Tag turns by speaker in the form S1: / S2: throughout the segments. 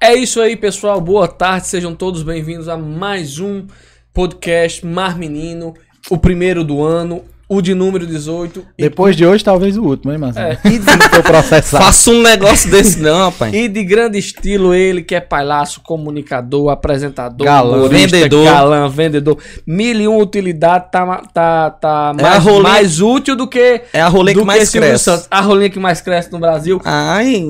S1: É isso aí, pessoal. Boa tarde, sejam todos bem-vindos a mais um podcast Mar Menino, o primeiro do ano, o de número 18. E,
S2: Depois de hoje, talvez o último, hein, Marcelo?
S1: É.
S2: E se for processado.
S3: Faça um negócio desse não, rapaz.
S1: e de grande estilo, ele que é palhaço, comunicador, apresentador,
S2: Galã,
S3: vendedor.
S1: galã, vendedor. Mil e uma utilidade tá, ma- tá, tá
S3: É
S1: mais,
S3: a rolinha-
S1: mais útil do que.
S3: É a rolê
S1: do
S3: que mais
S1: Silvio
S3: cresce.
S1: Santos. A rolinha que mais cresce no Brasil.
S3: Ai,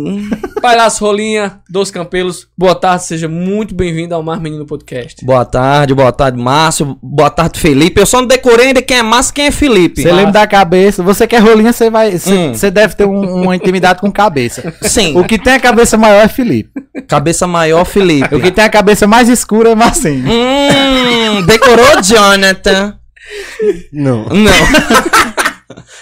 S1: Palhaço Rolinha, dos Campelos, boa tarde, seja muito bem-vindo ao Mar Menino Podcast.
S3: boa tarde, boa tarde, Márcio, boa tarde, Felipe. Eu só não decorei ainda quem é Márcio e quem é Felipe.
S2: Você lembra da cabeça? Você quer rolinha, você vai. Você
S3: Hum.
S2: você deve ter um- uma intimidade com cabeça.
S3: Sim,
S2: O que tem a cabeça maior é Felipe.
S3: cabeça maior, Felipe.
S2: O que tem a cabeça mais escura é Marcinho.
S3: Hum, decorou, Jonathan?
S2: Não.
S3: Não.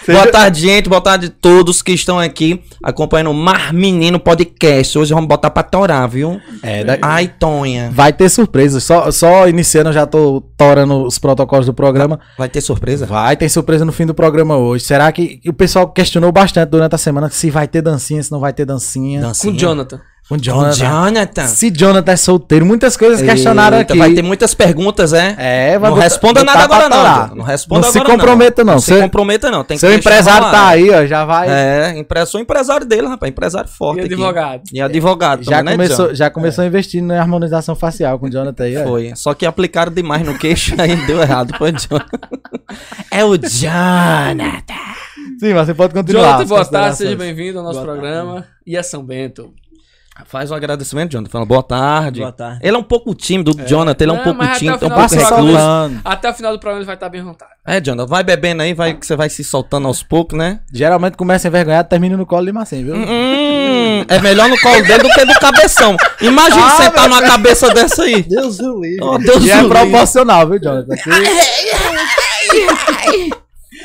S3: Boa tarde, gente. Boa tarde a todos que estão aqui acompanhando o Mar Menino Podcast. Hoje vamos botar pra torar, viu?
S2: É, da-
S3: Ai, Tonha.
S2: Vai ter surpresa. Só, só iniciando, eu já tô torando os protocolos do programa.
S3: Vai ter surpresa?
S2: Vai ter surpresa no fim do programa hoje. Será que. O pessoal questionou bastante durante a semana se vai ter dancinha, se não vai ter dancinha.
S1: Com o Jonathan.
S2: Com
S3: Com
S2: Jonathan.
S3: Jonathan.
S2: Se Jonathan é solteiro, muitas coisas questionaram
S3: Eita,
S2: aqui.
S3: Vai ter muitas perguntas, é?
S2: É, vai
S3: não
S2: botar-
S3: responda
S2: botar
S3: nada
S2: pra
S3: agora não.
S2: atorar.
S3: viu? Não responda
S2: Não se
S3: agora
S2: comprometa, não.
S3: Não se
S2: Seu-
S3: comprometa não. Tem que
S2: Seu
S3: deixar
S2: empresário tá
S3: rolar.
S2: aí, ó, já vai.
S3: É, empre- sou empresário dele, rapaz. Empresário forte
S1: E
S3: aqui.
S1: advogado.
S3: E advogado
S2: já,
S3: também, né,
S2: começou,
S3: John?
S2: já começou a investir na harmonização facial com o Jonathan aí, ó.
S3: Foi. Só que aplicaram demais no queixo, aí deu errado. Foi o John. É o Jonathan.
S2: Sim, mas você pode continuar.
S1: Jonathan,
S2: as
S1: boa tarde, seja
S2: considerações.
S1: bem-vindo ao nosso
S4: Boa
S1: programa. E a São Bento.
S3: Faz um agradecimento, Jonathan. Fala, boa tarde.
S4: Boa tarde.
S3: Ele é um pouco tímido, o Jonathan. Ele é um
S1: Não, mas
S3: pouco
S1: até o
S3: tímido, é um
S1: final
S3: pouco
S1: do
S2: Passa só
S1: programa-
S3: recluso.
S2: falando.
S1: Até o final do programa ele vai estar bem à vontade.
S3: É, Jonathan, vai bebendo aí, vai, que você vai se soltando aos poucos, né?
S2: Geralmente começa envergonhado, termina no colo de Marcinho, viu?
S3: Hum, é melhor no colo dele do que do cabeção. Imagina
S2: Ah,
S3: sentar numa cabeça dessa aí.
S4: Deus do livro.
S3: Oh,
S1: hum,
S3: Deus
S2: E é
S3: do livro.
S2: proporcional, viu, Jonathan? Que-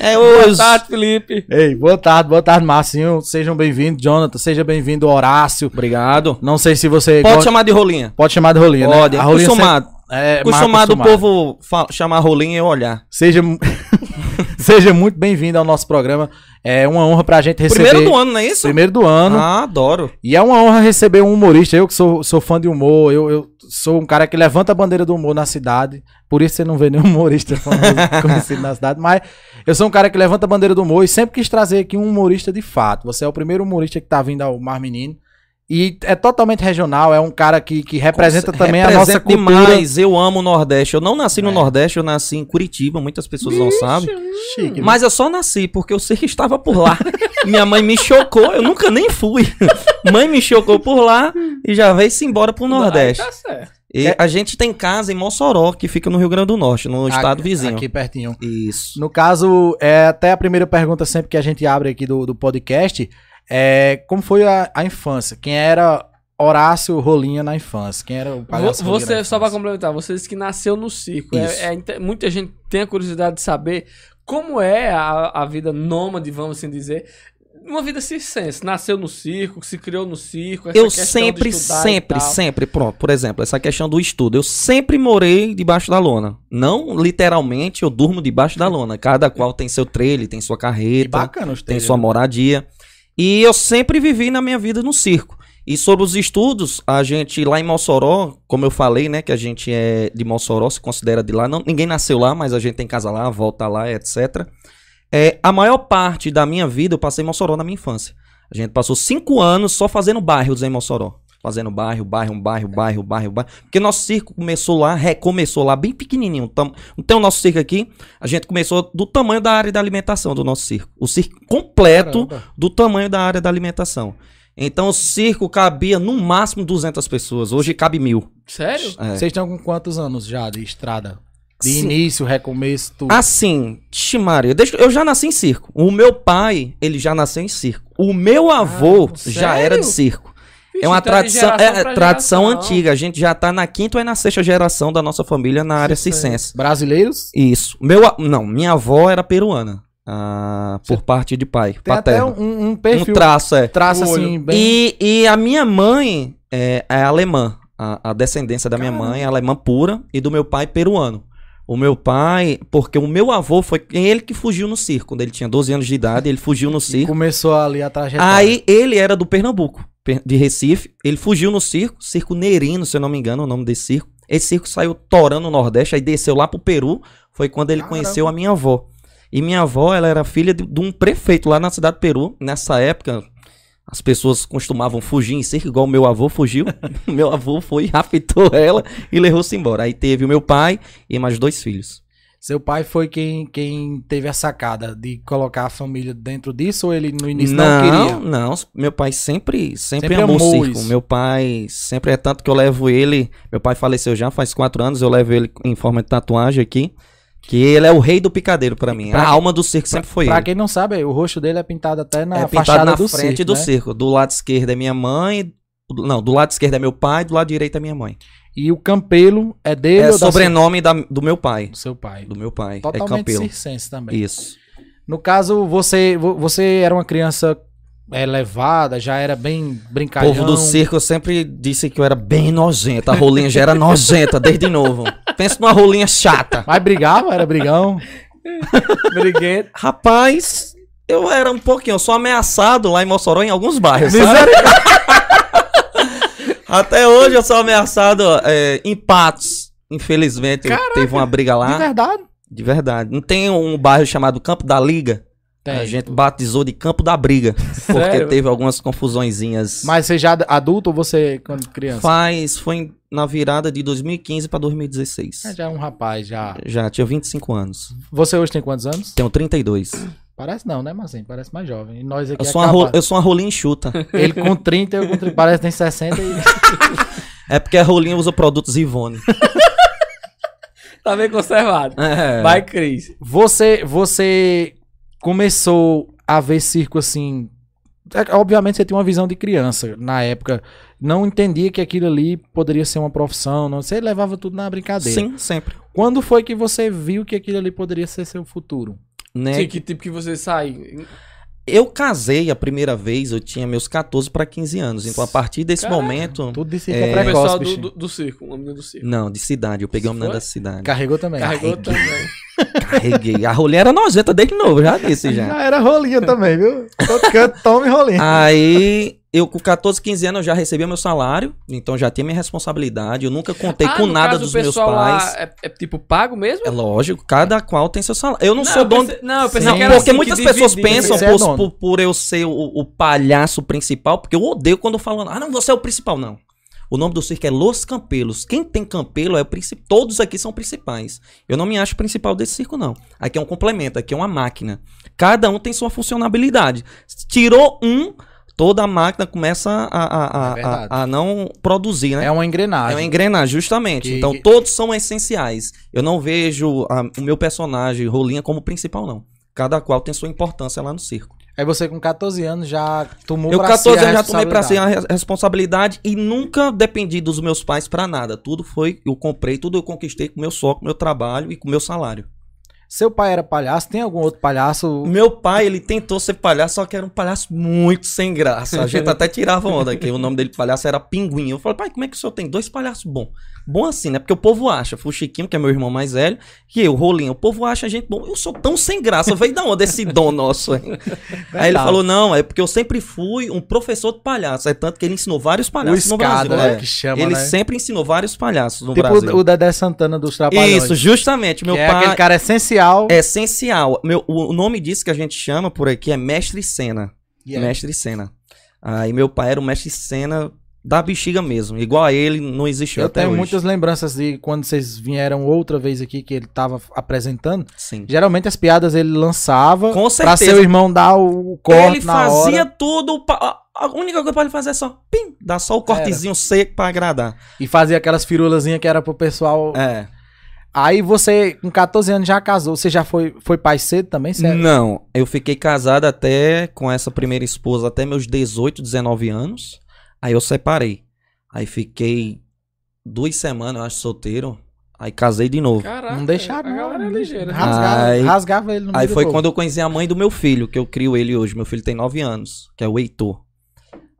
S3: É
S1: Boa
S3: hoje.
S1: tarde, Felipe.
S2: Ei, boa tarde, boa tarde, Marcinho. Sejam bem-vindos, Jonathan. Seja bem-vindo, Horácio.
S3: Obrigado.
S2: Não sei se você
S3: Pode
S2: gosta-
S3: chamar de rolinha.
S2: pode chamar de rolinha,
S3: Pode.
S2: né?
S3: é
S2: A rolinha
S3: acostumado.
S2: sempre- É, mais
S3: Acostumado o
S2: acostumada.
S3: povo fa- chamar rolinha e eu olhar.
S2: Seja, mu- seja muito bem-vindo ao nosso programa. É uma honra pra gente receber.
S3: Primeiro do ano, não é isso?
S2: Primeiro do ano.
S3: Ah, adoro.
S2: E é uma honra receber um humorista. Eu que sou, sou fã de humor, eu, eu sou um cara que levanta a bandeira do humor na cidade. Por isso você não vê nenhum humorista famoso conhecido na cidade. Mas eu sou um cara que levanta a bandeira do humor e sempre quis trazer aqui um humorista de fato. Você é o primeiro humorista que tá vindo ao Mar Menino. E é totalmente regional, é um cara que, que representa também a nossa
S3: Representa
S2: cultura. É.
S3: demais. Eu amo o Nordeste. Eu não nasci no Nordeste, eu nasci em Curitiba. Muitas pessoas não sabem.
S1: hum.
S2: Chique,
S3: Mas eu só nasci porque eu sei que estava por lá. Minha mãe me chocou, eu nunca nem fui. mãe me chocou por lá e já veio-se embora pro Nordeste.
S1: Aí Tá certo.
S3: E a gente tem casa em Mossoró, que fica no Rio Grande do Norte, no
S2: viu? É.
S3: estado
S2: Aqui-
S3: vizinho.
S2: Aqui pertinho.
S3: Isso.
S2: No caso, é até a primeira pergunta sempre que a gente abre aqui do, do podcast é como foi a, a infância? Quem era Horácio Rolinha na infância? Quem era o palhaço
S1: Vo-
S2: Rolinha na
S1: Você, só pra
S2: infância?
S1: complementar, você disse que nasceu no circo. É-
S3: Isso.
S1: é inte- muita gente tem a curiosidade de saber como é a, a vida nômade, vamos assim dizer. Uma vida circense. Nasceu no circo, se criou no circo. essa
S3: Eu
S1: questão de
S3: sempre,
S1: estudar e
S3: sempre,
S1: tal.
S3: sempre, pronto, por exemplo, essa questão do estudo, eu sempre morei debaixo da lona. Não literalmente, eu durmo debaixo da lona. Cada qual tem seu trailer, tem sua
S2: Que
S3: carreta.
S2: bacana os né?
S3: tem
S2: teus.
S3: sua moradia. E eu sempre vivi na minha vida no circo. E sobre os estudos, a gente lá em Mossoró, como eu falei, né, que a gente é de Mossoró, se considera de lá, não, ninguém nasceu lá, mas a gente tem casa lá, volta lá, etc. É, a maior parte da minha vida eu passei em Mossoró na minha infância. A gente passou cinco anos só fazendo bairros em Mossoró. Fazendo bairro, bairro, um bairro, bairro, bairro, bairro. Porque nosso circo começou lá, recomeçou lá, bem pequenininho. Tam, então, o nosso circo aqui, a gente começou do tamanho da área da alimentação do nosso circo. O circo completo
S2: Caramba.
S3: do tamanho da área da alimentação. Então o circo cabia no máximo 200 pessoas, hoje cabe mil.
S1: Sério?
S3: É.
S2: Vocês estão com quantos anos já de estrada? De
S3: Sim.
S2: início, recomeço, tudo.
S3: Assim, Ximaria, deixa, eu já nasci em circo. O meu pai, ele já nasceu em circo. O meu avô já
S1: sério?
S3: era de circo.
S1: Vixe,
S3: é uma
S1: então de
S3: tradição,
S1: geração pra
S3: é, tradição
S1: geração.
S3: antiga. A gente já tá na quinta ou é na sexta geração da nossa família na área
S1: Circense.
S3: circense.
S2: Brasileiros?
S3: Isso. Meu, a- não, minha avó era peruana. ah, por parte de pai,
S2: Tem
S3: paterno.
S2: até um, um
S3: Um
S2: perfil,
S3: traço, é.
S2: traço
S1: Um olho.
S2: assim, bem...
S3: E, e a minha mãe é, é alemã. A, a descendência da minha mãe é alemã pura e do meu pai peruano. O meu pai, porque o meu avô foi ele que fugiu no circo. Quando ele tinha 12 anos de idade, ele fugiu no circo.
S2: Começou ali a trajetória.
S3: Aí ele era do Pernambuco. Pe- de Recife. Ele fugiu no circo, Circo Nerino, se eu não me engano, é o nome desse circo. Esse circo saiu torando o Nordeste, aí desceu lá pro Peru. Foi quando ele
S2: Caramba.
S3: conheceu a minha avó. E minha avó, ela era filha de, de um prefeito lá na cidade do Peru. Nessa época, as pessoas costumavam fugir em circo, igual meu avô fugiu. meu avô foi, raptou ela e levou-se embora. Aí teve o meu pai e mais dois filhos.
S2: Seu pai foi quem, quem teve a sacada de colocar a família dentro disso ou ele no início não,
S3: não,
S2: queria?
S3: não. Meu pai sempre, sempre,
S2: Sempre
S3: amou,
S2: amou
S3: o circo.
S2: isso.
S3: Meu pai sempre é tanto que eu levo ele. Meu pai faleceu já faz quatro anos. Eu levo ele em forma de tatuagem aqui. Que ele é o rei do picadeiro pra mim.
S2: Pra-
S3: a alma do circo sempre foi
S2: Pra
S3: ele.
S2: quem não sabe, o rosto dele é pintado até na
S3: é pintado
S2: fachada
S3: na
S2: do
S3: frente
S2: circo,
S3: do
S2: né?
S3: circo. Do lado esquerdo é minha mãe. do- Não, do lado esquerdo é meu pai, do lado direito é minha mãe.
S2: E o Campelo é dele
S3: é
S2: ou da
S3: sobrenome da- do meu pai.
S2: sua- do seu pai?
S3: Do meu pai. é
S2: Totalmente
S3: Campelo.
S2: circense também.
S3: Isso.
S2: No caso, você, vo- você era uma criança elevada, já era bem
S3: O
S2: brincalhão.
S3: povo do circo eu sempre disse que eu era bem nojenta. A rolinha já era nojenta desde novo. Pensa numa rolinha chata.
S2: Mas brigava, era brigão.
S1: Briguento.
S3: Rapaz, eu era um pouquinho, eu sou ameaçado lá em Mossoró em alguns bairros. sabe? Até hoje eu sou ameaçado é, em Patos. Infelizmente, teve uma briga
S2: De
S3: lá.
S2: verdade.
S3: De verdade. Não tem um bairro chamado Campo da Liga? A gente batizou de Campo da Briga. Porque
S1: Sério?
S3: teve algumas confusõezinhas.
S2: Mas você já adulto ou você quando criança?
S3: Faz, foi na virada de 2015 pra
S2: É,
S3: 2016.
S2: Já é um rapaz, já.
S3: Já tinha 25 anos.
S2: Você hoje tem quantos anos?
S3: Tenho 32.
S2: Parece não, né, Marcinho? Parece mais jovem. E nós
S1: Ah,
S2: aqui
S3: Eu sou, uma ro-
S2: acabado.
S3: eu sou uma rolinha enxuta.
S2: Ele com 30, eu com 30. Parece que tem 60 e...
S3: É porque a rolinha usa produtos Ivone.
S1: Tá bem conservado.
S3: É.
S1: Vai, Cris.
S2: Você, você começou a ver circo assim. é, Obviamente você tinha uma visão de criança na época. Não entendia que aquilo ali poderia ser uma profissão. Não. Você levava tudo na brincadeira.
S3: Sim, sempre.
S2: Quando foi que você viu que aquilo ali poderia ser seu futuro?
S3: Né?
S1: Sim, que tipo que você sai?
S3: Eu casei a primeira vez, eu tinha meus 14 pra 15 anos. Então, a partir desse
S1: Caraca,
S3: momento.
S2: Tudo de circo
S3: É.
S2: é,
S1: O pessoal
S2: precoce,
S1: do,
S2: bichinho.
S1: do, do circo, uma menina do circo.
S3: Não, de cidade. Eu peguei o menino
S1: Foi?
S3: da cidade.
S2: Carregou também.
S1: Carregou também.
S3: Carreguei. A rolinha era nojenta desde novo, eu já disse já. Ah,
S2: Já era rolinha também, viu? Todo canto, tome rolinha.
S3: Aí, eu com 14, 15 anos, eu já recebia meu salário, então já tinha minha responsabilidade. Eu nunca contei
S1: Ah,
S3: com
S1: no
S3: nada
S1: caso,
S3: dos
S1: o
S3: meus
S1: pessoal lá
S3: pais.
S1: É, é tipo pago mesmo?
S3: É lógico, cada qual tem seu salário. Eu não, sou
S1: eu
S3: dono.
S1: pensei- Não, eu pensei
S3: Não,
S1: que era
S3: porque
S1: assim,
S3: muitas
S1: que
S3: pessoas
S1: dividia.
S3: pensam
S2: Você é
S3: por,
S2: dono.
S3: por- por eu ser o, o palhaço principal, porque eu odeio quando falam, ah, não, você é o principal, não. O nome do circo é Los Campelos. Quem tem campelo é o principal. Todos aqui são principais. Eu não me acho principal desse circo, não. Aqui é um complemento, aqui é uma máquina. Cada um tem sua funcionalidade. Tirou um, toda a máquina começa a, a- a-
S2: É verdade.
S3: a- a não produzir, né?
S2: É uma engrenagem.
S3: É uma engrenagem, justamente.
S2: Que-
S3: então,
S2: que-
S3: todos são essenciais. Eu não vejo a- o meu personagem, Rolinha, como principal, não. Cada qual tem sua importância lá no circo.
S2: Aí você com 14 anos já tomou Um
S3: eu,
S2: pra
S3: 14
S2: si a
S3: anos, já tomei pra si a
S2: responsabilidade.
S3: re- responsabilidade e nunca dependi dos meus pais pra nada. Tudo foi, eu comprei, tudo eu conquistei com meu só, com meu trabalho e com meu salário.
S2: Seu pai era palhaço, tem algum outro palhaço
S3: O meu pai, ele tentou ser palhaço, só que era um palhaço muito sem graça. A gente até tirava onda, que o nome dele palhaço era Pinguim. Eu falei, pai, como é que o senhor tem dois palhaços bons? Bom assim, né? Porque o povo acha, foi o Chiquinho, que é meu irmão mais velho, e eu, Rolinho. O povo acha a gente bom. Eu sou tão sem graça, veio da onda esse dom nosso, hein? Aí ele
S2: Verdade.
S3: falou, não, é porque eu sempre fui um professor de palhaço. É tanto que ele ensinou vários
S2: O
S3: palhaços Ah, no
S2: escada,
S3: Brasil.
S2: né?
S3: É.
S2: Que chama,
S3: Ele
S2: né?
S3: sempre ensinou vários palhaços no
S2: tipo
S3: Brasil.
S2: o Dedé Santana dos Trapalhões.
S3: Isso, justamente. Meu
S2: que é
S3: pai.
S2: aquele cara essencial.
S3: É essencial. Meu, o nome disso que a gente chama por aqui é mestre cena.
S2: E é-
S3: Mestre cena. Aí meu pai era o mestre cena da bexiga mesmo. Igual a ele, não existiu
S2: Eu
S3: até
S2: tenho
S3: hoje.
S2: muitas lembranças de quando vocês vieram outra vez aqui que ele tava apresentando.
S3: Sim.
S2: Geralmente as piadas ele lançava
S3: Com
S2: pra
S3: certeza.
S2: seu irmão dar o corte
S3: ele
S2: na
S3: fazia
S2: hora.
S3: tudo. pa- a- A única coisa pra ele fazer é só pim, dar só o cortezinho seco pra agradar.
S2: E fazia aquelas firulazinhas que era pro pessoal.
S3: É.
S2: Aí você, com 14 anos, já casou. Você já foi, foi pai cedo também? Você
S3: Não, eu fiquei casado até com essa primeira esposa até meus 18, 19 anos. Aí eu separei. Aí fiquei duas semanas, eu acho, solteiro. Aí casei de novo.
S1: Caraca,
S2: não deixaram,
S1: a galera é
S2: não.
S1: ligeira.
S3: Ah,
S1: né?
S2: Rasgava,
S3: Aí-
S2: rasgava ele no meio
S3: Aí
S2: do
S3: foi
S2: povo.
S3: quando eu conheci a mãe do meu filho, que eu crio ele hoje. Meu filho tem 9 anos, que é o Heitor.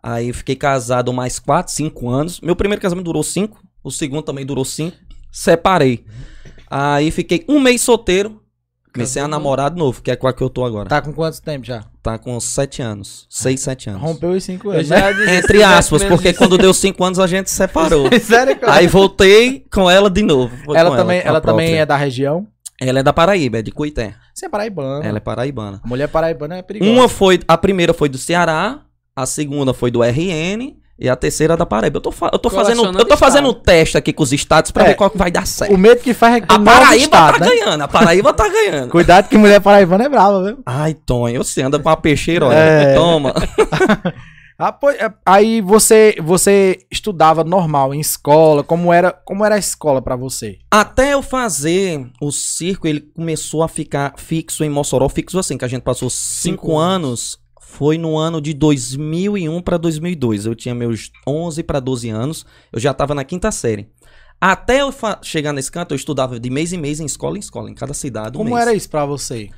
S3: Aí eu fiquei casado mais 4, 5 anos. Meu primeiro casamento durou 5, o segundo também durou 5. Separei. Aí fiquei um mês solteiro. Comecei a namorar de novo, que é com a que eu tô agora. Tá,
S2: Tá com quanto tempo já?
S3: com uns 7 anos.
S2: Ah,
S3: 6, 7 anos.
S2: Rompeu os cinco
S1: Eu
S2: anos. né?
S1: já disse, se
S3: Entre
S1: tivesse
S3: aspas,
S1: menos
S3: porque
S1: de-
S3: quando deu 5 anos a gente separou.
S2: Sério, cara?
S3: Aí voltei com ela de novo. Foi
S2: Ela
S3: com
S2: também,
S3: com a
S2: ela também
S3: própria.
S2: é da região.
S3: Ela é da Paraíba, é de Cuité.
S2: Você é paraibana.
S3: Ela é paraibana.
S2: A mulher paraibana é perigosa.
S3: Uma foi, a primeira foi do Ceará, a segunda foi do RN e a terceira da Paraíba. Eu tô, fa- eu tô fazendo,
S1: Colecionando
S3: eu tô fazendo um
S1: estado.
S3: teste aqui com os estados pra
S2: É.
S3: ver qual que vai dar certo.
S2: O medo que faz é que
S3: A
S2: tem nove
S3: Paraíba tá
S2: estados, né?
S3: ganhando, a Paraíba tá ganhando.
S2: Cuidado que mulher paraibana é brava, viu?
S3: Ai, Tonho, você anda com uma peixeira, olha.
S2: É.
S3: Toma.
S2: Ah, pois, é, aí você, você estudava normal em escola, como era, como era a escola pra você?
S3: Até eu fazer o circo, ele começou a ficar fixo em Mossoró, fixo assim, que a gente passou cinco,
S1: Cinco
S3: anos. Foi no ano de 2001 para 2002. Eu tinha meus 11 para 12 anos. Eu já tava na quinta série. Até eu fa- chegar nesse canto, eu estudava de mês em mês, em escola em escola, em cada cidade. Um
S2: Como
S3: mês.
S2: era isso pra você?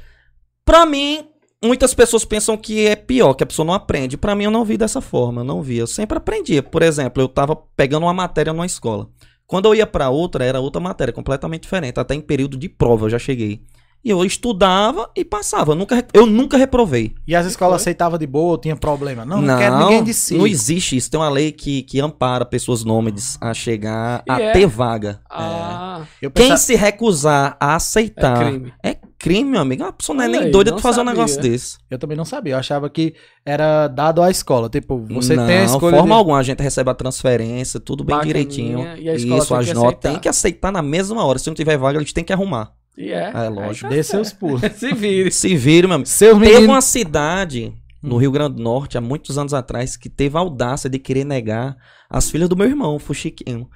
S3: Pra mim, muitas pessoas pensam que é pior, que a pessoa não aprende. Pra mim, eu não vi dessa forma, eu não vi. Eu sempre aprendia. Por exemplo, eu tava pegando uma matéria numa escola. Quando eu ia pra outra, era outra matéria, completamente diferente. Até em período de prova eu já cheguei. E eu estudava e passava. Eu nunca, re- eu nunca reprovei.
S2: E as escolas
S1: foi?
S2: aceitavam de boa, ou tinha problema? Não, não, quero ninguém de si.
S3: não existe isso. Tem uma lei que, que ampara pessoas nômades a chegar
S1: E
S3: a
S1: é.
S3: ter vaga.
S1: Ah,
S2: Eu
S3: Quem
S2: pensava-
S3: se recusar a
S1: é
S3: aceitar é crime,
S1: crime.
S3: meu amigo. A pessoa não é
S1: Olha
S3: nem
S1: aí,
S3: doida
S1: não
S3: de fazer um
S1: sabia.
S3: negócio desse.
S2: Eu também não sabia, eu achava que era dado à escola. Tipo, você
S3: não,
S2: tem a escolha.
S3: forma
S2: de-
S3: alguma, a gente recebe a transferência, tudo bem
S1: Bacaninha,
S3: direitinho.
S1: e a escola
S3: Isso,
S1: tem
S3: as
S1: que
S3: notas
S1: aceitar.
S3: tem que aceitar na mesma hora. Se não tiver vaga, eles têm que arrumar.
S1: E é.
S3: É, lógico.
S2: Dê seus pulos.
S1: Se vire.
S3: Se vira, meu amigo.
S2: Seus
S3: Teve
S2: meninos.
S3: uma cidade no
S2: Hum.
S3: Rio Grande do Norte, há muitos anos atrás, que teve a audácia de querer negar as filhas do meu irmão, o Fuxiquinho.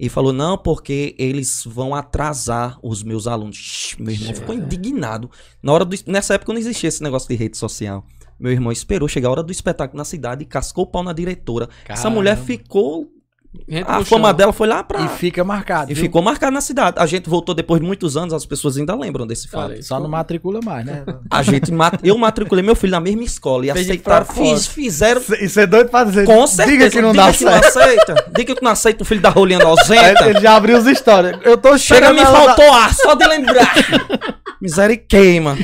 S3: E falou, não, porque eles vão atrasar os meus alunos. Shhh, meu irmão
S1: Gente.
S3: ficou indignado. Na hora do, nessa época não existia esse negócio de rede social. Meu irmão esperou chegar a hora do espetáculo na cidade e cascou o pau na diretora. Essa mulher
S2: Caramba.
S3: ficou
S1: Gente Tipo,
S3: A
S1: no
S3: fama
S1: chão.
S3: dela foi lá pra.
S2: E fica marcado.
S3: E
S2: viu?
S3: ficou marcada na cidade. A gente voltou depois de muitos anos, as pessoas ainda lembram desse fato.
S1: Olha aí.
S2: Só não matricula mais, né?
S3: A gente mat- Eu matriculei meu filho na mesma escola e
S1: Fez de
S3: aceitaram.
S1: propósito.
S3: Fiz, fizeram.
S2: Isso é doido pra dizer.
S3: Com certeza.
S2: Diga que não dá
S3: que não
S2: certo.
S3: aceita. Diga que não aceita o filho da Rolinha Nozenta.
S2: Ele já abriu as histórias. Eu tô
S3: Chega,
S2: chegando.
S3: me
S2: na-
S3: faltou ar, só de lembrar. Miseriqueima.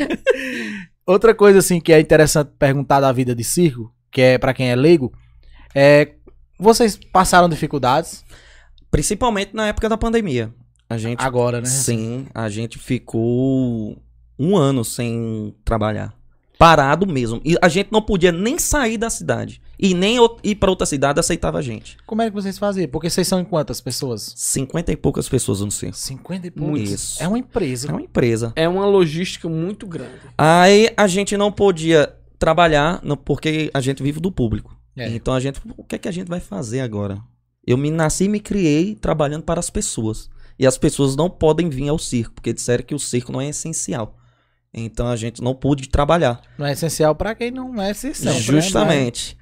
S2: Outra coisa, assim, que é interessante perguntar da vida de circo, que é pra quem é leigo, é. Vocês passaram dificuldades
S3: Principalmente na época da pandemia. A gente.
S2: agora, né?
S3: Sim, a gente ficou um ano sem trabalhar. Parado mesmo. E a gente não podia nem sair da cidade. E nem o- ir pra outra cidade aceitava a gente.
S2: Como é que vocês faziam? Porque vocês são em quantas pessoas?
S3: Cinquenta e poucas pessoas no centro.
S2: 50 e
S3: Muitos.
S2: poucos. É uma empresa.
S3: É uma empresa.
S1: É uma logística muito grande.
S3: Aí a gente não podia trabalhar não, porque a gente vive do público.
S2: É.
S3: Então a gente, o que é que a gente vai fazer agora? Eu me nasci e me criei trabalhando para as pessoas. E as pessoas não podem vir ao circo, porque disseram que o circo não é essencial. Então a gente não pôde trabalhar.
S2: Não é essencial pra quem não é essencial. né?
S3: Justamente.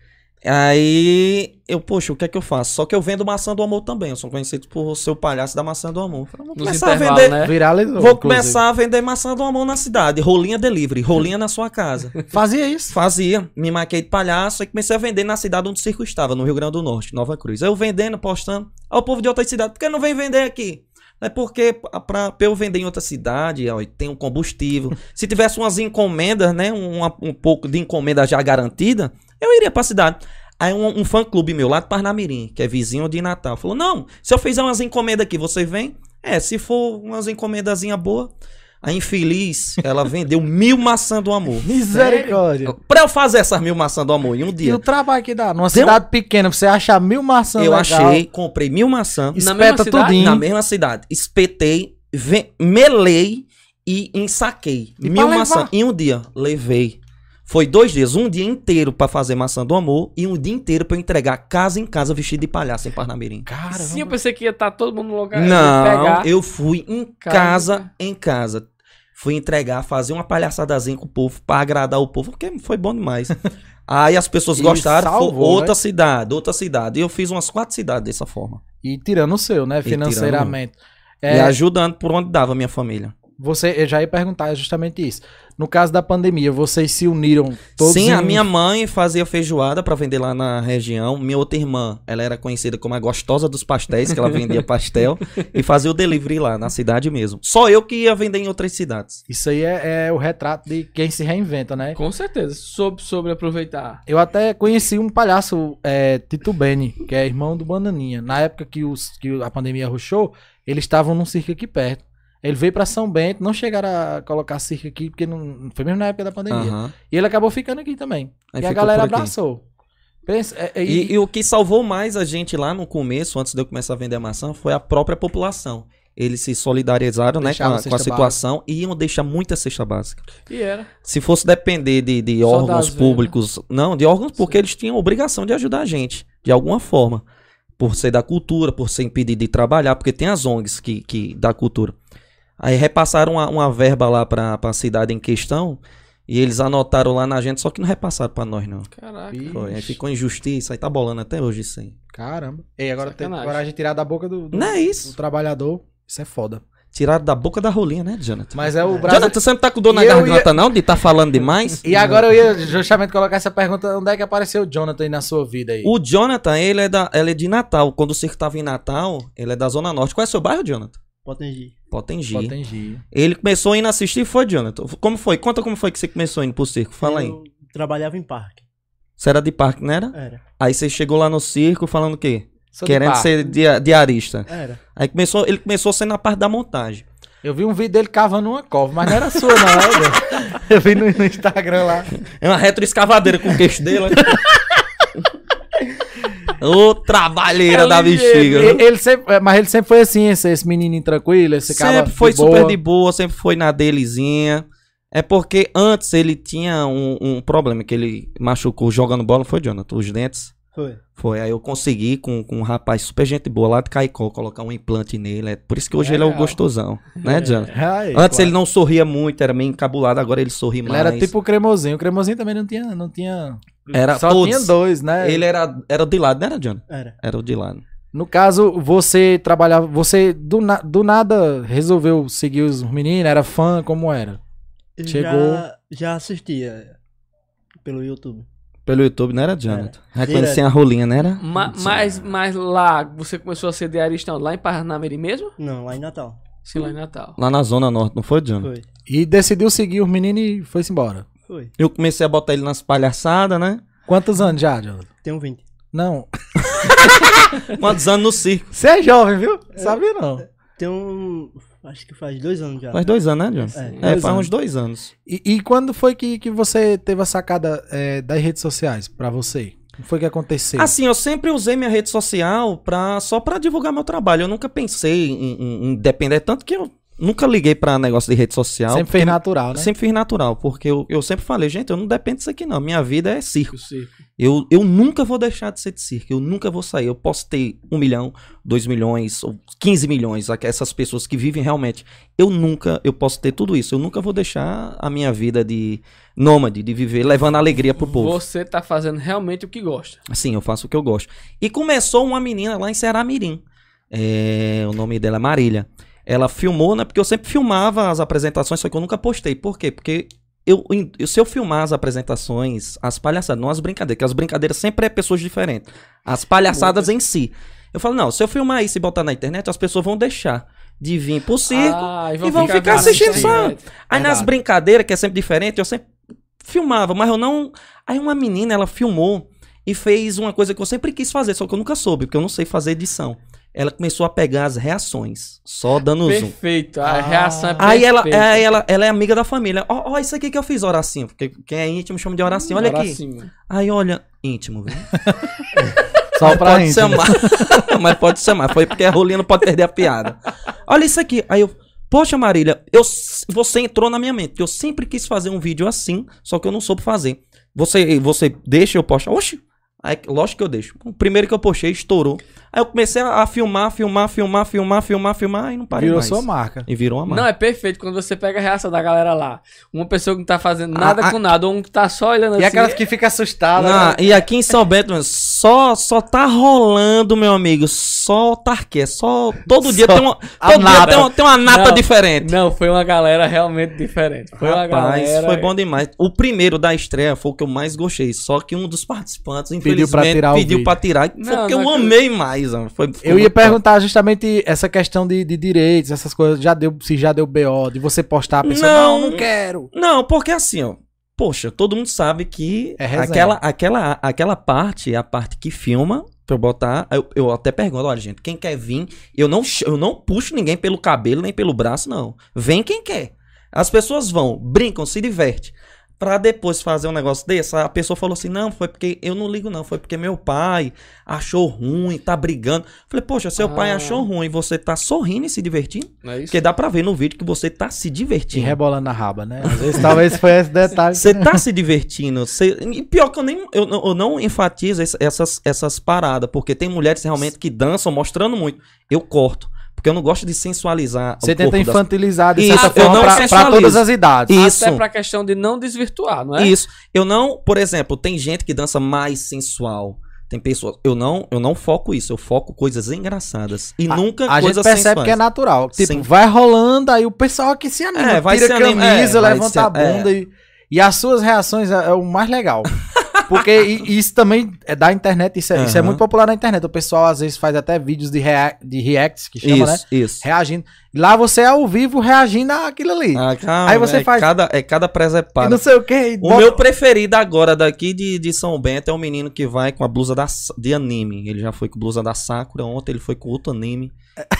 S3: Aí eu, poxa, o que é que eu faço? Só que eu vendo maçã do amor também. Eu sou conhecido por ser o palhaço da maçã do amor. Eu falei, vou
S1: Nos
S3: começar a
S1: intervalos,
S3: vender.
S1: né?
S2: É. Viralizou.
S3: Vou
S2: inclusive.
S3: começar a vender maçã do amor na cidade. Rolinha delivery, rolinha na sua casa.
S2: Fazia isso.
S3: Fazia, me maquei de palhaço e comecei a vender na cidade onde o circo estava, no Rio Grande do Norte, Nova Cruz. Aí eu vendendo, postando. Aí o povo de outra cidade, por que não vem vender aqui? É porque pra, pra pra eu vender em outra cidade, ó, tem um combustível. Se tivesse umas encomendas, né? uma- um pouco de encomenda já garantida, eu iria pra cidade. Aí um, um fã clube meu lá de Parnamirim, que é vizinho de Natal, falou: Não, se eu fizer umas encomendas aqui, você vem? É, se for umas encomendazinhas boas. A infeliz, ela vendeu mil maçãs do amor.
S2: Misericórdia.
S3: Pra eu fazer essas mil maçãs do amor em um
S2: E o
S3: dia,
S2: trabalho que dá? Numa
S3: Deu- um-
S2: cidade pequena, pra você achar mil maçãs
S3: eu
S2: legal,
S3: achei, comprei mil maçãs
S1: Na
S2: Espeta
S1: mesma cidade?
S2: tudinho.
S3: na mesma cidade. Espetei, ve- melei e ensaquei.
S2: E
S3: mil
S2: pra
S3: maçãs
S2: levar?
S3: em um dia. Levei. Foi dois dias, um dia inteiro pra fazer maçã do amor e um dia inteiro pra eu entregar casa em casa vestido de palhaço em Parnamirim.
S2: Cara,
S1: Sim, eu pensei que ia estar todo mundo no lugar. ia
S3: Não,
S1: pegar.
S3: eu fui em casa,
S1: Caramba.
S3: em casa. Fui entregar, fazer uma palhaçadazinha com o povo pra agradar o povo, porque foi bom demais. Aí as pessoas
S2: E
S3: gostaram, foi
S2: salvou, né?
S3: outra cidade, outra cidade. E eu fiz umas quatro cidades dessa forma.
S2: E tirando o seu, né?
S3: tirando.
S2: Financeiramente.
S3: E
S2: É,
S3: ajudando por onde dava a minha família.
S2: Você, eu já ia perguntar justamente isso. No caso da pandemia, vocês se uniram todos
S3: Sim,
S2: em
S3: a
S2: um-
S3: minha mãe fazia feijoada pra vender lá na região. Minha outra irmã, ela era conhecida como a gostosa dos pastéis, que ela vendia pastel e fazia o delivery lá na cidade mesmo. Só eu que ia vender em outras cidades.
S2: Isso aí é, é o retrato de quem se reinventa, né?
S1: Com certeza. Soube, soube aproveitar.
S2: Eu até conheci um palhaço, é, Tito Beni, que é irmão do Bananinha. Na época que, os, que a pandemia ruxou, eles estavam num circo aqui perto. Ele veio pra São Bento, não chegaram a colocar circo aqui, porque não, foi mesmo na época da pandemia.
S3: Aham.
S2: E ele acabou ficando aqui também.
S3: Aí
S2: e a
S3: ficou
S2: galera
S3: por aqui.
S2: abraçou. Pensa, é- é-
S3: E, e o que salvou mais a gente lá no começo, antes de eu começar a vender a maçã, foi a própria população. Eles se solidarizaram né, com
S2: Deixaram
S3: a,
S2: a
S3: com a
S2: cesta
S3: situação e iam deixar muita cesta básica.
S1: E era.
S3: Se fosse depender de, de
S1: Só das
S3: órgãos
S1: vendas.
S3: públicos, não, de órgãos, porque eles tinham obrigação de ajudar a gente, de alguma forma. Por ser da cultura, por ser impedido de trabalhar, porque tem as ONGs que, que da cultura. Aí repassaram uma, uma verba lá pra, pra cidade em questão e eles anotaram lá na gente, só que não repassaram pra nós, não.
S1: Caraca.
S2: Ih,
S3: Foi, aí ficou injustiça, aí tá bolando até hoje isso aí.
S2: Caramba. E agora tem
S1: Sacanagem.
S2: coragem de tirar da boca do, do-
S3: Não é
S2: do
S3: isso.
S2: trabalhador. Isso é foda.
S3: Tiraram da boca da rolinha, né, Jonathan?
S2: Mas é o Brasil.
S3: Jonathan, você não tá com dor na
S2: E eu
S3: garganta, não? De tá falando demais?
S2: E agora eu ia justamente colocar essa pergunta: onde é que apareceu o Jonathan aí na sua vida aí?
S3: O Jonathan, ele é, da, ele é de Natal. Quando o circo tava em Natal, ele é da Zona Norte. Qual é seu bairro, Jonathan?
S4: Potengi.
S3: Potengi.
S2: Potengi.
S3: Ele começou indo assistir, foi, Jonathan? Como foi? Conta como foi que você começou indo pro circo. Fala aí.
S4: Eu trabalhava em parque.
S3: Você era de parque, não era?
S4: Era.
S3: Aí você chegou lá no circo falando o quê?
S2: Sou de
S3: Querendo
S2: Pará.
S3: ser dia- diarista.
S4: Era.
S3: Aí começou, ele começou sendo na parte da montagem.
S2: Eu vi um vídeo dele cavando uma cova, mas não era sua, não. é Era eu vi no, no Instagram lá.
S3: É uma retroescavadeira com o queixo dele. ó. Ô, trabalheira
S1: É
S3: da
S1: ligeiro,
S3: bexiga. né?
S2: Ele, ele sempre, é, mas ele sempre foi assim, esse, esse menininho tranquilo, esse cara.
S3: Sempre foi super de boa, sempre foi na delezinha. É porque antes ele tinha um, um problema que ele machucou jogando bola, foi, Jonathan? Os dentes.
S4: Foi.
S3: Foi. Aí eu consegui com, com um rapaz super gente boa lá de Caicó colocar um implante nele. É por isso que hoje ele é o
S1: Legal.
S3: gostosão,
S2: É.
S3: né, Jonathan?
S2: Ai,
S3: Antes
S2: claro.
S3: ele não sorria muito, era meio encabulado, agora ele sorri
S2: Ele
S3: mais.
S2: era tipo o cremosinho. O cremosinho também não tinha. Não tinha
S3: Era
S2: só
S3: todos.
S2: tinha dois, né?
S3: Ele era, era de lado, não era, Jonathan?
S4: Era.
S3: Era o de lado.
S2: No caso, você trabalhava. Você do, na- do nada resolveu seguir os meninos, era fã, como era?
S4: Eu
S2: Chegou.
S4: Já, já assistia pelo YouTube.
S3: Pelo YouTube, não era, Jonathan?
S2: É.
S3: Reconhecia
S4: Direto.
S3: a rolinha, não era?
S1: Ma-
S3: é.
S1: mas, mas lá, você começou a ser diarista onde? lá em Parnamirim mesmo?
S4: Não, lá em Natal.
S1: Sim, lá em Natal.
S3: Lá na Zona Norte, não foi, Jonathan?
S4: Foi.
S2: E decidiu seguir os meninos e foi-se embora.
S4: Foi.
S3: Eu comecei a botar ele nas palhaçadas, né?
S2: Quantos anos já, Jonathan?
S4: Tenho 20.
S2: Não.
S3: Quantos anos no circo?
S2: Você é jovem, viu? Sabia não.
S4: Tenho. um, Acho que faz dois anos já.
S3: Faz dois anos, né, Jonathan?
S4: É.
S3: É,
S2: Dois
S3: faz
S2: anos.
S3: uns dois anos.
S2: E, e quando foi que, que você teve a sacada é, das redes sociais pra você? O que foi que aconteceu?
S3: Assim, eu sempre usei minha rede social pra, só pra divulgar meu trabalho. Eu nunca pensei em, em- em depender, tanto que eu nunca liguei pra negócio de rede social.
S2: Sempre
S3: porque
S2: fez natural, né?
S3: Sempre fiz natural, porque eu, eu sempre falei, gente, eu não dependo disso aqui não, minha vida é circo.
S1: O circo.
S3: Eu, eu nunca vou deixar de ser de circo, eu nunca vou sair. Eu posso ter um milhão, dois milhões, ou 15 milhões, aqu- essas pessoas que vivem realmente. Eu nunca, eu posso ter tudo isso. Eu nunca vou deixar a minha vida de nômade, de viver levando alegria pro povo.
S1: Você tá fazendo realmente o que gosta.
S3: Assim, eu faço o que eu gosto. E começou uma menina lá em Ceará Mirim. É, o nome dela é Marília. Ela filmou, né? Porque eu sempre filmava as apresentações, só que eu nunca postei. Por quê? Porque eu, eu- se eu filmar as apresentações, as palhaçadas, não as brincadeiras, porque as brincadeiras sempre é pessoas diferentes. As palhaçadas em si. Eu falo, não, se eu filmar isso e botar na internet, as pessoas vão deixar de vir pro circo.
S1: Ah,
S3: e vão ficar
S1: vendo
S3: assistindo
S1: isso
S3: só-
S1: aí, né?
S3: Aí nas
S2: Verdade.
S3: brincadeiras, que é sempre diferente, eu sempre filmava, mas eu não. Aí uma menina, ela filmou e fez uma coisa que eu sempre quis fazer, só que eu nunca soube, porque eu não sei fazer edição. Ela começou a pegar as reações, só dando zoom.
S1: Perfeito. A
S2: Ah.
S1: reação é perfeita.
S3: Aí ela, aí ela, ela é amiga da família. Ó, ó, isso aqui que eu fiz, Horacinho. Porque quem é íntimo chama de Horacinho. Olha aqui.
S1: Horacinho.
S3: Aí olha, íntimo, viu?
S2: Só pra
S3: pode
S2: gente. né?
S3: chamar. Mas pode chamar. Foi porque a Rolinha não pode perder a piada. Olha isso aqui. Aí eu. Poxa, Marília, eu, s- você entrou na minha mente. Eu sempre quis fazer um vídeo assim, só que eu não soube fazer. Você, você deixa eu postar? Oxi! Aí, lógico que eu deixo. O primeiro que eu postei estourou. Aí eu comecei a a filmar, filmar, filmar, filmar, filmar, filmar e não parei
S2: Virou
S3: mais.
S2: sua marca.
S3: E virou uma marca.
S1: Não, é perfeito quando você pega a reação da galera lá. Uma pessoa que não tá fazendo nada
S3: Ah, ah.
S1: com nada, ou um que tá só olhando
S2: E
S1: assim.
S2: aquelas que fica assustada.
S3: Não,
S2: né?
S3: e aqui em São Bento, mano, só, só tá rolando, meu amigo. Só tarqué. Só. Todo dia
S2: Só
S3: tem uma.
S2: a
S3: Todo dia
S2: nata.
S3: tem uma, tem uma nata
S1: Não.
S3: diferente.
S1: Não, foi uma galera realmente diferente. Foi uma
S3: Rapaz,
S1: galera.
S3: foi bom demais. O primeiro da estreia foi o que eu mais gostei. Só que um dos participantes, infelizmente,
S2: pra tirar o
S3: pediu
S2: vídeo.
S3: pra tirar. Foi
S1: Não,
S3: o que eu
S1: não acredito.
S3: amei mais. mano. Foi, ficou
S2: Eu ia
S3: muito top.
S2: perguntar justamente essa questão de, de direitos, essas coisas. Já deu, se já deu BO, de você postar a pessoa.
S3: Não.
S2: Não, não, quero.
S3: Não, porque assim, ó. Poxa, todo mundo sabe que
S2: É resenha.
S3: aquela, aquela, aquela parte, é a parte que filma, pra eu botar, eu, eu até pergunto, olha gente, quem quer vir, eu não, ch- eu não puxo ninguém pelo cabelo nem pelo braço, não. Vem quem quer. As pessoas vão, brincam, se divertem. Pra depois fazer um negócio desse, a pessoa falou assim, não, foi porque, eu não ligo não, foi porque meu pai achou ruim, tá brigando. Falei, poxa, seu pai
S1: Ah.
S3: achou ruim, você tá sorrindo e se divertindo?
S1: Não é isso?
S3: Porque dá pra ver no vídeo que você tá
S2: Te
S3: se divertindo.
S2: rebolando na raba, né? Às vezes talvez foi esse detalhe.
S3: Você tá se divertindo. Você... E pior que eu nem eu, não- eu não enfatizo ess- essas, essas paradas, porque tem mulheres realmente que dançam mostrando muito. Eu corto. Porque eu não gosto de sensualizar.
S2: Você
S3: o
S2: tenta
S3: corpo Um das-
S2: infantilizar de
S3: Isso,
S2: certa
S3: eu
S2: forma
S3: não
S2: pra, pra
S3: sensualizo.
S2: todas as idades.
S3: Isso.
S1: Até pra questão de não desvirtuar, não é?
S3: Isso. Eu não, por exemplo, tem gente que dança mais sensual. Tem pessoas. Eu não, eu não foco isso. Eu foco coisas engraçadas. E nunca
S2: A gente
S3: coisas
S2: percebe que é
S3: sensuais.
S2: natural. Tipo,
S3: Sim.
S2: vai rolando, aí o pessoal aqui se anima,
S3: É, vai
S2: tira
S3: se
S2: a
S3: anima-
S2: camisa,
S3: é, vai
S2: levanta
S3: se-
S2: a bunda e, e as suas reações é, é o mais legal. Porque i- isso também é da internet, isso é, isso é
S3: Aham.
S2: muito popular na internet. O pessoal às vezes faz até vídeos de, rea de reacts, que chama, né?
S3: Isso, isso.
S2: Reagindo. Lá você é ao vivo reagindo àquilo ali.
S3: Ah, calma,
S2: Aí você
S3: é
S2: faz-
S3: Cada, é cada
S2: e
S3: presepado.
S2: não sei o que.
S3: O meu preferido agora daqui de, de São Bento é um menino que vai com a blusa da, Sa- de anime. Ele já foi com blusa da Sakura, ontem ele foi com outro anime.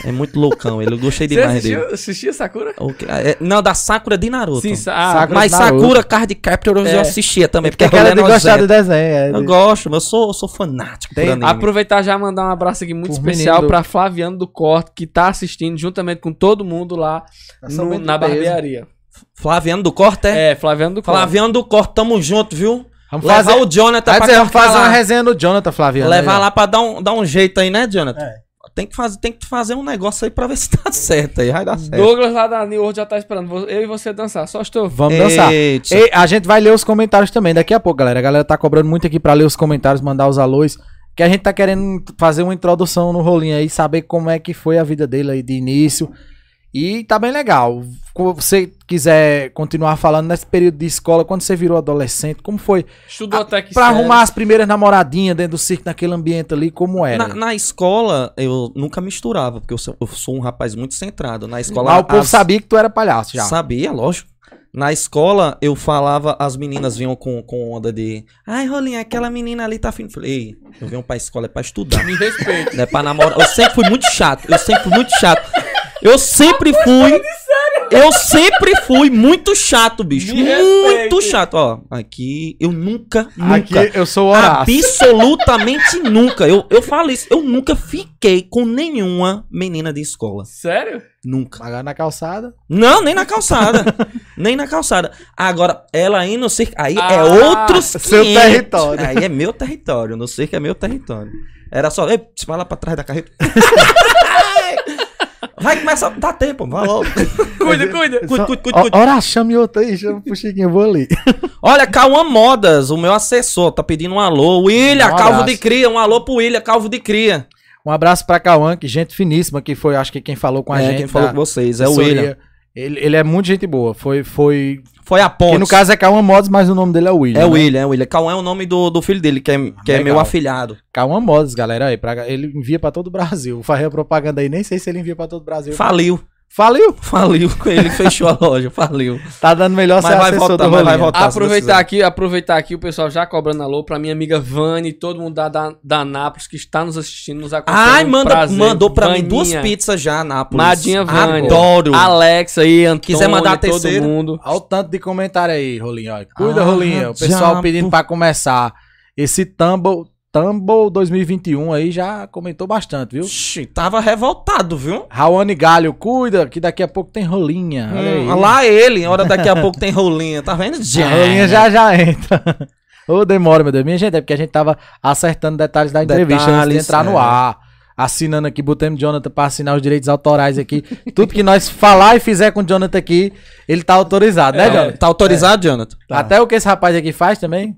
S3: É muito loucão, ele eu gostei
S1: Você
S3: demais dele.
S1: assistiu, assistiu Sakura?
S3: O que- é, não, da Sakura de Naruto.
S1: Sim, sa- ah,
S2: Sakura.
S3: Mas
S2: de Naruto.
S3: Sakura Card Captor
S1: É.
S3: eu assistia também, porque
S2: Porque
S3: aquela
S2: aquela
S3: é
S2: de gostar do
S3: nojenta.
S2: desenho. é,
S3: Eu
S2: de-
S3: gosto, mas eu sou, eu sou fanático
S2: Tem-
S3: por anime.
S1: Aproveitar já mandar um abraço aqui muito
S2: Por
S1: especial
S2: menino.
S1: pra Flaviano do Corte, que tá assistindo juntamente com todo mundo lá
S3: Tá
S1: no-
S2: somente
S1: na
S2: é peso.
S1: barbearia.
S3: Flaviano do Corte, é?
S1: É, Flaviano do Corte.
S3: Flaviano do Corte, tamo junto, viu?
S2: Vamos
S3: Levar
S2: fazer,
S3: o Jonathan
S2: Vai dizer, vamos
S3: cortar
S2: fazer
S3: lá.
S2: uma resenha no Jonathan Flaviano.
S3: Levar
S2: aí, ó.
S3: lá pra dar um, dar um jeito aí, né, Jonathan?
S4: É.
S3: Tem que, fazer, tem que fazer um negócio aí pra ver se tá certo aí. Vai dar certo.
S1: Douglas lá da New World já tá esperando. Vou- Eu e você dançar. Só estou.
S2: Vamos dançar.
S3: Eita.
S2: Ei, a gente vai ler os comentários também daqui a pouco, galera. A galera tá cobrando muito aqui pra ler os comentários, mandar os alôs. Que a gente tá querendo fazer uma introdução no rolinho aí, saber como é que foi a vida dele aí de início. E tá bem legal. Se você quiser continuar falando nesse período de escola, quando você virou adolescente, como foi?
S3: Ah,
S1: Estudou até que
S2: Pra
S1: sério.
S2: arrumar as primeiras namoradinhas dentro do circo, naquele ambiente ali, como era?
S3: Na, na escola, eu nunca misturava, porque eu sou, eu sou um rapaz muito centrado. Na escola.
S2: Lá o povo
S3: as-
S2: sabia que tu era palhaço já.
S3: Sabia, lógico. Na escola, eu falava, as meninas vinham com, com onda de. Ai, Rolinha, aquela menina ali tá afim. Falei, ei, eu venho pra escola, é pra estudar.
S1: Me respeita.
S3: Não é pra namorar. Eu sempre fui muito chato. Eu sempre fui muito chato. Eu sempre fui. Eu sempre fui muito chato, bicho.
S1: Me
S3: Muito
S1: respeite.
S3: chato. Ó, aqui eu nunca,
S2: Aqui é um
S3: nunca.
S2: eu sou o Horácio.
S3: Absolutamente nunca. Eu, eu falo isso. Eu nunca fiquei com nenhuma menina de escola.
S1: Sério?
S3: Nunca.
S2: Agora na calçada.
S3: Não, nem na calçada. nem na calçada. Agora, ela aí no circo. Aí é
S1: Ah,
S3: outros.
S2: seu
S3: 500.
S2: território.
S3: Aí é meu território. No circo é meu território. Era só. Ei, você vai lá pra trás da carreta. vai começar. Dá tempo, vai logo.
S1: Cuida, cuida.
S3: Cuide,
S2: Só-
S3: cuide, cuide,
S2: Ó,
S3: cuide.
S2: Ora, chame outro aí, chama pro Chiquinho, eu vou ali.
S3: Olha, Cauã Modas, o meu assessor, tá pedindo um alô. William,
S2: Um
S3: Calvo
S2: abraço.
S3: de Cria. Um alô pro William, Calvo de Cria.
S2: Um abraço pra Cauã, que gente finíssima, que foi, acho que quem falou com a
S3: é,
S2: gente.
S3: quem falou
S2: da
S3: com vocês, é o
S2: assessoria.
S3: William.
S2: Ele, ele é muito gente boa. Foi. foi...
S3: Foi a
S2: Que
S3: ponte.
S2: no caso é Cauã Modos, mas o nome dele é William.
S3: é o
S2: né?
S3: William, é o William. Cauã é o nome do, do filho dele, que é, que é
S2: Legal.
S3: meu afilhado.
S2: Cauã Modos, galera. Aí, pra... Ele envia pra todo o Brasil. Farrei a propaganda aí, nem sei se ele envia pra todo o Brasil.
S3: Faliu.
S2: Faliu!
S3: Faliu. Ele fechou a loja, faliu.
S2: Tá dando melhor
S3: Mas
S2: ser
S3: vai
S2: assessor
S3: voltar,
S2: do
S3: mas vai
S2: Rolinho.
S3: voltar. se Deus
S1: Aproveitar
S3: quiser.
S1: aqui, aproveitar aqui, o pessoal já cobrando alô pra minha amiga Vani, todo mundo da, da, da Anápolis que está nos assistindo, nos acompanhando.
S3: Ai, manda,
S1: Prazer.
S3: mandou pra mim
S1: Vaninha,
S3: duas pizzas já, Nápoles.
S1: Madinha Vânia.
S3: Adoro.
S1: Alex aí, Antônio,
S3: Quiser mandar a
S1: todo
S3: terceira?
S1: mundo.
S2: Olha o tanto de comentário aí, Rolinho. ó. Cuida,
S3: Ah,
S2: Rolinho. O pessoal
S3: diabo.
S2: pedindo pra começar. Esse Tumble, Tumble 2021 aí já comentou bastante, viu?
S3: Ixi, tava revoltado, viu?
S2: Raoni Galho, cuida, que daqui a pouco tem rolinha. Olha aí.
S3: Hum, lá ele, hora daqui a pouco tem rolinha, tá vendo?
S2: A rolinha já já entra. Ô, demora, meu Deus. Minha gente, é porque a gente tava acertando detalhes da entrevista antes de
S3: Detalhes,
S2: entrar no
S3: é.
S2: ar. assinando aqui, botamos Jonathan pra assinar os direitos autorais aqui. Tudo que nós falar e fizer com o Jonathan aqui, ele tá autorizado, né, Jonathan?
S3: Tá autorizado, Jonathan?
S4: Tá.
S2: Até o que esse rapaz aqui faz também?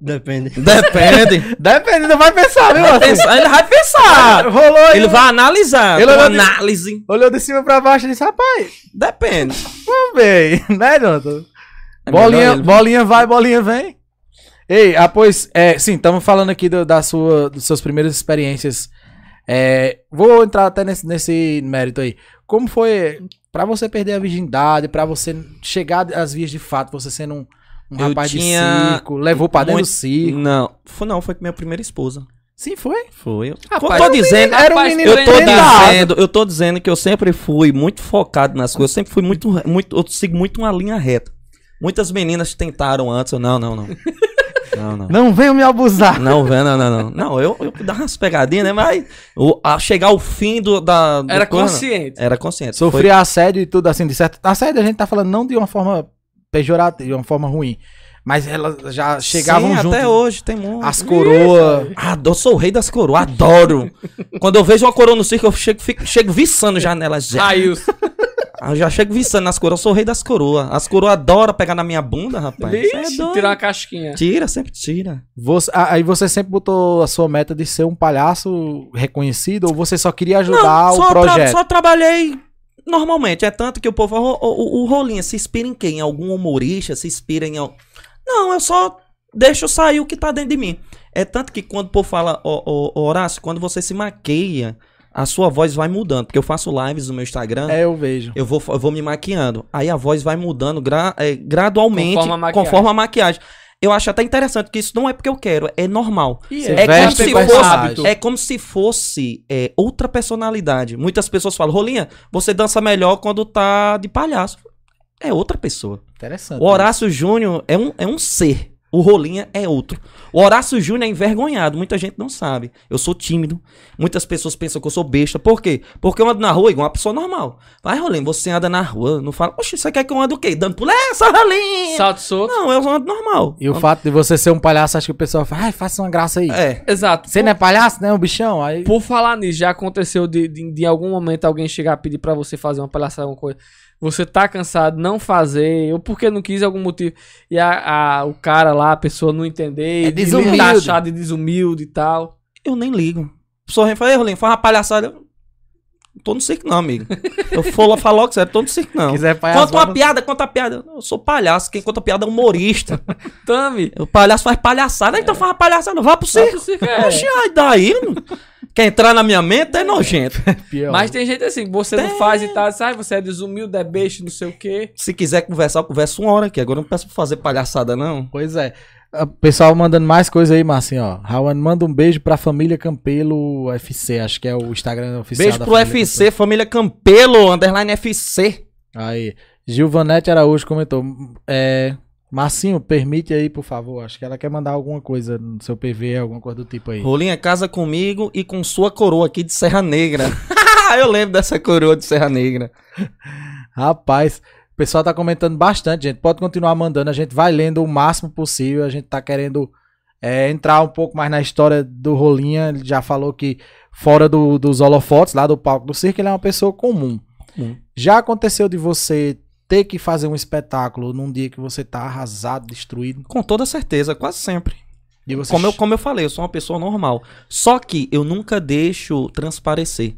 S4: Depende.
S3: Depende.
S2: Depende, não vai pensar, viu,
S3: Vai
S2: assim?
S3: pensar, ele vai pensar.
S2: Rolou aí.
S3: Ele vai analisar.
S2: Ele
S3: Ele
S2: vai-
S3: análise.
S2: Olhou de cima pra baixo e disse, rapaz,
S3: Depende.
S2: tudo bem, né, Jonathan?
S3: É melhor
S2: bolinha,
S3: ele-
S2: bolinha vai, bolinha vem. Ei, ah, pois, é, sim, estamos falando aqui do- da sua, das suas primeiras experiências. É, vou entrar até nesse, nesse mérito aí. Como foi pra você perder a virgindade, pra você chegar às vias de fato, você sendo um, um
S3: Eu
S2: rapaz
S3: tinha
S2: de circo, levou pra dentro
S3: muito-
S2: do circo?
S3: Não, foi, não, foi com minha primeira esposa.
S2: Sim, foi.
S3: Foi. Eu
S1: Rapaz,
S3: tô dizendo,
S2: Era um
S1: Rapaz,
S2: menino
S3: eu tô
S2: inventado.
S3: dizendo, eu tô dizendo que eu sempre fui muito focado nas coisas, eu sempre fui muito, muito, eu sigo muito uma linha reta. Muitas meninas tentaram antes, eu não, não, não. Não, não.
S2: Não venham me abusar.
S3: Não, velho, não, não, não. Não, eu, eu dava umas pegadinhas, né? Mas o- a chegar ao fim do, da. do
S1: Era
S3: corno-
S1: consciente.
S3: Era consciente.
S2: Sofri assédio e tudo assim, de certo. Assédio a gente tá falando não de uma forma pejorativa, de uma forma ruim. Mas elas já
S3: Foi-
S2: chegavam
S3: Sim,
S2: junto.
S3: Até hoje tem muito.
S2: As coroas.
S3: Adoro, eu sou o rei das coroas, adoro. Quando eu vejo uma coroa no circo, eu chego, fico, chego viçando já nela. Já,
S1: Railson.
S3: Ah, Eu já chego viçando nas coroas, eu sou o rei das coroas. As coroas adoram pegar na minha bunda, rapaz. Cê é
S1: Vixe,
S3: doido.
S1: tirar uma casquinha.
S3: Tira, sempre tira.
S2: Você- a- aí você sempre botou a sua meta de ser um palhaço reconhecido ou você só queria ajudar
S3: Não,
S2: Ah, o
S3: só, tra-
S2: projeto?
S3: só trabalhei normalmente. É tanto que o povo. O, o, o Rolinha se inspira em quem? Em algum humorista? Se inspira em. al- Não, eu só deixo sair o que tá dentro de mim. É tanto que quando o povo fala, ó, ó, ó, Horácio, quando você se maqueia, a sua voz vai mudando. Porque eu faço lives no meu Instagram.
S2: É, eu vejo.
S3: Eu vou, eu vou me maquiando. Aí a voz vai mudando gra- é, gradualmente,
S1: Conforme a
S3: conforme a,
S1: maquiagem.
S3: maquiagem. Eu acho até interessante que isso não é porque eu quero, é normal.
S1: E
S2: Você
S1: é,
S3: É como,
S2: veste
S3: se
S2: o personagem.
S3: fosse, é como se fosse é, outra personalidade. Muitas pessoas falam, Rolinha, você dança melhor quando tá de palhaço. É outra pessoa.
S2: Interessante.
S3: O Horácio Júnior é um, é um ser. O Rolinha é outro. O Horácio Júnior é envergonhado, muita gente não sabe. Eu sou tímido. Muitas pessoas pensam que eu sou besta. Por quê? Porque eu ando na rua igual uma pessoa normal. Vai, Rolinha, você anda na rua, não fala. Oxe, você quer que eu ando o quê? Dando pulo? É, só Rolinha!
S1: Salto solto.
S3: Não, eu ando normal.
S2: E o fato de você ser um palhaço, acho que o pessoal fala, ai, faça uma graça aí.
S3: É.
S1: Exato.
S2: Você não é palhaço, né, o bichão? Aí...
S1: Por falar nisso, já aconteceu de, de, de algum momento alguém chegar a pedir pra você fazer uma palhaçada, alguma coisa. Você tá cansado, não fazer, ou porque não quis algum motivo. E a, a- o cara lá, a pessoa não entender,
S2: É
S1: de lhe
S2: desumilde.
S1: taxar de desumilde e tal.
S3: Eu nem ligo. A pessoa fala, ei, Rolinha, faz uma palhaçada. Eu não Tô no circo, não, amigo. Eu falo, falo logo sério, tô no circo, não.
S2: quiser
S3: Conta uma
S2: vamos-
S3: piada, conta a piada. Eu sou palhaço, quem conta piada é humorista.
S1: Tami,
S3: O palhaço faz palhaçada,
S2: É.
S3: então faz uma palhaçada, vá pro circo.
S1: você
S3: Oxi, ai, daí, mano. Quer entrar na minha mente é nojento.
S2: Pior.
S1: Mas tem gente assim, você não faz e tal, diz, "Ai, você é desumilde, é beijo, não sei o quê.
S3: Se quiser conversar, eu converso uma hora aqui. Agora eu não peço pra fazer palhaçada, não.
S2: Pois é. O pessoal mandando mais coisa aí, Marcinho, ó. Rawan manda um beijo pra família Campelo FC, acho que é o Instagram oficial
S3: Beijo
S2: da
S3: pro
S2: família
S3: FC, família Campelo, underline FC.
S2: Campelo. Aí, Gilvanete Araújo comentou, é, Marcinho, permite aí, por favor, acho que ela quer mandar alguma coisa no seu PV, alguma coisa do tipo aí.
S3: Rolinha, casa comigo e com sua coroa aqui de Serra Negra. eu lembro dessa coroa de Serra Negra.
S2: Rapaz, o pessoal tá comentando bastante, gente, pode continuar mandando, a gente vai lendo o máximo possível, a gente tá querendo... é, entrar um pouco mais na história do Rolinha, ele já falou que fora do- dos holofotes, lá do palco do circo, ele é uma pessoa comum.
S3: Hum.
S2: Já aconteceu de você ter que fazer um espetáculo num dia que você tá arrasado, destruído?
S3: Com toda certeza, quase sempre.
S2: E você
S3: Como eu, como eu falei, eu sou uma pessoa normal. Só que eu nunca deixo transparecer.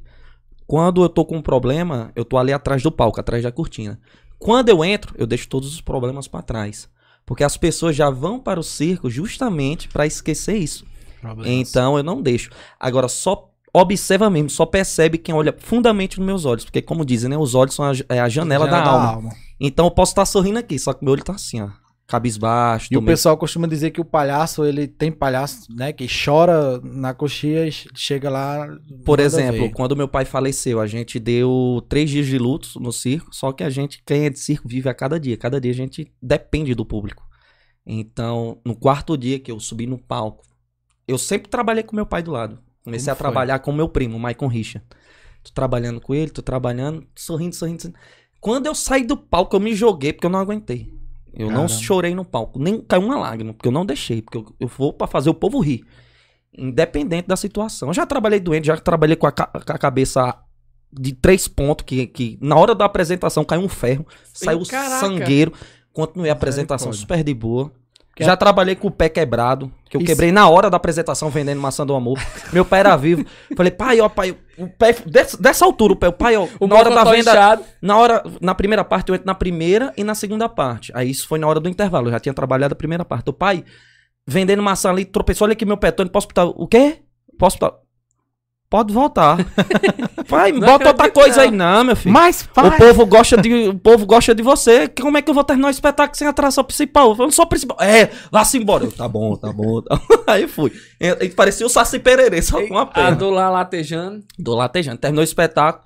S3: Quando eu tô com um problema, eu tô ali atrás do palco, atrás da cortina. Quando eu entro, eu deixo todos os problemas pra trás. Porque as pessoas já vão para o circo justamente pra esquecer isso. Então eu não deixo. Agora, só observa mesmo, só percebe quem olha fundamente nos meus olhos. Porque, como dizem, né? Os olhos são a, j- é a janela, da, alma. Então eu posso estar sorrindo aqui, só que meu olho tá assim, ó. Cabisbaixo,
S2: E o
S3: tô meio-
S2: pessoal costuma dizer que o palhaço, ele tem palhaço, né, que chora na coxia e chega lá.
S3: Por
S2: manda
S3: exemplo,
S2: ver.
S3: quando meu pai faleceu, a gente deu três dias de luto no circo, só que a gente, quem é de circo, vive a cada dia. Cada dia a gente depende do público. Então, no quarto dia que eu subi no palco, eu sempre trabalhei com meu pai do lado. Comecei
S2: Como
S3: a
S2: foi?
S3: trabalhar com meu primo, Maicon Richa. Tô trabalhando com ele, tô trabalhando, sorrindo, sorrindo, sorrindo. Quando eu saí do palco, eu me joguei porque eu não aguentei. Eu não
S2: Caramba.
S3: chorei no palco, nem caiu uma lágrima, porque eu não deixei, porque eu, eu vou pra fazer o povo rir. Independente da situação. Eu já trabalhei doente, já trabalhei com a, ca- com a cabeça de três pontos, que, que na hora da apresentação caiu um ferro, saiu
S1: caraca.
S3: sangueiro. Continuei a apresentação
S2: Misericórdia.
S3: super de boa.
S1: Que
S3: já trabalhei com o pé quebrado, que eu
S1: Isso.
S3: quebrei na hora da apresentação vendendo maçã do amor. Meu pai era vivo. Falei, pai, ó, pai, o pé. Dessa, dessa altura, o pé, o pai, ó,
S1: O tá
S3: na hora da
S1: mocotó
S3: venda.
S1: inchado.
S3: Na hora, na primeira parte, eu entro na primeira e na segunda parte. Aí isso foi na hora do intervalo, eu já tinha trabalhado a primeira parte. O pai, vendendo maçã ali, tropeçou, olha aqui meu pé, Tony, posso botar... O quê? Posso botar... Pode voltar. pai, bota outra
S1: acredito,
S3: coisa
S1: não.
S3: aí. Não, meu filho.
S2: Mas, pai,
S3: O povo, gosta de, o povo gosta de você. Como é que eu vou terminar o espetáculo sem atração principal? Eu não sou principal. É, vá-se embora. Eu, tá bom, tá bom. tá bom. Aí fui. E, e parecia o Saci Pererê, só com uma
S1: A
S2: É.
S3: perna.
S1: dor lá latejando.
S3: Do latejante. Terminou o espetáculo.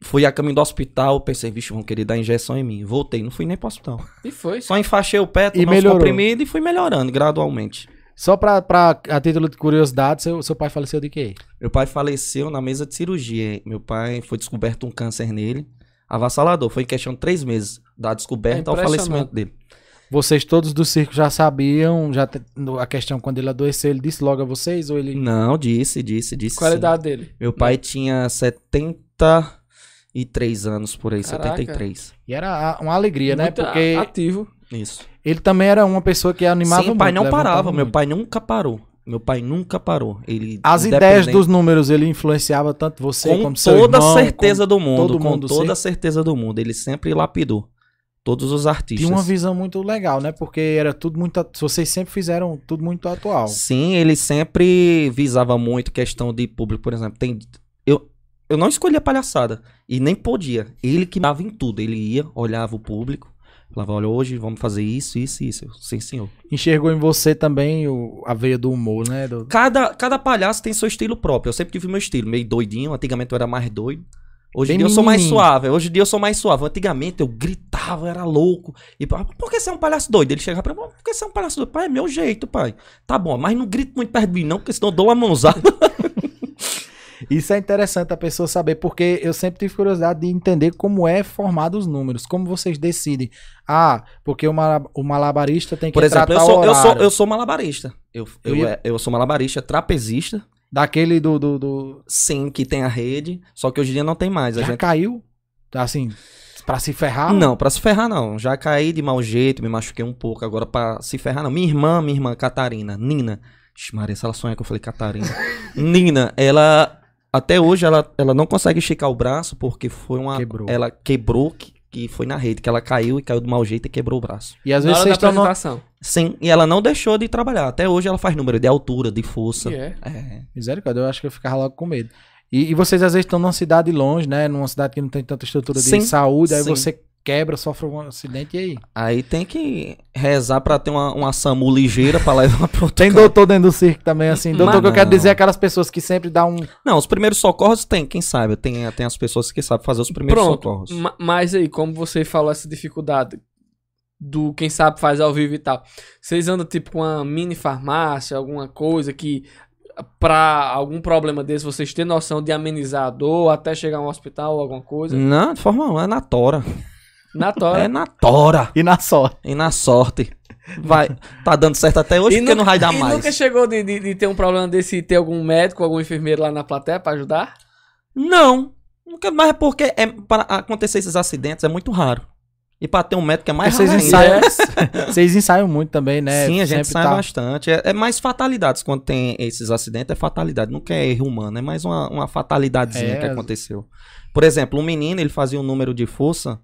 S3: Fui a caminho do hospital, pensei, vixe, vão querer dar injeção em mim. Voltei, não fui nem pro hospital.
S1: E foi.
S3: Só enfaixei o pé, tomei uns
S2: melhorou.
S3: comprimidos e fui melhorando gradualmente.
S2: só pra, pra- a título de curiosidade, seu, seu pai faleceu de quê?
S3: Meu pai faleceu na mesa de cirurgia. Meu pai foi descoberto um câncer nele, avassalador. Foi em questão de três meses da
S1: É
S3: descoberta ao
S1: impressionante.
S3: falecimento dele.
S2: Vocês todos do circo já sabiam, já te- no- a questão quando ele adoeceu, ele disse logo a vocês ou ele...
S3: Não, disse, disse, disse.
S1: Qual a
S3: sim.
S1: idade dele?
S3: Meu pai tinha 73 anos por aí,
S1: Caraca.
S3: 73.
S2: E era a- uma alegria, né?
S1: Muito a-
S2: Porque
S1: ativo.
S3: Isso.
S2: ele também era uma pessoa que animava
S3: Sim, o pai
S2: muito,
S3: não
S2: levantava
S3: parava. Meu
S2: muito.
S3: pai nunca parou. Meu pai nunca parou. Ele
S2: As ideias
S3: independente-
S2: dos números, ele influenciava tanto você
S3: com
S2: como seu
S3: toda
S2: irmão,
S3: a certeza do mundo,
S2: todo
S3: com
S2: mundo,
S3: toda a
S2: sim.
S3: certeza do mundo, ele sempre lapidou todos os
S2: com-
S3: artistas.
S2: Tinha uma visão muito legal, né? Porque era tudo muito... atu- Vocês sempre fizeram tudo muito atual.
S3: Sim, ele sempre visava muito questão de público, por exemplo, tem eu eu não escolhia palhaçada e nem podia. Ele que dava em tudo, ele ia, olhava o público, falava, olha, hoje vamos fazer isso, isso, e isso. Eu, Sim, senhor.
S2: Enxergou em você também o- a veia do humor, né? Do-
S3: Cada, cada palhaço tem seu estilo próprio. Eu sempre tive meu estilo, meio doidinho. Antigamente eu era mais doido. Hoje em
S2: Bem
S3: dia eu sou mais
S2: menininho.
S3: suave. Hoje em dia eu sou mais suave. Antigamente eu gritava, eu era louco. E pá, por que você é um palhaço doido? Ele chegava pra mim, por que você é um palhaço doido? Pai, é meu jeito, pai. Tá bom, mas não grito muito perto de mim, não, porque senão eu dou uma mãozada.
S2: Isso é interessante a pessoa saber, porque eu sempre tive curiosidade de entender como é formado os números, como vocês decidem. Ah, porque o, mala- o malabarista tem que
S3: Por exemplo, eu
S2: tratar
S3: sou,
S2: o
S3: eu, sou,
S2: horário
S3: eu sou malabarista. Eu, eu,
S2: Eu ia-
S3: é- eu sou malabarista, trapezista,
S2: daquele do... do, do-
S3: sim, que tem a rede. Só que hoje em dia não tem mais. A
S2: Já
S3: gente
S2: caiu? Assim, pra se ferrar?
S3: Não, pra se ferrar não. Já caí de mau jeito, me machuquei um pouco. Agora pra se ferrar não. Minha irmã, minha irmã Catarina, Nina. Ixi, Maria, se ela sonha que eu falei Catarina. Nina, ela até hoje ela, ela não consegue esticar o braço porque foi uma
S2: Quebrou.
S3: ela quebrou que, que foi na rede, que ela caiu e caiu de mau jeito e quebrou o braço.
S2: E às
S1: Na
S2: vezes
S1: hora da
S2: vocês estão... no-
S1: apresentação.
S3: Sim, e ela não deixou de trabalhar. Até hoje ela faz número de altura, de força.
S1: Que é.
S3: É.
S2: Misericórdia, eu acho que eu ficava logo com medo. E, e vocês às vezes estão numa cidade longe, né? Numa cidade que não tem tanta estrutura de
S3: Sim,
S2: saúde, aí
S3: sim.
S2: você quebra, sofre um acidente e aí?
S3: Aí tem que rezar pra ter uma, uma SAMU ligeira pra levar pro outro
S2: Tem
S3: canto.
S2: doutor dentro do circo também, assim.
S1: Mas
S2: Doutor, que eu quero
S3: não.
S2: dizer é aquelas pessoas que sempre dá um...
S3: Não, os primeiros socorros tem, quem sabe. Tem, tem as pessoas que sabem fazer os primeiros
S1: Pronto.
S3: socorros.
S1: Ma- mas aí, como você falou essa dificuldade do quem sabe faz ao vivo e tal, vocês andam tipo com uma mini farmácia, alguma coisa que pra algum problema desse vocês têm noção de amenizar a dor até chegar a um hospital ou alguma
S2: Hum.
S1: coisa?
S3: Não, de forma alguma, é na tora.
S1: Na
S3: É
S1: tora.
S3: na tora.
S2: E na sorte.
S3: E na sorte. Vai, tá dando certo até hoje,
S1: E
S3: porque não vai dar
S1: e
S3: mais.
S1: nunca chegou de, de- de ter um problema desse e ter algum médico, algum enfermeiro lá na plateia pra ajudar?
S3: Não, nunca mais é porque é, para acontecer esses acidentes é muito raro. E pra ter um médico é mais
S2: vocês
S3: raro ainda.
S2: ensaiam, vocês ensaiam muito também, né?
S3: Sim, a gente
S2: Sempre
S3: sai
S2: tá-
S3: bastante. É, é mais fatalidades quando tem esses acidentes, é fatalidade. Nunca é erro humano, é mais uma, uma fatalidadezinha
S2: É.
S3: que aconteceu. Por exemplo, um menino, ele fazia um número de força,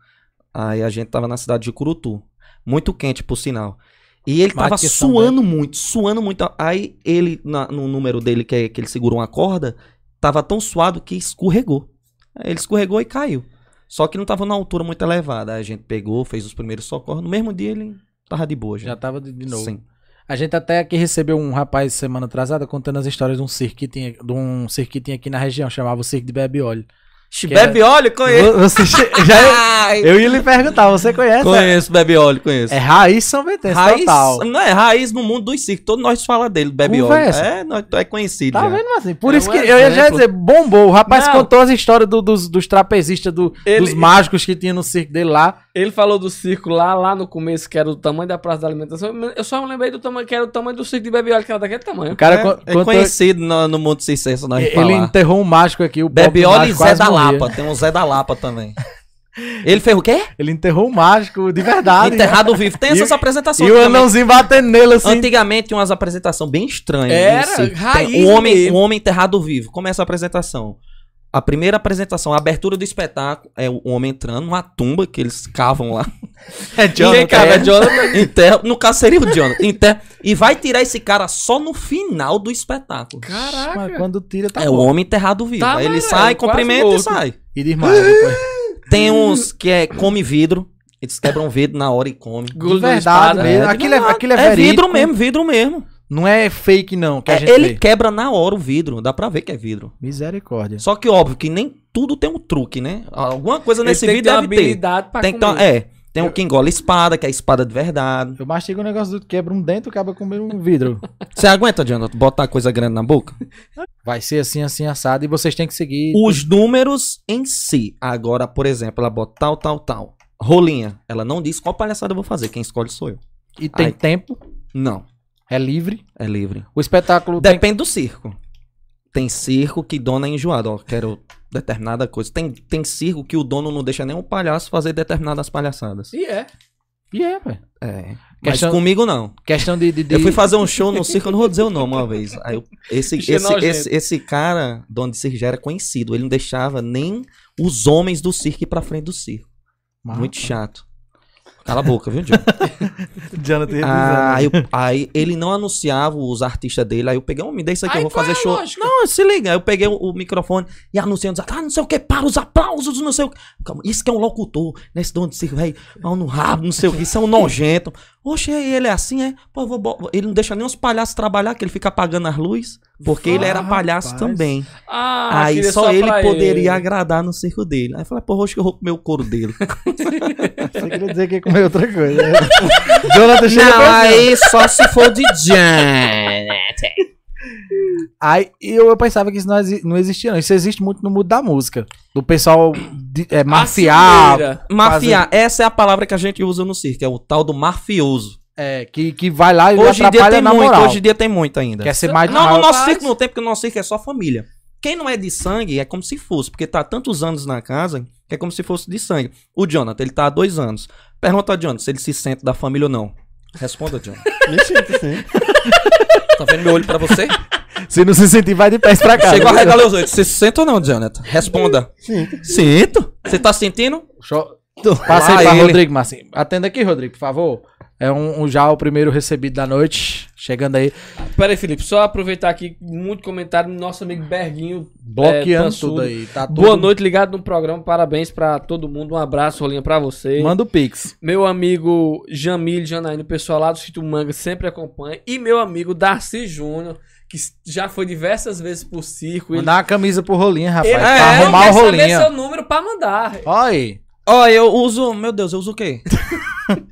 S3: aí a gente tava na cidade de Curutu, muito quente, por sinal. E ele tava
S2: Mate São
S3: suando muito, suando muito. Aí ele, na- no número dele, que, é- que ele segurou uma corda, tava tão suado que escorregou. Aí Ele escorregou e caiu. Só que não tava numa altura muito elevada. Aí a gente pegou, fez os primeiros socorros. No mesmo dia ele tava de boa
S2: Já tava de, de novo.
S3: Sim.
S2: A gente até aqui recebeu um rapaz semana atrasada contando as histórias de um circo que tinha, de um circo que tinha aqui na região, chamava o Circo de Bebiole.
S3: Ixi,
S1: Que era-
S3: Bebe óleo, conheço.
S2: Vo- Você che- já ia-
S3: Ai,
S2: eu ia lhe perguntar, você conhece?
S3: conheço Bebe óleo, conheço.
S2: É raiz São Betense,
S3: raiz,
S2: total.
S3: não é raiz no mundo dos circos. Todo nós fala dele, Bebe óleo.
S2: Conversa.
S3: É, nós- é conhecido.
S2: Tá
S3: já.
S2: vendo assim? Por
S1: É
S2: isso
S1: um
S2: que eu ia já
S1: exemplo.
S2: dizer, bombou. O rapaz
S1: Não.
S2: contou as histórias do- dos, dos trapezistas, do-
S1: Ele-
S2: dos mágicos que tinha no circo dele lá.
S1: Ele falou do circo lá, lá no começo, que era o tamanho da praça da alimentação. Eu só me lembrei do tamanho, que era o tamanho do circo de Bebe Olha, que era daquele tamanho.
S2: O cara
S3: é,
S2: con-
S3: é
S2: contou.
S3: conhecido no, no mundo circense, nós
S2: Ele
S3: falar.
S2: enterrou um mágico aqui, o pobre
S3: Bebe
S2: do
S3: óleo e
S2: mágico
S3: Zé
S2: quase
S3: da
S2: morria.
S3: Lapa. Tem um Zé da Lapa também. Ele fez o quê?
S2: Ele enterrou um mágico, de verdade.
S3: Enterrado vivo. Tem essas
S2: E-
S3: apresentações.
S2: E o
S3: antigamente.
S2: anãozinho batendo nele assim.
S3: Antigamente tinha umas apresentações bem estranhas.
S1: Era,
S3: no circo. Tem
S1: raiz
S3: um homem,
S1: mesmo.
S3: um homem enterrado vivo. Como é essa apresentação? A primeira apresentação, a abertura do espetáculo, é o homem entrando numa tumba que eles cavam lá.
S2: É
S3: Ninguém
S2: Jonathan.
S3: cava, é Jonathan. Enterra, no caso seria o Jonathan. Enterra, e vai tirar esse cara só no final do espetáculo.
S1: Caraca.
S2: Mas quando tira, tá
S3: é o
S2: bom.
S3: homem enterrado vivo.
S1: Tá,
S3: Aí ele
S1: mas
S3: sai,
S1: é, quase
S3: cumprimenta e
S1: morto.
S3: sai.
S2: E diz é mais. depois.
S3: Tem uns que é come vidro. Eles quebram vidro na hora e come.
S1: Gulo
S2: De
S1: da
S2: verdade
S1: espada.
S2: mesmo. Aquilo é- aquilo é verídico.
S3: vidro mesmo, vidro mesmo.
S2: Não é fake, não, que a
S3: É,
S2: gente
S3: ele
S2: vê.
S3: quebra na hora o vidro, dá pra ver que é vidro.
S2: Misericórdia.
S3: Só que óbvio que nem tudo tem um truque, né? Alguma coisa
S1: Ele
S3: nesse
S1: tem que ter
S3: vídeo
S1: uma
S3: deve ter.
S1: habilidade pra
S3: Tem que ter uma-
S1: comer.
S3: é, tem um que engole espada, que é a espada de verdade.
S2: Eu mastigo um negócio do quebra um dente, acaba comendo um vidro.
S3: Você aguenta, Jonathan, botar coisa grande na boca?
S2: Vai ser assim, assim, assado. E vocês têm que seguir.
S3: Os números em si. Agora, por exemplo, ela bota tal, tal, tal. Rolinha. Ela não diz qual palhaçada eu vou fazer. Quem escolhe sou eu.
S2: E tem
S3: Ai.
S2: tempo,
S3: Não.
S2: é livre.
S3: É livre.
S2: O espetáculo tem-
S3: Depende do circo. Tem circo que dono é enjoado, ó, quero determinada coisa. Tem, tem circo que o dono não deixa nenhum palhaço fazer determinadas palhaçadas.
S1: E é.
S2: E é, velho.
S3: É. Mas
S2: Questão-
S3: comigo não.
S2: Questão de. de, de-
S3: Eu fui fazer um show no circo, eu não vou dizer o nome uma vez. Aí eu- esse,
S1: Achei
S3: esse,
S1: nojento.
S3: esse, esse cara, dono de circo, já era conhecido. Ele não deixava nem os homens do circo ir pra frente do circo.
S2: Mas-
S3: Muito chato. Cala a boca, viu, John?
S2: Jonathan ia dizendo.
S3: Ah, aí, eu- aí ele não anunciava os artistas dele. Aí eu peguei, um, me dê isso aqui,
S1: Aí
S3: eu vou
S1: qual
S3: fazer
S1: é a
S3: show.
S1: lógica?
S3: Não, Ah, se liga. Aí eu peguei o, o microfone e anunciando, ah, não sei o que, para os aplausos, não sei o que. Calma, isso que é um locutor, nesse dono de circo, velho, mal no rabo, não sei o que, isso é um nojento. Oxe, aí ele é assim, é? Pô, eu vou bo- ele não deixa nem os palhaços trabalhar, que ele fica apagando as luzes, porque ele era
S2: Rapaz.
S3: palhaço também.
S1: Ah,
S3: aí
S1: queria
S3: só ele
S1: pra
S3: poderia
S1: ele.
S3: agradar no circo dele. Aí eu falei, pô, acho que eu vou comer o couro dele.
S2: Você queria dizer
S4: é
S2: que ia comer outra coisa. né? Jonathan chega
S3: não,
S2: pra mim.
S3: aí só se for de Jan.
S2: Aí eu, eu pensava que isso não, exi- não existia, não. Isso existe muito no mundo da música. Do pessoal de-
S3: Ah,
S2: é,
S1: Ah,
S2: mafiar,
S1: Assineira.
S3: Mafiar, essa é a palavra que a gente usa no circo, é o tal do mafioso.
S2: é, que, que vai lá e
S3: Hoje em dia
S2: atrapalha
S3: tem
S2: na
S3: muito,
S2: moral.
S3: hoje em dia tem muito ainda.
S2: Quer ser mais
S3: Não, no
S2: mal-
S3: nosso
S1: Rapaz.
S3: circo não tem, porque no nosso circo é só família. Quem não é de sangue é como se fosse, porque tá há tantos anos na casa que é como se fosse de sangue. O Jonathan, ele tá há dois anos. Pergunta ao Jonathan se ele se sente da família ou não. Responda, Jonathan.
S4: Mexi, assim.
S3: Tá vendo meu olho pra você?
S2: Se não se sentir, vai de pés pra cá.
S3: Chegou a regalar os oito. Você se sente ou não, Jonathan? Responda.
S4: Sim.
S3: Sinto. Você tá sentindo?
S2: Show. Passa aí
S3: Lá
S2: pra
S3: ele.
S2: Rodrigo, Marcinho. Atenda aqui, Rodrigo, por favor. É um, um já o primeiro recebido da noite. Chegando aí,
S1: Pera aí, Felipe, só aproveitar aqui muito comentário do nosso amigo Berguinho.
S3: É,
S2: bloqueando
S1: pançudo.
S2: tudo aí. Tá tudo...
S1: Boa noite, ligado no programa. Parabéns pra todo mundo. Um abraço, Rolinha, pra você.
S2: Manda o Pix.
S1: Meu amigo Jamil Janaíno, pessoal lá do Sítio Manga, sempre acompanha. E meu amigo Darcy Júnior, que s- já foi diversas vezes pro circo. Ele,
S2: Mandar uma camisa pro Rolinha, rapaz.
S1: ele,
S2: pra
S1: é, ele
S2: arrumar
S1: quer
S2: o
S1: saber seu
S2: Rolinha.
S1: número pra mandar.
S2: Olha aí.
S3: Ó, eu uso. Meu Deus, eu uso o quê?